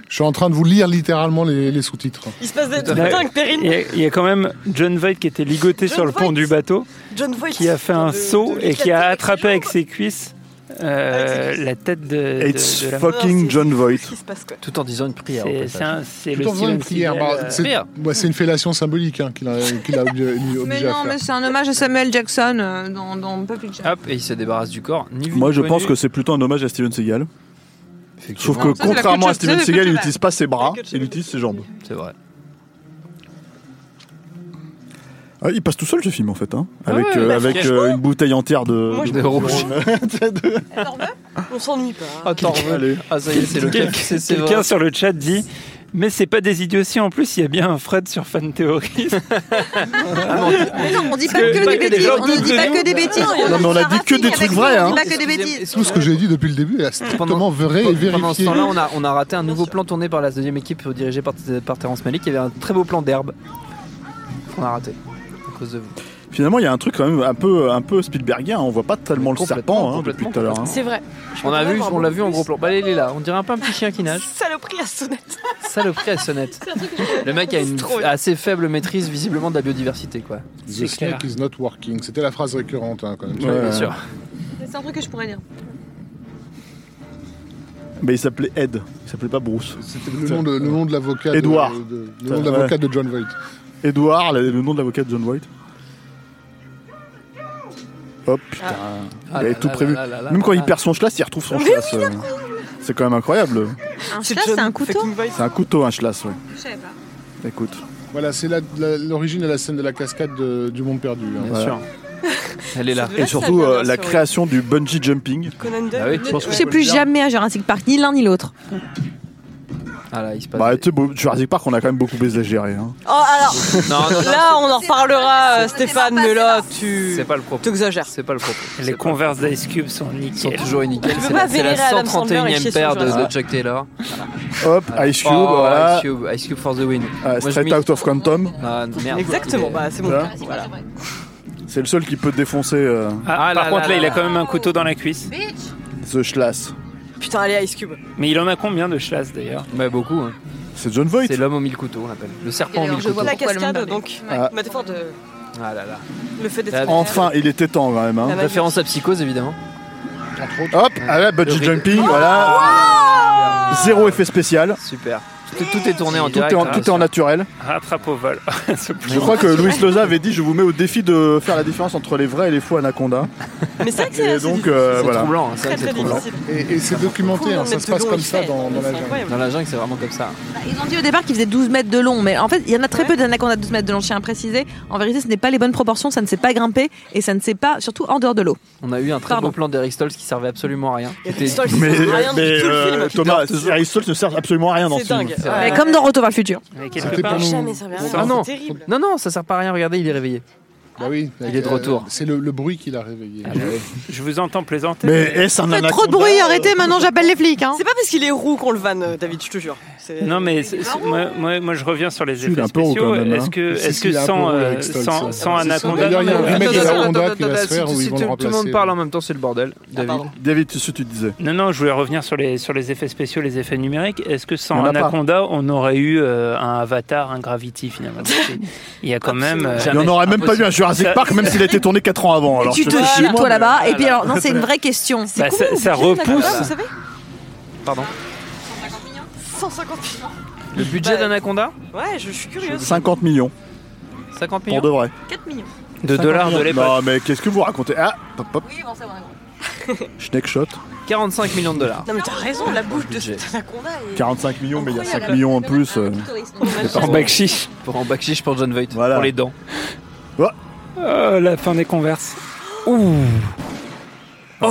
je suis en train de vous lire littéralement les, les sous-titres. Il se passe des trucs Ouais. dingues, Perrine. Il y, a, il y a quand même John Voight qui était ligoté John sur le pont Voight. du bateau, John Voight qui a fait un de- saut de et qui a l'éclater attrapé avec jambes. ses cuisses euh, Avec ses cuisses. la tête de, de- It's de la fuck- fucking c'est- John Voight. Qui se passe quoi Tout en disant une prière. au C'est- passage. C'est un- c'est le Tout en faisant une Steven prière. Seagal, bah, euh, c'est Pire. bah, c'est une fellation symbolique hein, qu'il a, qu'il a obligé, obligé Mais à non, faire. mais c'est un hommage à Samuel Jackson euh, dans, dans Public Jack. Hop, et il se débarrasse du corps. Ni vu Moi, ni je connu. pense que c'est plutôt un hommage à Steven Seagal. Effectivement, Sauf que Ça, c'est la contrairement culture- à ça, c'est Steven la Seagal, il culture. n'utilise pas ses bras, La culture. il utilise ses jambes. c'est vrai. Ah, il passe tout seul ce film en fait, hein, Ah avec, ouais, euh, bah, avec franchement. euh, une bouteille entière de, Moi, je de me rouge. On s'ennuie pas. Attends, allez. Ah, ça y est, c'est le Quelqu'un- cas. C'est- c'est Quelqu'un vrai. sur le chat dit. Mais c'est pas des idiots si en plus il y a bien un Fred sur Fan Theory. Mais non, on dit pas Parce que, que- des que des bêtises. gens On ne dit doutent pas de que nous. des bêtises. Non, mais on a dit que des Avec trucs nous, vrais, On hein. dit pas que des bêtises. Tout ce que j'ai dit depuis le début est strictement vrai et vérifié. Euh, Pendant ce temps-là, on a, on a raté un nouveau plan tourné par la deuxième équipe dirigée par, par Terence Malik. Il y avait un très beau plan d'herbe qu'on a raté à cause de vous. Finalement, il y a un truc quand même un peu, un peu Spielbergien. hein. On voit pas tellement le serpent hein, depuis tout à l'heure. hein. C'est vrai. On a vu, on l'a vu en gros plan. Bah, il est là. On dirait un peu un petit chien qui nage. Saloperie à sonnette. Saloperie à sonnette. Le mec a une trop bien. assez faible maîtrise visiblement de la biodiversité, quoi. The snake is not working. C'était la phrase récurrente hein, quand même. Ouais, bien sûr. C'est un truc que je pourrais dire. Mais il s'appelait Ed. Il s'appelait pas Bruce. C'était Le nom de, le nom de l'avocat. de- Edouard. de- le nom de l'avocat de John Voight. Edouard, le le nom de l'avocat de John White. Hop, putain. Ah il là avait tout là prévu. là là là Même quand là il là. perd son schlass, il retrouve son Mais schlass. euh. C'est quand même incroyable. Un chat, c'est un couteau C'est un couteau, un schlass, ouais. Je savais pas. Écoute. Voilà, c'est la- la- l'origine de la scène de la cascade de- du Mont Perdu. hein. Bien Voilà. sûr. Elle est là. Et surtout, euh, la création du bungee jumping. Ah oui, je pense Je qu'on sais peut plus le dire. jamais hein, à Jurassic Park, ni l'un ni l'autre. Ah là, il se passe. Bah, tu sais, beau- Jurassic Park, on a quand même beaucoup exagéré. Hein. Oh, alors. Non, non, non, Là, on en reparlera, euh, Stéphane, mais là, tu. C'est pas le propos. T'exagères. C'est pas le propos. Les Converse d'Ice Cube sont Ils sont nickel. toujours les nickels. Je veux C'est pas la, c'est la vénérer Adam Sandler et 131e chier paire sur de, Jurassic. de Chuck Taylor. Hop, Ice Cube, Oh, voilà. Ice Cube, Ice Cube for the win. Euh, Moi, je straight mise- out of Quantum. Ah, merde. Exactement, bah, c'est bon. Voilà. Voilà. C'est le seul qui peut défoncer euh, Ah, Ah par là contre, là là, il a là. quand même un couteau dans la cuisse. The Schlass. Putain, allez, Ice Cube. Mais il en a combien de chasses d'ailleurs Bah, beaucoup. hein. C'est John Voight. C'est l'homme aux mille couteaux, on l'appelle. Le serpent aux D'ailleurs, mille je couteaux. vois La pourquoi le cascade, même donc. Ah. Ma défense de. Ah là là. Le fait d'être. Ah, Enfin, il était temps quand même. Hein. Référence à Psychose, évidemment. Hop, ah là, bungee Le jumping, voilà. Oh Zéro effet spécial. Super. Tout, tout est tourné en Tout direct. est en, hein, tout est sur- en naturel. Rattrape au vol. Ce Je crois que Louis Loza avait dit Je vous mets au défi de faire la différence entre les vrais et les faux anacondas. Mais c'est vrai que Et c'est. donc, euh, C'est voilà. troublant, hein, c'est vrai Très que c'est très troublant. difficile. Et, et c'est documenté, hein, ça se passe comme ça dans, dans la jungle. Dans la jungle, c'est vraiment comme ça. Bah, Ils ont dit au départ qu'ils faisaient 12 mètres de long, mais en fait, il y en a très peu d'anacondas de 12 mètres de long, je tiens à préciser. En vérité, ce n'est pas les bonnes proportions, ça ne sait pas grimper et ça ne sait pas, surtout en dehors de l'eau. On a eu un très Pardon. beau plan d'Eric Stoltz qui servait absolument à rien. Mais, C'était- Mais, rien du mais, tout le film. euh, Thomas, Aristote ne sert absolument à rien dans ce C'est film. dingue. Mais comme dans Retour vers le futur. Mais quelque C'était part, pour Jamais nous. ça revient. Ah non. C'est terrible. Non, non, ça sert pas à rien. Regardez, il est réveillé. Bah oui, Il est de retour. Ah, bah C'est le, le bruit qui l'a réveillé. je vous entends plaisanter. Mais est-ce un Faites anaconda trop de bruit, hein. arrêtez, maintenant j'appelle les flics. hein. C'est pas parce qu'il est roux qu'on le vanne, euh, David, je te jure. C'est- Non mais c'est- c'est- moi, moi, moi, je reviens sur les il est effets un peu haut spéciaux. quand même, hein. Est-ce que, Si, est-ce si, que il est un peu sans, haut, euh, Eric Stoltz, sans, ouais. sans Anaconda, D'ailleurs, il y a un non, remake de la Attends, Honda attends, qui va attends, se faire si- où si ils vont tout- le Tout le monde remplacer. parle en même temps, c'est le bordel. David. Ah, pardon. David, c'est ce que tu disais. non, non, je voulais revenir sur les sur les effets spéciaux, les effets numériques. Est-ce que Il y sans en a pas. Anaconda, on aurait eu euh, un Avatar, un Gravity finalement Parce que Il y a quand même. euh, Et on n'aurait même pas vu un Jurassic Ça- Park, même s'il a été tourné 4 ans avant. Alors, tu je te sais- chies, moi, toi mais- là-bas. Et puis alors, non, c'est une vraie question. bah, ça, ça D'accord, repousse. Vous savez Pardon. 150 millions. Le budget Bah, d'Anaconda Ouais, je, je suis curieuse. 50 millions, 50 pour millions. de vrai. 4 millions. De 50 dollars de millions. l'époque. Non, mais qu'est-ce que vous racontez Ah, pop, pop, Oui, bon, ça va. Schneck Shot. 45 Bah, millions de dollars. Non, mais t'as raison, la bouche de budget. cet anaconda est. 45 millions, mais il y a 5 millions en plus. euh. En bakchich. Pour en bac chiche pour John Voight. Voilà. Pour les dents. Oh, la fin des converses.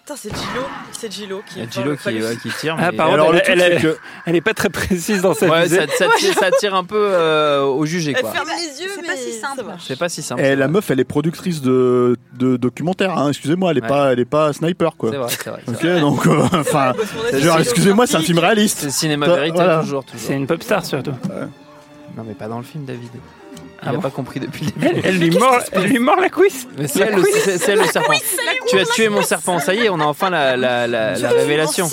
Putain, c'est Gilo. C'est Gilo qui. Il y a parle Gilo qui, phallus. ouais, qui tire. Ah, mais- pardon, alors, le elle, truc, elle- c'est que- elle est pas très précise dans sa Ouais, visée. ça, ça tire, ça tire un peu euh, au jugé Elle quoi. ferme les C'est yeux, mais pas si simple. ça va. C'est pas si simple. Et Eh, la meuf, elle est productrice de, de documentaires, hein, excusez-moi, elle est, Ouais. pas, elle est pas sniper quoi. C'est vrai, c'est vrai. c'est Ok, vrai. donc, euh, enfin, C'est genre, cinématographique. excusez-moi, c'est un film réaliste. C'est cinéma Toi, vérité voilà. toujours, toujours. C'est une pop star surtout. Non mais pas dans le film David. Il Ah a bon pas compris depuis le début. Elle, elle lui mord, elle lui mord la cuisse. Mais c'est elle, le, c'est- c'est elle le serpent. Tu as tué mon serpent, ça y est, on a enfin la, la, la, la révélation.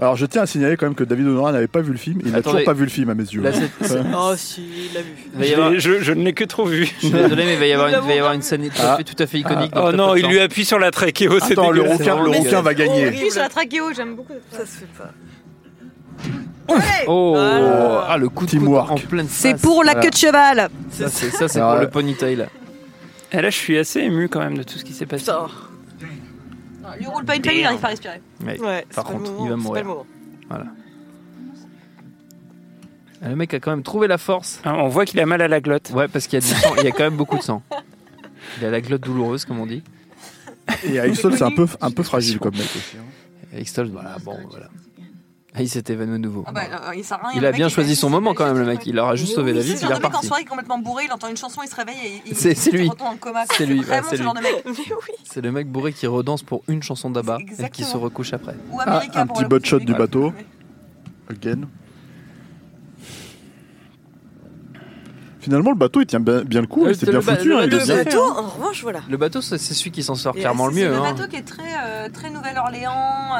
Alors, je tiens à signaler quand même que David Honora n'avait pas vu le film, il n'a Attendez. toujours pas vu le film à mes yeux. hein. Là, c'est- c'est- Oh, si, il l'a vu. il va y avoir- Je, je- je ne l'ai que trop vu. Je suis désolé, mais il va y avoir une, il va y avoir une scène tout à fait, tout à fait iconique. dans Oh très non, peu de il temps. lui appuie sur la trachéo, c'est hein. Attends, le dégueulasse. ronquin, le vraiment ronquin va gagner. Puis sur la trachéo, j'aime beaucoup. Ça se fait pas. Oh, Voilà. ah, le coup de coude Teamwork. en pleine face. C'est pour la queue de cheval. Ça, c'est ça, c'est Ah pour ouais. le ponytail. Et là, je suis assez ému quand même de tout ce qui s'est passé. Putain. Lui roule pas une pelle, il n'arrive pas à respirer. Ouais. Ouais, c'est Par Bah, pas le contre, moment, il va c'est pas mourir. le moment. Ah, Le mec a quand même trouvé la force. Ah, On voit qu'il a mal à la glotte. Ouais, parce qu'il y a du sang. Il y a quand même beaucoup de sang. Il a la glotte douloureuse, comme on dit. Et Axel, c'est un peu, un peu fragile comme mec aussi. hein. Extol, voilà, bon, voilà. Ah, il s'est évanoui de nouveau. Ah bah, euh, il sert à rien, il le a mec, bien il choisi juste- son moment quand même, le mec. Il aura juste sauvé la vie, C'est puis il le est genre de mec en reparti. soirée complètement bourré, il entend une chanson, il se réveille et il, C'est- il c'est se lui. retourne en coma. C'est lui, ouais, vraiment c'est ce genre de mec. C'est le mec bourré qui redanse pour une chanson d'abat et qui Exactement. se recouche après. Ou America un pour petit le butt coup, hein. shot c'est du lui. bateau. Again. Finalement, le bateau, il tient bien, bien le coup. Le- hein, C'était Euh, bien le ba- foutu. le hein, il est bateau- bien- le Bateau, en revanche, voilà. Le bateau, c'est c'est celui qui s'en sort Et clairement le c'est- mieux. C'est hein. le bateau qui est très, euh, très Nouvelle-Orléans,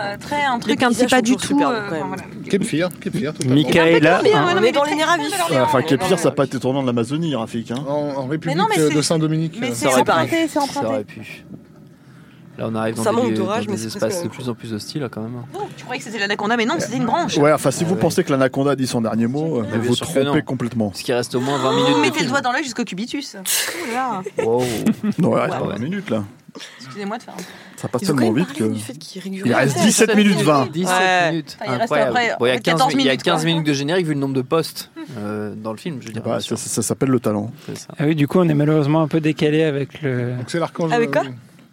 euh, très un truc Les un petit paysages pas sont du toujours tout. superbes, euh, quand même. enfin, voilà. Kefir, Kefir, tout à fait. Michaela, bien, hein, ouais, non, On mais est dans très- l'inéravis. très Ouais, Enfin, Nouvelle-Orléans, quel mais- pire, ça n'a pas été tournant de l'Amazonie, Rafik. Hein. En, en République non, mais euh, c'est- de Saint-Dominique. Mais euh, c'est Ça aurait pu. emprunté, c'est Ça aurait emprunté. pu. Là, on arrive dans Ça des, manque lieux- d'orage, dans mais des c'est presque espaces la de même plus en plus hostiles, hein, quand même. Oh, Tu croyais que c'était l'anaconda, mais non, c'était une branche. Ouais, enfin, si Ah vous ouais. pensez que l'anaconda a dit son dernier mot, euh, bien vous vous sûr que non. trompez complètement. Parce qu'il reste au moins 20 Vous minutes. Oh, mettez le doigt dans l'œil jusqu'au cubitus. Oh là là. de- Wow. Non, ouais, Ouais. 20 minutes là. Excusez-moi de faire un Ça passe Ils ont quand tellement même vite parlé que. du fait qu'il Il régularise. reste 17 minutes 20. 17 Ouais. minutes. Enfin, il reste Incroyable. après- Bon, il y a après 15, 14 mi- il y a minutes, 15 quoi. minutes de générique vu le nombre de postes euh, dans le film, je veux dire. Bah, bien ça sûr. ça- ça s'appelle le talent. C'est ça. Ah oui, du coup, on est malheureusement un peu décalé avec le. Donc c'est l'archange. Avec quoi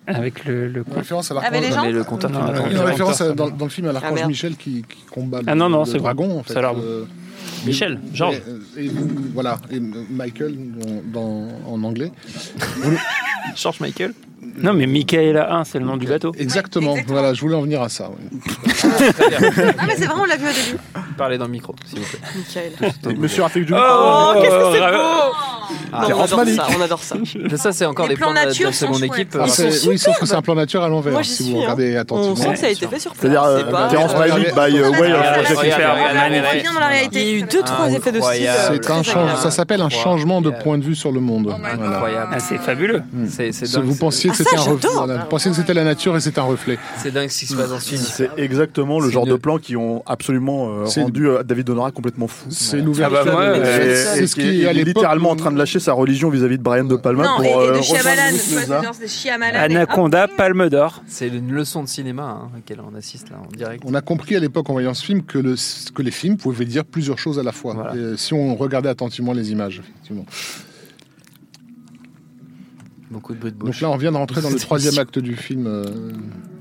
euh, Avec le. le une référence à Avec l'archange. les gens Mais le compteur Non, qui non, m'attend. Il y a une Ouais, référence ouais. à- dans, dans le film à l'archange merde. Michel qui, qui combat le, Ah non, non, le c'est bon. dragon. En fait. Ça a l'air bon. Euh, Michel, Georges. et- et- et- voilà, et, euh, Michael dans- dans- en anglais. George Michael. Non, mais Michaela 1, c'est le nom du bateau. Exactement, voilà, je voulais en venir à ça. ouais. Ah, mais c'est vraiment, on l'a vu au début. Parlez dans le micro, s'il vous plaît. Michael. Monsieur Rafik Djoumi. Oh, qu'est-ce que c'est bravo. beau Non, on adore ça, on adore ça. Mais ça, c'est encore Les les plans de la- de la plans nature seconde sont équipe. Ah, euh, c'est- sont oui, sauf que c'est un plan nature à l'envers, Moi, j'y si suis, vous hein. regardez On attentivement. sent que ça a Ouais, été fait sur place. C'est-à-dire, c'est euh, pas- Terence Malick by euh, Way Regarde, of Jackie regarde, Chan. regarde. On revient dans la Il y a réalité. eu deux, trois effets de style. Incroyable. euh, C'est un très change- agréables. ça s'appelle un changement de Incroyable. point de vue sur le monde. my God. Voilà. Incroyable. Ah, c'est fabuleux. C'est c'est Ce- dingue. Vous c'est- pensiez que Ah, ça, c'était un reflet. j'adore. voilà, Vous pensiez que c'était la nature et c'est un reflet. C'est dingue ce qui se passe dans ce film. Hmm. C'est exactement le C'est genre une- de plan qui ont absolument euh, C'est- rendu euh, David Honora complètement fou. C'est l'ouverture. Ah bah, moi, de- Et- euh, c'est- et C'est ce qui, il à est l'époque, littéralement en train de lâcher sa religion vis-à-vis de Brian De Palma Non, pour et, et euh, de rejoindre Shyamalan. Louis tu vois, César. c'est genre, c'est Shyamalan. Anaconda, Palme d'Or. C'est une leçon de cinéma hein, à laquelle on assiste là en direct. On a compris à l'époque en voyant ce film que, le, que les films pouvaient dire plusieurs choses à la fois. Voilà. Euh, si on regardait attentivement les images, effectivement. Beaucoup de bruit de Donc bouche. là, on vient de rentrer dans le C'est troisième sûr. acte du film. euh,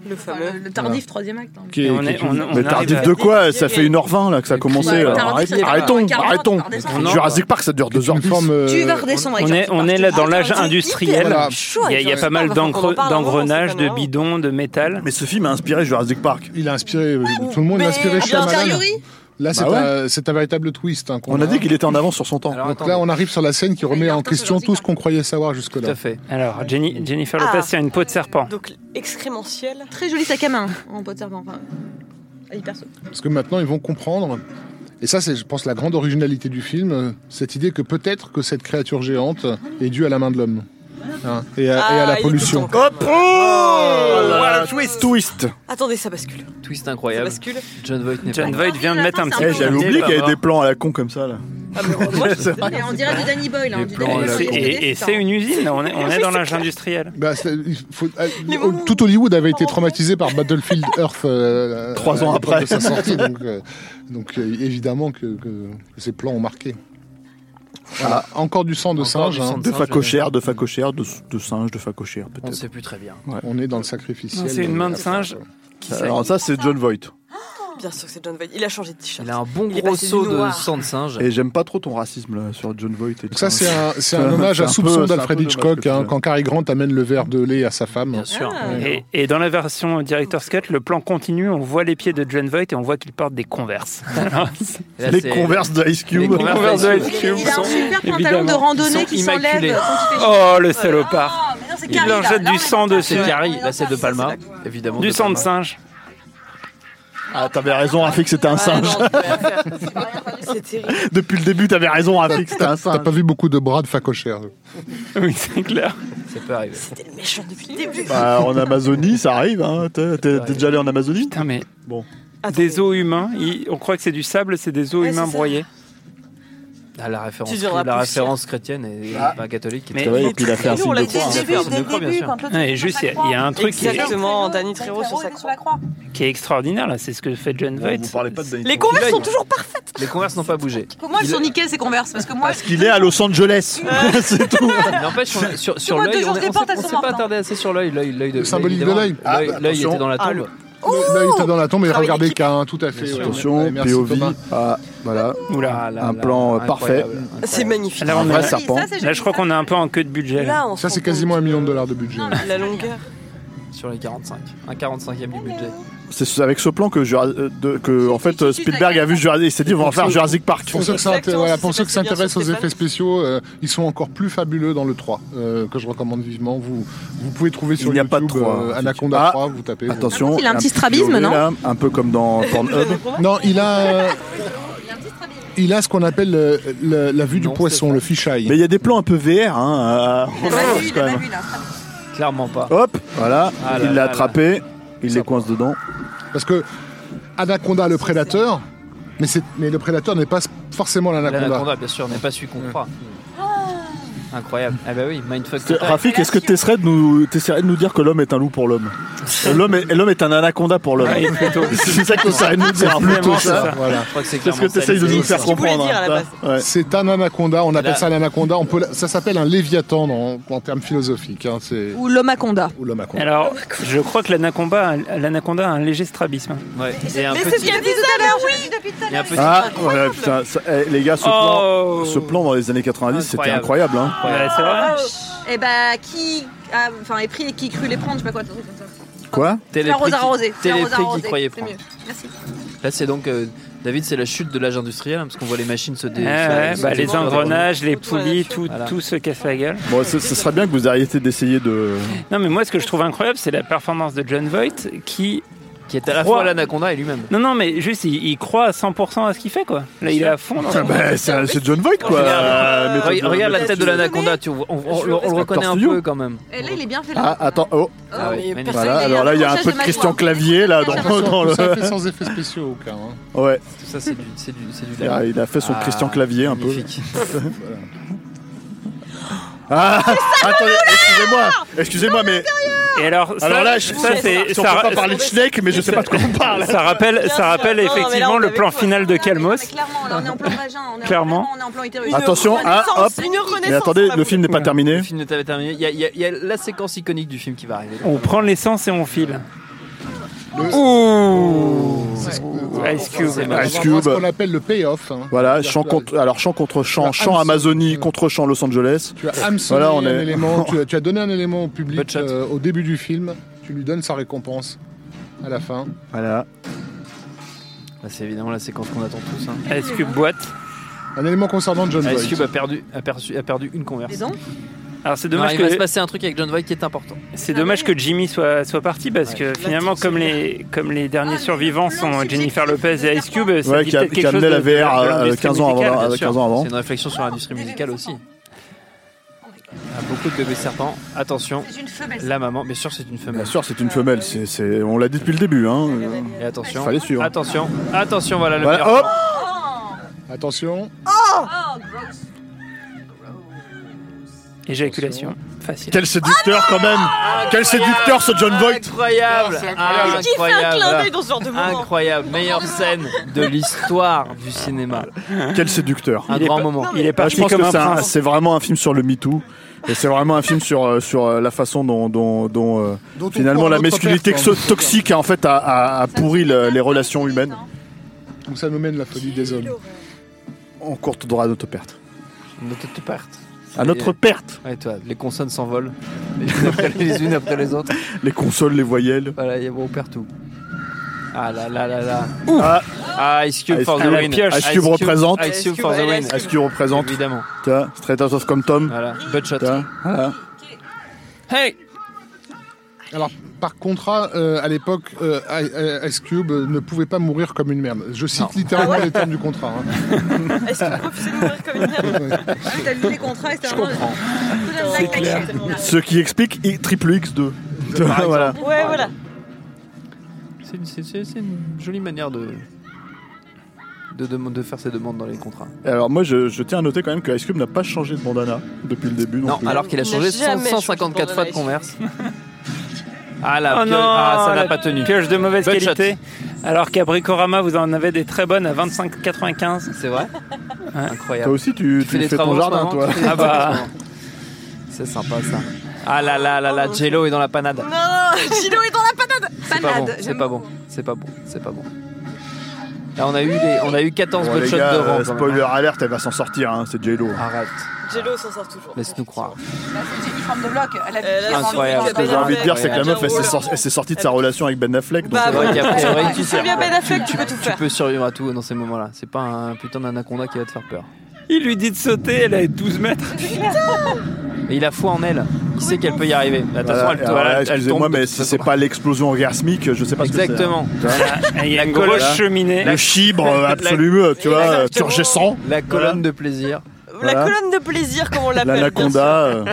Le Enfin, le, fameux. le tardif troisième acte. hein. qui est- Et on qui est- est une- on- on Mais arrive tardif à- de quoi Ça fait une heure 20 là que ça a commencé. Ouais, alors tardif, arrêtons, ça fait arrêtons, 40, arrêtons. par descendre. On en- Jurassic Park, ça dure deux heures. une forme. euh, Tu vas redescendre avec On est, Georges, on c'est est là parti. dans Ah, l'âge attends, c'est industriel. Voilà. chaud, Il y a, il y a Georges. pas mal Putain, va falloir qu'on d'encre- en parle à un moment, d'engrenages, c'est quand de même bidons, de métal. Mais ce film a inspiré Jurassic Park. Il a inspiré. euh, Tout le monde Ah, Mais a inspiré a Shyamalan. priori Là, c'est Bah ouais. un- c'est un véritable twist. hein, qu'on On a dit qu'il était en avance sur son temps. Alors Donc attends, là, on arrive sur la scène qui remet en Regarde, question Jurassic tout ce qu'on croyait savoir tout à jusque-là. fait. Alors, Jenny- Jennifer Ah. Lopez tient une peau de serpent. Donc, excrémentiel. Très joli sac à main en pot de serpent. Enfin, hyper souple. Parce que maintenant, ils vont comprendre. Et ça, c'est, je pense, la grande originalité du film, euh, cette idée que peut-être que cette créature géante est due à la main de l'homme. Hein, et, à, et à la Ah, il est pollution. content, quand même. Oh, Voilà, twist, twist. Attendez, ça bascule. Twist Ça incroyable. bascule. John Voight n'est John pas- Voight vient de mettre un petit. Eh, Eh, peu j'avais de oublié nez, qu'il y avait pas des plans à la con comme ça là. Ah, mais moi, je sais pas. Mais on dirait du Danny Boyle. Hein, Les du plans, Danny là, Boyle. c'est- Et, et c'est une usine, on est, on est dans l'âge industriel. Bah, c'est- il faut- euh, Les oh, moments- tout Hollywood avait été traumatisé par Battlefield Earth euh, Trois à ans l'époque après. de sa sortie. donc euh, donc, euh, évidemment que, que- que ces plans ont marqué. Voilà, encore du sang de Encore singe. du sang hein. de De singe, facochère, de facochère, de, de singe, de facochère On ne peut-être. sait plus très bien. On est dans le sacrificiel. C'est une main de Euh, singe. Alors ça c'est John Voight. Bien sûr que c'est John Voight. Il a changé de t-shirt. Il a un bon Il est gros passé du saut de noir. sang de singe. Et j'aime pas trop ton racisme là sur John Voight. et tout Donc ça, c'est un, c'est un C'est hommage un à peu- soupçon c'est un peu d'Alfred dommage Hitchcock que tu hein, l'aies. quand Cary Grant amène le verre de lait à sa femme. Bien sûr. Ah. Et, et dans la version Director's Cut, le plan continue, on voit les pieds de John Voight et on voit qu'il porte des converses. Et là, Les c'est- converses d'Ice Les Cube. Converse Converse Ice Ice Cube. Cube. Il a un super pantalon Évidemment. de Ils randonnée sont qui immaculés. s'enlève quand il fait chaud. Oh, le salopard Ah, mais non, c'est Il Carrie, leur là. jette Là, du on est sang dans- dessus. C'est Carrie, on est Ah, dans là c'est ça, De ça, Palma, c'est la- évidemment. Du De sang de Palma. singe. Ah t'avais raison Rafik c'était un Ah, singe. non, tu peux rien faire. Tu peux rien faire. C'est terrible. Depuis le début t'avais raison Rafik c'était un T'as singe. pas vu beaucoup de bras de facochère. Oui, c'est clair. Ça peut arriver. C'était le méchant depuis le début. Bah, en Amazonie ça arrive. Hein. T'es t'es- t'es déjà allé en Amazonie Putain, mais Attendez. des os humains, il- on croit que c'est du sable, c'est des os Ah, Ouais, humains c'est ça. broyés. Ah, la référence, Tu diras la plus référence chrétienne et Ah. pas catholique. qui est Mais- C'est très- vrai, et puis il a fait un Nous, signe on l'a de dit croix. Dès dès le le début, début, bien sûr. quand l'autre Ouais, et juste, il y a- il y a un truc qui est- Exactement, Danny Trejo sur sa croix. qui est extraordinaire là. C'est ce que fait John Voight. Les converses sont toujours parfaites. Les converses n'ont pas bougé. Comment elles sont niquées ces converses Parce que moi, Parce qu'il est à Los Angeles. c'est tout. N'empêche, on est sur, sur Moi, deux l'œil, on jours, je les porte, ne elles s'est sont pas mortes, attardé assez sur l'œil. L'œil, l'œil de Le symbolique de évidemment, l'œil. Ah, bah, L'œil était attention. dans la Ah, tombe. Oh Là, il était dans la tombe et Travail regardez d'équipe. K1, tout à fait. ouais. Ouais, Attention, merci, POV. Thomas. Ah, voilà. Oula, un plan euh, parfait. C'est magnifique. Là, on vrai est- serpent. Ah Ça, c'est là, je crois qu'on est un peu en queue de budget. là. Là, Ah, on se Ça, c'est rend quasiment un million de dollars de budget. compte. La longueur. Sur les 45. Un 45e du budget. C'est avec ce plan que, Jura- euh, de- que en fait, qui- euh, qui- Spielberg a vu Jurassic. Il s'est dit, on va euh, en faire Jurassic Park. Pour ceux, que ça Exactement, inté- voilà, c'est pour ceux qui passé bien s'intéressent sur aux Stéphane. effets spéciaux, euh, ils sont encore plus fabuleux dans le 3, euh, que je recommande vivement. Vous, vous pouvez trouver sur Il n'y a YouTube pas de 3, euh, hein. Anaconda Ah, 3, vous tapez. vous- Attention. Il a un petit petit strabisme, POV, non là, Un peu comme dans Pornhub. Non, il a, Ah euh, il a ce qu'on appelle euh, le- la vue Non, du poisson, le fisheye. Mais il y a des plans un peu VR. Hein, à- pas vu, il quand a même. pas vu, là. Clairement pas. Hop, voilà. Ah là il là l'a attrapé. Il les coince dedans. Parce que Anaconda, le prédateur, mais, c'est- mais le prédateur n'est pas forcément l'anaconda. L'anaconda, bien sûr, n'est pas celui qu'on croit. Incroyable. Ah bah oui, mindfuck. C'est- total. Rafik, est-ce que tu essaierais de nous, t'essaierais de nous dire que l'homme est un loup pour l'homme Et L'homme est, et l'homme est un anaconda pour l'homme. Ouais, plutôt. C'est ça que ça nous dire. Vraiment, c'est ça. Voilà. Je crois que c'est C'est ce clairement que tu essayes de ça, nous l'idée. faire ce qu'il voulait comprendre. dire à la hein, ça. Ouais. C'est un anaconda, on appelle Là- ça l'anaconda, on peut, la- ça s'appelle un léviathan dans- en termes philosophiques. hein, c'est Ou l'omaconda. ou l'homme anaconda. Alors, je crois que l'anaconda, a- l'anaconda a un léger strabisme. Ouais. Et un Mais c'est ce petit. qu'elle dit tout à l'heure, oui et un petit- Ah, ouais, putain, ça- eh, les gars, ce, Oh. plan, ce plan dans les années 90, c'était Incroyable. incroyable. Hein. Ouais, c'est vrai. Et bah, qui a- enfin, est pris et qui crut les prendre, je sais pas quoi. Quoi La rose arrosée. Téléprix La rose qui arrosée. croyait C'est prendre. mieux. Merci. Là, c'est donc. euh, David, c'est la chute de l'âge industriel, hein, parce qu'on voit les machines se dé. Ouais, Ah, se- ouais, se- bah, se- les se- engrenages, les Autour de la poulies, nature. tout, Voilà. tout se casse la gueule. Bon, ce, ce serait bien que vous arrêtiez d'essayer de. Non, mais moi, ce que je trouve incroyable, c'est la performance de John Voight qui. Qui est à la Croix. fois l'anaconda et lui-même. Non, non, mais juste, il, il croit à 100% à ce qu'il fait, quoi. Là, il est à fond. dans- Ah bah, c'est c'est John Voight, quoi. Regarde, Euh, méthode- Regarde, regarde la méthode- tête de l'anaconda, tu vois, on, on- on- on le reconnaît un Tortillou. peu quand même. Et Eh, là, il est bien fait. Ah, là. attends, oh, Ah oui, mais magnifique. voilà. il y a Alors un là, il y a un accrochage peu de de Christian mâchoire. Clavier, là, dans, Tout Tout ça- dans tout le. ça fait sans effets spéciaux aucun. hein. Ouais, Tout ça, c'est du, c'est du, c'est du il a, il a fait son Ah, Christian Clavier un peu. magnifique. Ah, attendez, excusez-moi, excusez-moi, mais Et alors, ça, alors là, je, ça, c'est. si on ça peut ra- pas parler de Schneck, mais je sais pas de quoi on parle. ça rappelle, Bien ça sûr. rappelle Non, non, mais là, effectivement on est le avec plan toi. final de Non, Ah, mais Calmos. Clairement, là, on est en plan vagin. on est en- Clairement. On est en plan utérus. Attention, ah, hop. renaissance, une renaissance. Mais attendez, là, le vous- film n'est pas terminé. Le film ne t'avait terminé. Il y, a- il y a- il y a la séquence iconique du film qui va arriver. On prend l'essence et on file. Le- Ouh C'est ce que- Ice Cube. C'est On va mal. Ice voir ce Cube. qu'on appelle le payoff. hein. Voilà, C'est-à-dire champ que contre, alors champ contre champ, la champ Amazon- Amazonie contre champ Los Angeles. Tu as hameçonné Voilà, on un est- élément, tu, as, tu as donné un élément au Bonne public shot. euh, au début du film, tu lui donnes sa récompense à la fin. Voilà. Bah, c'est évidemment la séquence qu'on attend tous. hein. Ice Cube boîte. Un élément concernant John Ice Cube Voight. a perdu, a, perçu- a perdu une converse. Dis donc. Alors c'est Non, dommage il va se que passer un truc avec John Voight qui est important. c'est dommage que Jimmy soit soit parti parce que finalement comme les comme les Ah, derniers survivants le sont plan Jennifer Lopez subjectif et de Ice Cube, ça Ouais, dit qui, a, peut-être qui quelque chose amenait la de- de- VR de à l'industrie 15 ans musicale, avant. bien à sûr. 15 ans avant. C'est une réflexion sur l'industrie musicale aussi. Ah, beaucoup de bébés serpents. Attention, C'est une femelle. la maman, bien sûr, c'est une femelle. Bien sûr, c'est une femelle. c'est- c'est- on l'a dit depuis le début. Hein. Et attention, Fallait suivre. attention, attention, voilà le Voilà, meilleur hop. plan. Attention, Oh, gross. Éjaculation facile. Quel séducteur quand même. Ah Quel séducteur ce John Voight. Incroyable, Mais Qui fait un clin Voilà. d'œil dans ce genre de moment Incroyable, meilleure scène de l'histoire du cinéma. Quel séducteur. Un Ah. Il est grand pas- moment. Il est parti je pense comme que un c'est un- prince. c'est vraiment un film sur le MeToo. Et c'est vraiment un film sur, euh, sur euh, la façon dont, dont, dont, euh, Dont on finalement prend la notre masculinité perte, hein. so- toxique en fait a, a- a pourri le- les relations humaines. où ça nous mène la folie des hommes. On court tout droit à notre perte. Notre toute perte. À notre perte. Ouais, toi, les consonnes s'envolent, les unes, après, les unes après les autres. Les consoles, les voyelles. Voilà, y a- on perd tout. Ah là là là là. Ah, Ah, Ice Cube Ice for the Cube. win. Ice Cube représente. Ice Cube for the win. Est-ce qu'il représente Évidemment. Tiens, Straight Out of Compton. Voilà, butt shot. Tiens, voilà. Hey Alors, par contrat, euh, à l'époque, euh, I- I- Ice Cube euh, ne pouvait pas mourir comme une merde. Je cite Ah littéralement les termes du contrat. hein. Est-ce qu'il refusait de mourir comme une merde Ah oui, t'as lu les contrats et c'était vraiment. C'est clair. Ce qui explique I- Triple X2. voilà. Ouais, voilà. C'est une, c'est- c'est- c'est une jolie manière de, de, dem- de faire ses demandes dans les contrats. Alors moi je, je tiens à noter quand même que Ice Cube n'a pas changé de bandana depuis le début. Non, plus. alors qu'il a Il n'a changé jamais 100 154 changé de fois de bandana, converse. Ah la Oh pioche- non, ah, ça n'a la pas tenu. Pioche de mauvaise Bonne qualité. shot. Alors qu'à Bricorama, vous en avez des très bonnes à 25,95. C'est vrai Incroyable. Toi aussi, tu- tu des fais ton travaux en ce jardin, moment toi. Tu fais des Ah travaux bah. en ce moment C'est sympa ça. Ah là là là Oh, là, Jello est dans la panade. Non, Gino est dans la panade. C'est pas bon, c'est pas bon, c'est pas bon, c'est pas bon. Là, on a eu, les- on a eu 14 Bon, bonnes les shots gars, de euh, rang. quand même. hein. Ah, spoiler alerte, elle va s'en sortir, hein, c'est Jello. Arrête. Jello s'en sort toujours. Bah, Laisse-nous croire. Là, Bah, c'est une uniforme de bloc. Elle a Elle a- Ce que j'ai envie de dire, c'est que la meuf, elle s'est Incroyable. sorti- elle s'est sortie de sa relation avec Ben Affleck. donc, Bah, euh, C'est vrai qu'a priori, Tu sais bien Ben Affleck, tu peux tout Tu faire. peux survivre à tout dans ces moments-là. C'est pas un putain d'anaconda qui va te faire peur. Il lui dit de sauter, elle est 12 mètres. Et il a foi en elle. Il sait qu'elle peut y arriver. Là, De toute voilà, façon, elle, Euh, alors voilà, là, elle Excusez-moi, tombe de mais toute si façon. c'est pas l'explosion orgasmique, je sais pas Exactement. ce que c'est. hein. Il y a une La colonne- grosse cheminée. Le chibre euh, absolu, euh, tu vois, euh, turgescent. La colonne de plaisir. La Voilà. colonne de plaisir, comme on l'appelle. L'anaconda, euh,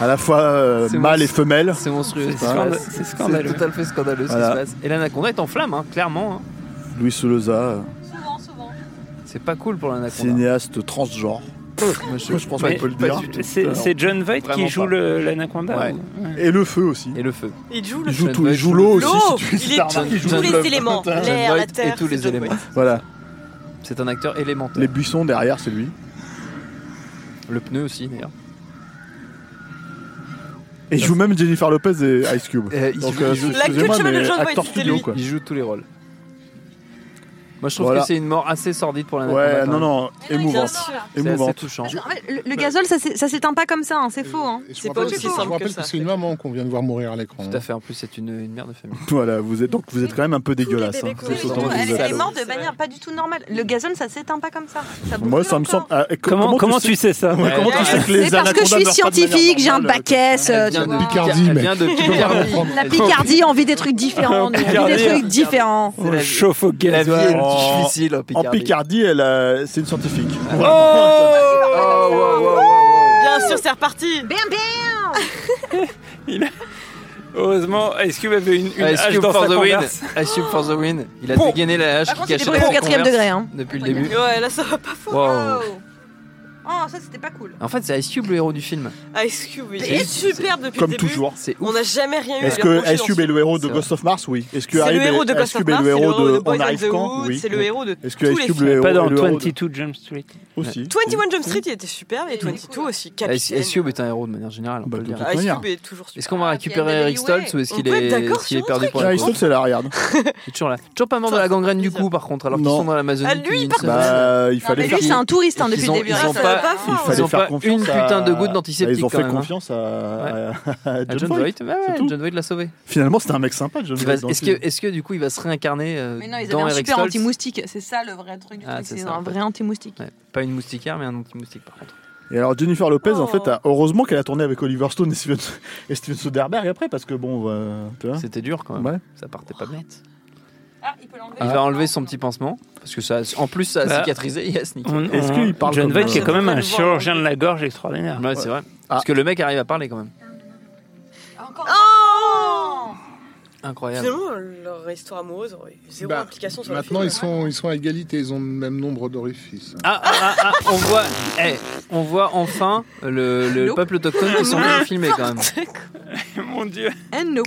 à la fois euh, mâle et femelle. C'est monstrueux. C'est scandaleux. C'est scandaleux. C'est tout à fait scandaleux ce qui Voilà. se passe. Et l'anaconda est en flamme, hein, clairement. hein. Louis Souloza, euh, C'est pas cool pour l'anaconda. cinéaste transgenre. Moi, je, je pense qu'on Mais peut le pas dire. du tout. C'est- C'est John Voight qui Vraiment joue pas. le- l'anaconda. Ouais. ou- ouais. Et le feu aussi. Et le feu. Il joue Il le joue John tout, il Voight joue joue l'eau aussi. le- L'eau si tu- si Il est tu remarques, il joue tous le les feu. éléments. Putain. L'air, la Voight terre. et tous c'est les John éléments. Voight. Voilà, C'est un acteur élémentaire. les buissons derrière, c'est lui. Le pneu aussi, d'ailleurs. Et il joue même Jennifer Lopez et Ice Cube. Euh, il joue- il joue- La excusez-moi, culture de mais John Voight, acteur c'était studio, lui. quoi. Il joue tous les rôles. Moi, je trouve Voilà. que c'est une mort assez sordide pour l'anaconda. Ouais, quand non, même. non, Mais non, émouvant. Eh ben, bien sûr. C'est Émouvant. assez touchant. En fait, le, le gazole, ça s'é- ça s'éteint pas comme ça, hein, c'est faux. hein. Je me rappelle- du tout. je me rappelle que c'est une maman qu'on vient de voir mourir à l'écran. hein. Tout à fait, en plus, c'est une, une mère de famille. Euh, Voilà, vous êtes donc vous êtes quand même un peu dégueulasse. hein. Oui, Vous êtes surtout, autant que elle vous êtes. est morte de manière pas du tout normale. Le gazole, ça s'éteint pas comme ça. ça Moi, ça me semble. ah, et co- Comment- comment tu sais ça Ouais, Comment tu sais que les C'est parce que je anacondas suis meurent pas de manière scientifique, j'ai un normale bac S. euh, tu vois. Picardie, Elle mec. vient de Picardie. La Picardie, on vit des trucs différents. nous, On vit des Picardie. trucs différents. On chauffe au La vie gasoil. est En- difficile en En Picardie. Ah. Picardie, elle, a- c'est une scientifique. Bien sûr, c'est reparti. Bam, bam Heureusement, Ice Cube avait une, une Ice hache Cube dans for sa the win. converse. Ice Cube for the win. Il a Bon. dégainé la hache Par qui contre, il cachait est brûlé la au quatrième Converse degré, hein. depuis le début. Ouais, là, ça va pas fou. Wow. Oh, ça, c'était pas cool. En fait, c'est Ice Cube le héros du film. Ice Cube, il est C'est- superbe depuis Comme le début. toujours. C'est On ouf. n'a jamais rien eu à Est-ce lui que reprocher Ice dans Cube ce est le héros de C'est Ghost of Mars Oui. Est-ce que C'est Harry le héros de est- Ghost Ice of Cube est Mars, le c'est le héros héros de de Boys On in arrive the quand Wood, Oui. c'est le héros de Est-ce que tous Ice les Cube films. le héros Pas est dans le héros 22 Jump Street. aussi 21 Jump Street, il était superbe, et 22 aussi. Ice Capitaine. Ice Cube est un héros de manière générale. on peut le dire. Ice Cube est toujours Est-ce super. Ah, qu'on va récupérer Eric Stoltz ou est-ce On qu'il peut être est, d'accord est-ce qu'il sur est un perdu truc. pour Ah, la Ice cause Cube, c'est la regarde. Il est toujours là. Toujours pas mort de la gangrène du coup, par contre, alors qu'ils Non. sont dans l'Amazonie. Ah, lui, depuis une par semaine. Bah, il Mais fallait faire. lui, c'est un touriste hein, Ils depuis ont- le début. ils hein. ont ça pas- va pas fort. Il Ils fallait ont faire pas confiance une à- Bah, putain de goutte d'antiseptique, Ils ont quand fait même, hein. confiance à, à Ah, John Voight, ouais, ouais, John Voight l'a sauvé. Finalement, c'était un mec sympa, John Il va- Voight. dans le Est-ce film. que, est-ce que du coup il va se réincarner euh, Mais non, ils dans avaient un Eric super Stoltz anti-moustique. C'est ça le vrai truc du Ah, truc. c'est C'est ça, un en fait. vrai anti-moustique. Ouais. Pas une moustiquaire, mais un anti-moustique par contre. Et alors Jennifer Lopez, en Oh. fait, a- heureusement qu'elle a tourné avec Oliver Stone et Steven, et Steven Soderbergh après, parce que bon, euh, tu vois. C'était dur quand même. Ouais. Ça partait pas bien. Ah, il peut l'enlever. Il va enlever son petit pansement parce que ça, en plus ça a Bah. cicatrisé et a sneaké. On- Est-ce on- qu'il parle John comme Voight qui est un- quand même Je un vais le voir. chirurgien de la gorge extraordinaire. Ouais, c'est vrai. Ah. Parce que le mec arrive à parler quand même. Ah, Encore. Ah, Oh Incroyable. Finalement, leur histoire amoureuse aurait eu zéro Bah, implication sur Maintenant, le ils film. sont, ils sont à égalité, ils ont le même nombre d'orifices. Ah, ah, ah, ah, on voit, eh, on voit enfin le, le Nope. peuple autochtone qui sont venus filmer quand même. Mon dieu. And nope.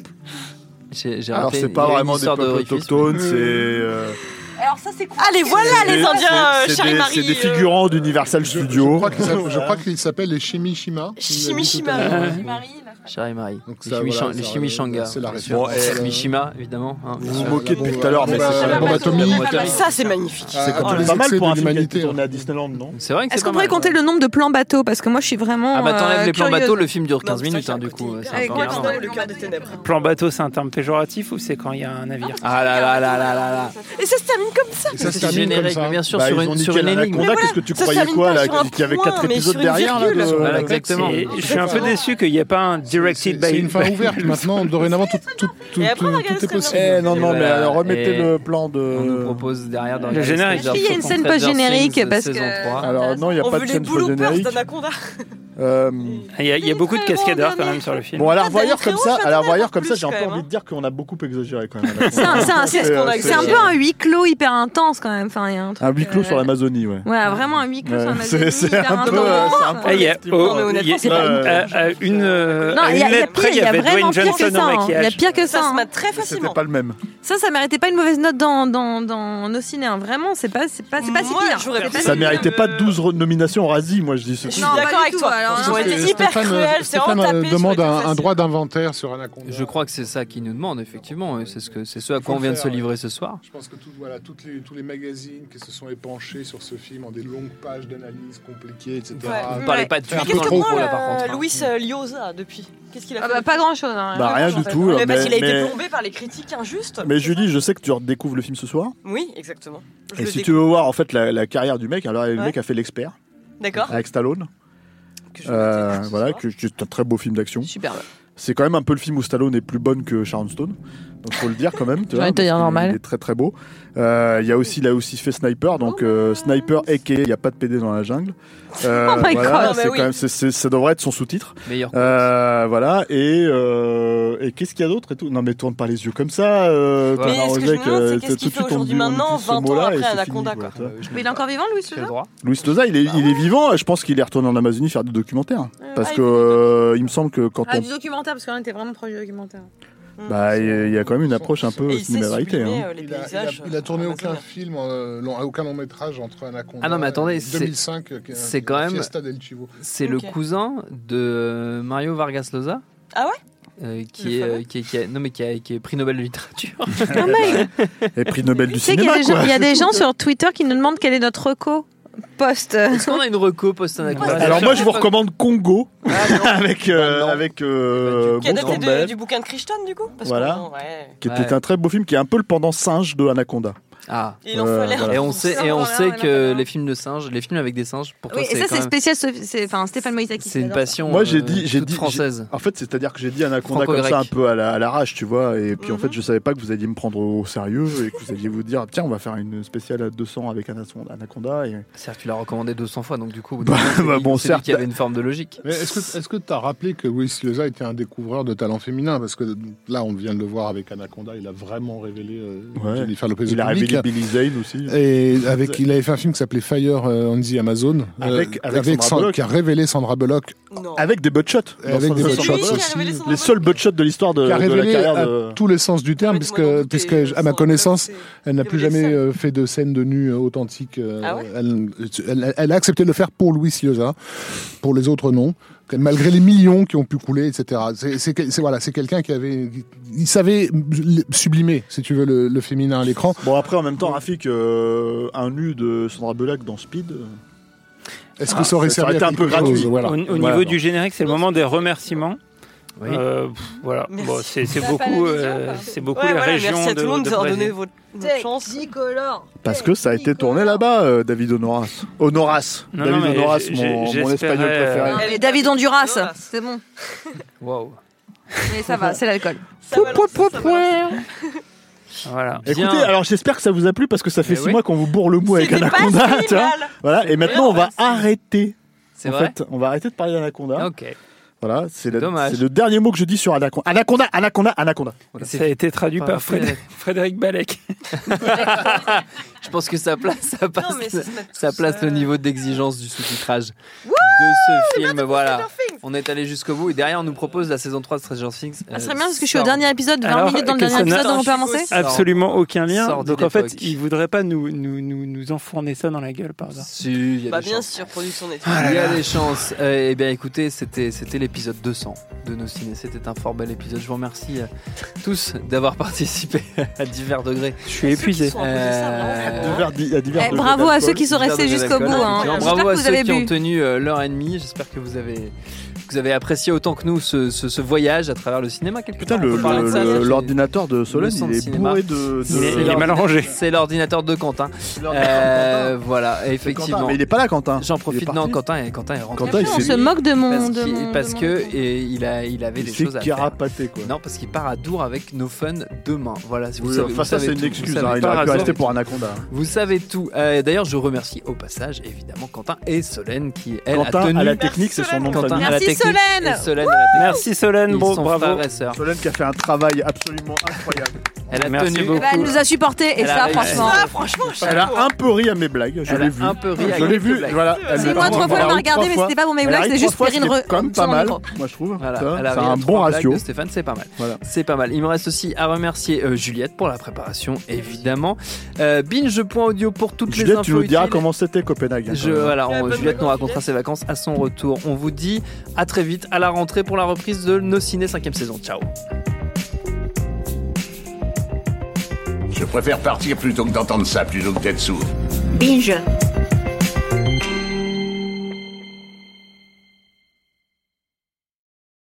J'ai j'ai Alors raté c'est une- il y pas a une vraiment des histoire peuples d'orifice, autochtones, mais- c'est euh, Alors, ça, c'est cool. Allez, voilà les c'est- Indiens, euh, c'est Charlie des- Marie. c'est des euh, figurants d'Universal Je, je Studios. crois qu'ils s'appellent- je crois qu'ils s'appellent les Shimishima. Shimishima. Marie, là, Chérie Marie. Donc Les ça, Chimichang- voilà, les ça, Chimichanga. c'est la bien sûr. référence. Euh, Voilà. Mishima, évidemment. hein, bien Vous vous sûr. moquez depuis tout à l'heure, mais Bon, c'est bah, ça. bombe atomique. bah, Ça, c'est magnifique. C'est Ah, quand les même pas mal excès pour de un film qui a été l'humanité. hein. tourné à Disneyland, non C'est vrai que Est-ce c'est pas qu'on pourrait mal, compter ouais. le nombre de plans bateaux Parce que moi, je suis vraiment. Ah bah euh, t'enlèves les plans curieuse. bateau, le film dure 15 Non, putain, minutes hein, j'ai du un coup. côté c'est un hyper peu écran, énorme. dans le cœur des ténèbres. Plan bateau, c'est un terme péjoratif ou c'est quand il y a un navire Ah là là là là là là. Et ça se termine comme ça. Et ça se C'est termine comme générique, ça. mais bien sûr, Bah, sur ils ont une, sur niqué une énigme. l'anaconda, qu'est-ce que tu ça croyais termine quoi pas là sur un Qu'il y avait point, 4 mais épisodes sur une derrière là, virgule. de- Voilà, exactement. Et Je suis un peu déçu qu'il n'y ait pas un directed C'est by. une fin ouverte maintenant, dorénavant tout, tout, tout, Et après, on tout- regarde tout ce est qu'on possible. Eh non Et non mais voilà, alors remettez et- le plan On nous de propose derrière dans Le générique. Est-ce qu'il y a une scène post-générique Parce que- saison 3. Alors non, il n'y a On pas veut de les scène post bloopers générique. d'Anaconda. Euh... Il, y a, il y a beaucoup de cascadeurs quand même sur le film. Bon, à la revoyeur comme ça, à la revoyeur comme ça, j'ai un peu envie de dire qu'on a beaucoup exagéré quand même. C'est un, hein. c'est un- c'est- c'est un peu un huis clos hyper intense quand même. Enfin, il y a un, truc, Un huis clos euh, sur l'Amazonie, ouais. Ouais, vraiment un huis clos sur Ah. Ouais, l'Amazonie. c'est- c'est hyper un peu, intense. euh, c'est un peu- Ah, il y a, Non, oh, il mais y a- honnêtement, c'est pas une- à- à une, euh, Non, à il y une a- il y a lettre près, pire, il il y y a avait Dwayne vraiment pire que Johnson ça. au hein. Il y a maquillage. pire que ça. Ça se hein. mate très facilement. C'était pas le même. Ça, ça méritait pas une mauvaise note dans, dans, dans nos ciné. hein. Vraiment, c'est pas, c'est pas, c'est pas si Moi, pire. j'aurais pas euh, Ça méritait pas 12 re- nominations au Razzie, moi je dis. c'est Je suis tout. d'accord avec toi. alors, Ils ont été Stéphane, hyper euh, cruels, c'est Stéphane vraiment euh, tapé. sur demande les un, trucs un faciles. droit d'inventaire sur Anaconda. Je crois que c'est ça qu'ils nous demandent, effectivement. et C'est ce, que, c'est ce à Faut quoi on le vient de faire, se ouais. livrer ce soir. Je pense que tout- voilà, toutes les, tous les magazines qui se sont épanchés sur ce film en des longues pages d'analyses compliquées, etc. Ouais. Vous ne parlez pas du Faire Qu'est-ce que trop, prend voilà, le- par contre, hein. Louis euh, Liosa depuis Qu'est-ce qu'il a Ah fait bah, pas grand-chose. hein. Bah, rien du Parce tout. qu'il mais- a été mais- plombé par les critiques injustes. Mais Julie, je sais que tu redécouvres le film ce soir. Oui, exactement. Je Et le si tu découvre. veux voir en fait la, la carrière du mec, alors le Ouais. mec a fait l'expert D'accord. avec Stallone. Euh, voilà, que c'est un très beau film d'action. Superbe. C'est quand même un peu le film où Stallone est plus bonne que Sharon Stone. Donc faut le dire quand même. tu J'ai vois, envie de te dire parce qu'il normal. Il est très très beau. Euh, Il y a aussi, il a aussi fait Sniper. Donc euh, Sniper et il n'y a pas de PD dans la jungle. Euh, Oh. Oh my God. c'est Ah bah oui. quand même- c'est- c'est- ça devrait être son sous-titre. Meilleur Euh, voilà. Et, euh, et qu'est-ce qu'il y a d'autre et tout Non mais tourne pas les yeux comme ça. Euh, Mais Bernard ce que je me Rozek, demande, euh, c'est qu'est-ce tout qu'il de fait suite, on aujourd'hui dit- on dit maintenant, ce 20 ans mot-là, et après c'est Anaconda fini, quoi. Bah tu vois. Mais il est encore vivant, Louis Souza Louis Loza, il est, il est vivant. Je pense qu'il est retourné en Amazonie faire des documentaires. Parce Ah, que euh, il me semble que quand Ah, on. du documentaire, parce qu'on était vraiment proche du documentaire. Bah, il y a quand même une approche un peu cinéma-réalité. hein. les il, a, il, a, paysages, il a tourné aucun film, euh, long- aucun long métrage entre Anaconda. Ah non, mais attendez, et c'est- 2005, euh, qui est- c'est quand même- Fiesta del Chivo. C'est Ok. le cousin de Mario Vargas Llosa. Ah ouais euh, Le qui, est, fameux. euh, qui, est, qui est- non mais qui, a, qui est prix Nobel de littérature. Ah, Et prix Nobel du Tu sais qu'il y cinéma. a des gens, quoi. il y a des gens sur Twitter qui nous demandent quel est notre reco post. Est-ce qu'on a une reco post anaconda Bah, Alors, moi, je vous recommande Congo avec, euh, Bah, non. avec euh, Qui est Bruce adapté de- Campbell, du bouquin de Christian du coup Parce Voilà. que, bon, ouais. qui Ouais. était un très beau film qui est un peu le pendant singe de Anaconda. Ah. Il en fallait Euh, voilà. Et on sait, et on Voilà, sait voilà, que voilà. les films de singes, les films avec des singes, pour toi, Oui, et c'est ça, quand c'est même- spécial. Sophie- c'est- Enfin, Stéphane Moïsaki. c'est une passion. Moi, j'ai euh, dit, j'ai toute dit, j'ai- française. En fait, c'est-à-dire que j'ai dit Anaconda comme Franco-grec. ça un peu à la, à l'arrache, tu vois. Et puis en fait, je savais pas que vous alliez me prendre au sérieux et que vous alliez vous dire tiens, on va faire une spéciale à 200 avec Anaconda. Anaconda et... Certes, tu l'as recommandé 200 fois, donc du coup, au bout d'un moment, Bah, bah, c'est- bon, c'est dit certes. qu'il y avait une forme de logique. Mais est-ce que est-ce que tu as rappelé que Louis Leza était un découvreur de talent féminin Parce que là, on vient de le voir avec Anaconda, il a vraiment révélé euh, Ouais. Jennifer Lopez. Il a au public. révélé Billy Zane aussi. Et avec, il avait fait un film qui s'appelait Fire euh, on the Amazon, Avec- avec Sandra San- Bullock. Euh, qui a révélé Sandra Bullock, Non. Avec des butt shots. Et avec Dans des son- butt son- shots son- aussi. Les seuls butt shots de l'histoire de, qui a de la révélé euh, carrière à de. tous les sens du terme, puisque, puisque à ma connaissance, elle n'a plus jamais euh, fait de scène de nu euh, authentique. euh, Ah ouais elle, elle- elle a accepté de le faire pour Louis Liosa, pour les autres non, malgré les millions qui ont pu couler, etc. C'est- C'est que- c'est- voilà, c'est quelqu'un qui avait, il savait sublimer, si tu veux, le, le féminin à l'écran. Bon, après, en même temps, Rafik, euh, un nu de Sandra Bullock dans Speed. euh, Est-ce Ah, que ça aurait ça aurait servi été à un peu quelque chose gratuit. Voilà. Au, au Voilà. niveau du générique, c'est le moment des remerciements. Oui. Euh, pff, voilà, Merci. Bon, c'est c'est T'as pas beaucoup, la vision, euh, quoi. c'est beaucoup Ouais, les voilà, régions Merci à tout de- le monde de nous avoir donné Brésil. votre notre chance. Bicolore. Parce que ça a été tourné là-bas, euh, David Honoras. Honoras. Non, David non, mais Honoras, j'ai- mon, j'ai- mon j'espérais, espagnol euh, préféré. Et Eh, David Honduras, c'est bon. Waouh. Mais ça va, c'est l'alcool. Ah, Ça balance, ça balance. Voilà. Bien. Écoutez, alors j'espère que ça vous a plu parce que ça fait Mais 6 oui. mois qu'on vous bourre le mou avec C'était pas Anaconda. si tu vois. mal. Voilà, et maintenant on va arrêter. C'est en vrai fait, on va arrêter de parler d'Anaconda. Ok. Voilà, c'est le, Dommage. c'est le dernier mot que je dis sur Anaconda. Anaconda, Anaconda, Anaconda. ah, Ça a été traduit Pas par rappelé. Frédéric, Frédéric Balek. Je pense que ça place, ça passe- mais ça se met tout ça place le seul. niveau d'exigence du sous-titrage de ce film. Voilà. On est allé jusqu'au bout et derrière on nous propose la saison 3 de Stranger Things. Ah, Ça euh, serait bien parce que je suis au sort- dernier épisode, 20 Alors, minutes dans le euh, que dernier ça n'a- épisode, on peut avancer Sort- Absolument aucun lien. Sortie Donc en fait, d'époque. il voudrait pas nous, nous, nous, nous enfourner ça dans la gueule par hasard. Si, il y a Bah des bien chances. sûr, Ah production Netflix. Il y a des chances. Euh, Eh bien, écoutez, c'était c'était l'épisode 200 de nos ciné. C'était un fort bel épisode. Je vous remercie euh, tous d'avoir participé à divers degrés. Je suis épuisé. sont imposables, hein, Euh, vraiment. Divers- di- à divers Eh, degrés bravo à d'alcool. ceux qui sont restés divers degrés jusqu'au bout. d'alcool. hein. Effectivement, J'espère Bravo que à vous ceux avez qui ont bu. tenu euh, l'heure et demie. J'espère que vous avez vous avez apprécié autant que nous ce, ce- ce voyage à travers le cinéma quelque Putain, part. le- On peut parler de ça, le- là, c'est- l'ordinateur de Solène, le centre il est cinéma. bourré de- de- C'est Il est l'ordinateur- mal rangé. C'est l'ordinateur de Quentin. Euh, Voilà, effectivement. mais il est pas là, Quentin. J'en profite. Non, Quentin est, Quentin est rentré. Quentin, il On se moque de mon. Parce de qu'il- mon- Eh de parce mon- que et il a il avait Il des s'est choses à faire. carapaté, quoi. Non parce qu'il part à Dour avec No Fun demain. Voilà. si vous Oui, savez- enfin, vous ça, savez c'est tout, une vous excuse, savez hein, il tout. aurait pu Pardon. rester pour Anaconda. Vous savez tout. Euh, D'ailleurs, je remercie au passage évidemment Quentin et Solène qui elle Quentin a tenu à la technique, c'est son nom de Quentin famille. à la Merci, technique Solène. et Solène à la technique. Merci Solène, Ils bon, sont bravo. frères et sœurs. Solène qui a fait un travail absolument incroyable. Elle a Merci tenu- Eh ben, elle nous a supportés et Elle a ça, réussi. franchement. Ça, franchement, Elle a un peu ri à mes blagues, je Elle l'ai a vu. un peu ri à je l'ai quelques vu. blagues. Voilà, elle Si, me- moi, trois fois, elle voilà, m'a regardé, trois mais fois. c'était pas pour mes Elle blagues, a ri c'est trois juste fois, Perrine ce qui est re- quand même sans pas mal, micro. moi je trouve. Voilà, Ça, elle a C'est ri à un bon trois blagues ratio. de Stéphane, c'est pas mal. C'est pas mal. Il me reste aussi à remercier euh, Juliette pour la préparation, évidemment. Euh, binge.audio pour toutes les Juliette, infos. tu nous diras utiles. comment c'était Copenhague. hein, Je, quand même. voilà, on- Juliette nous racontera ses vacances à son retour. On vous dit à très vite à la rentrée pour la reprise de Nos Ciné 5 saison. Ciao Je préfère partir plutôt que d'entendre ça, plutôt que d'être sourd. Binge.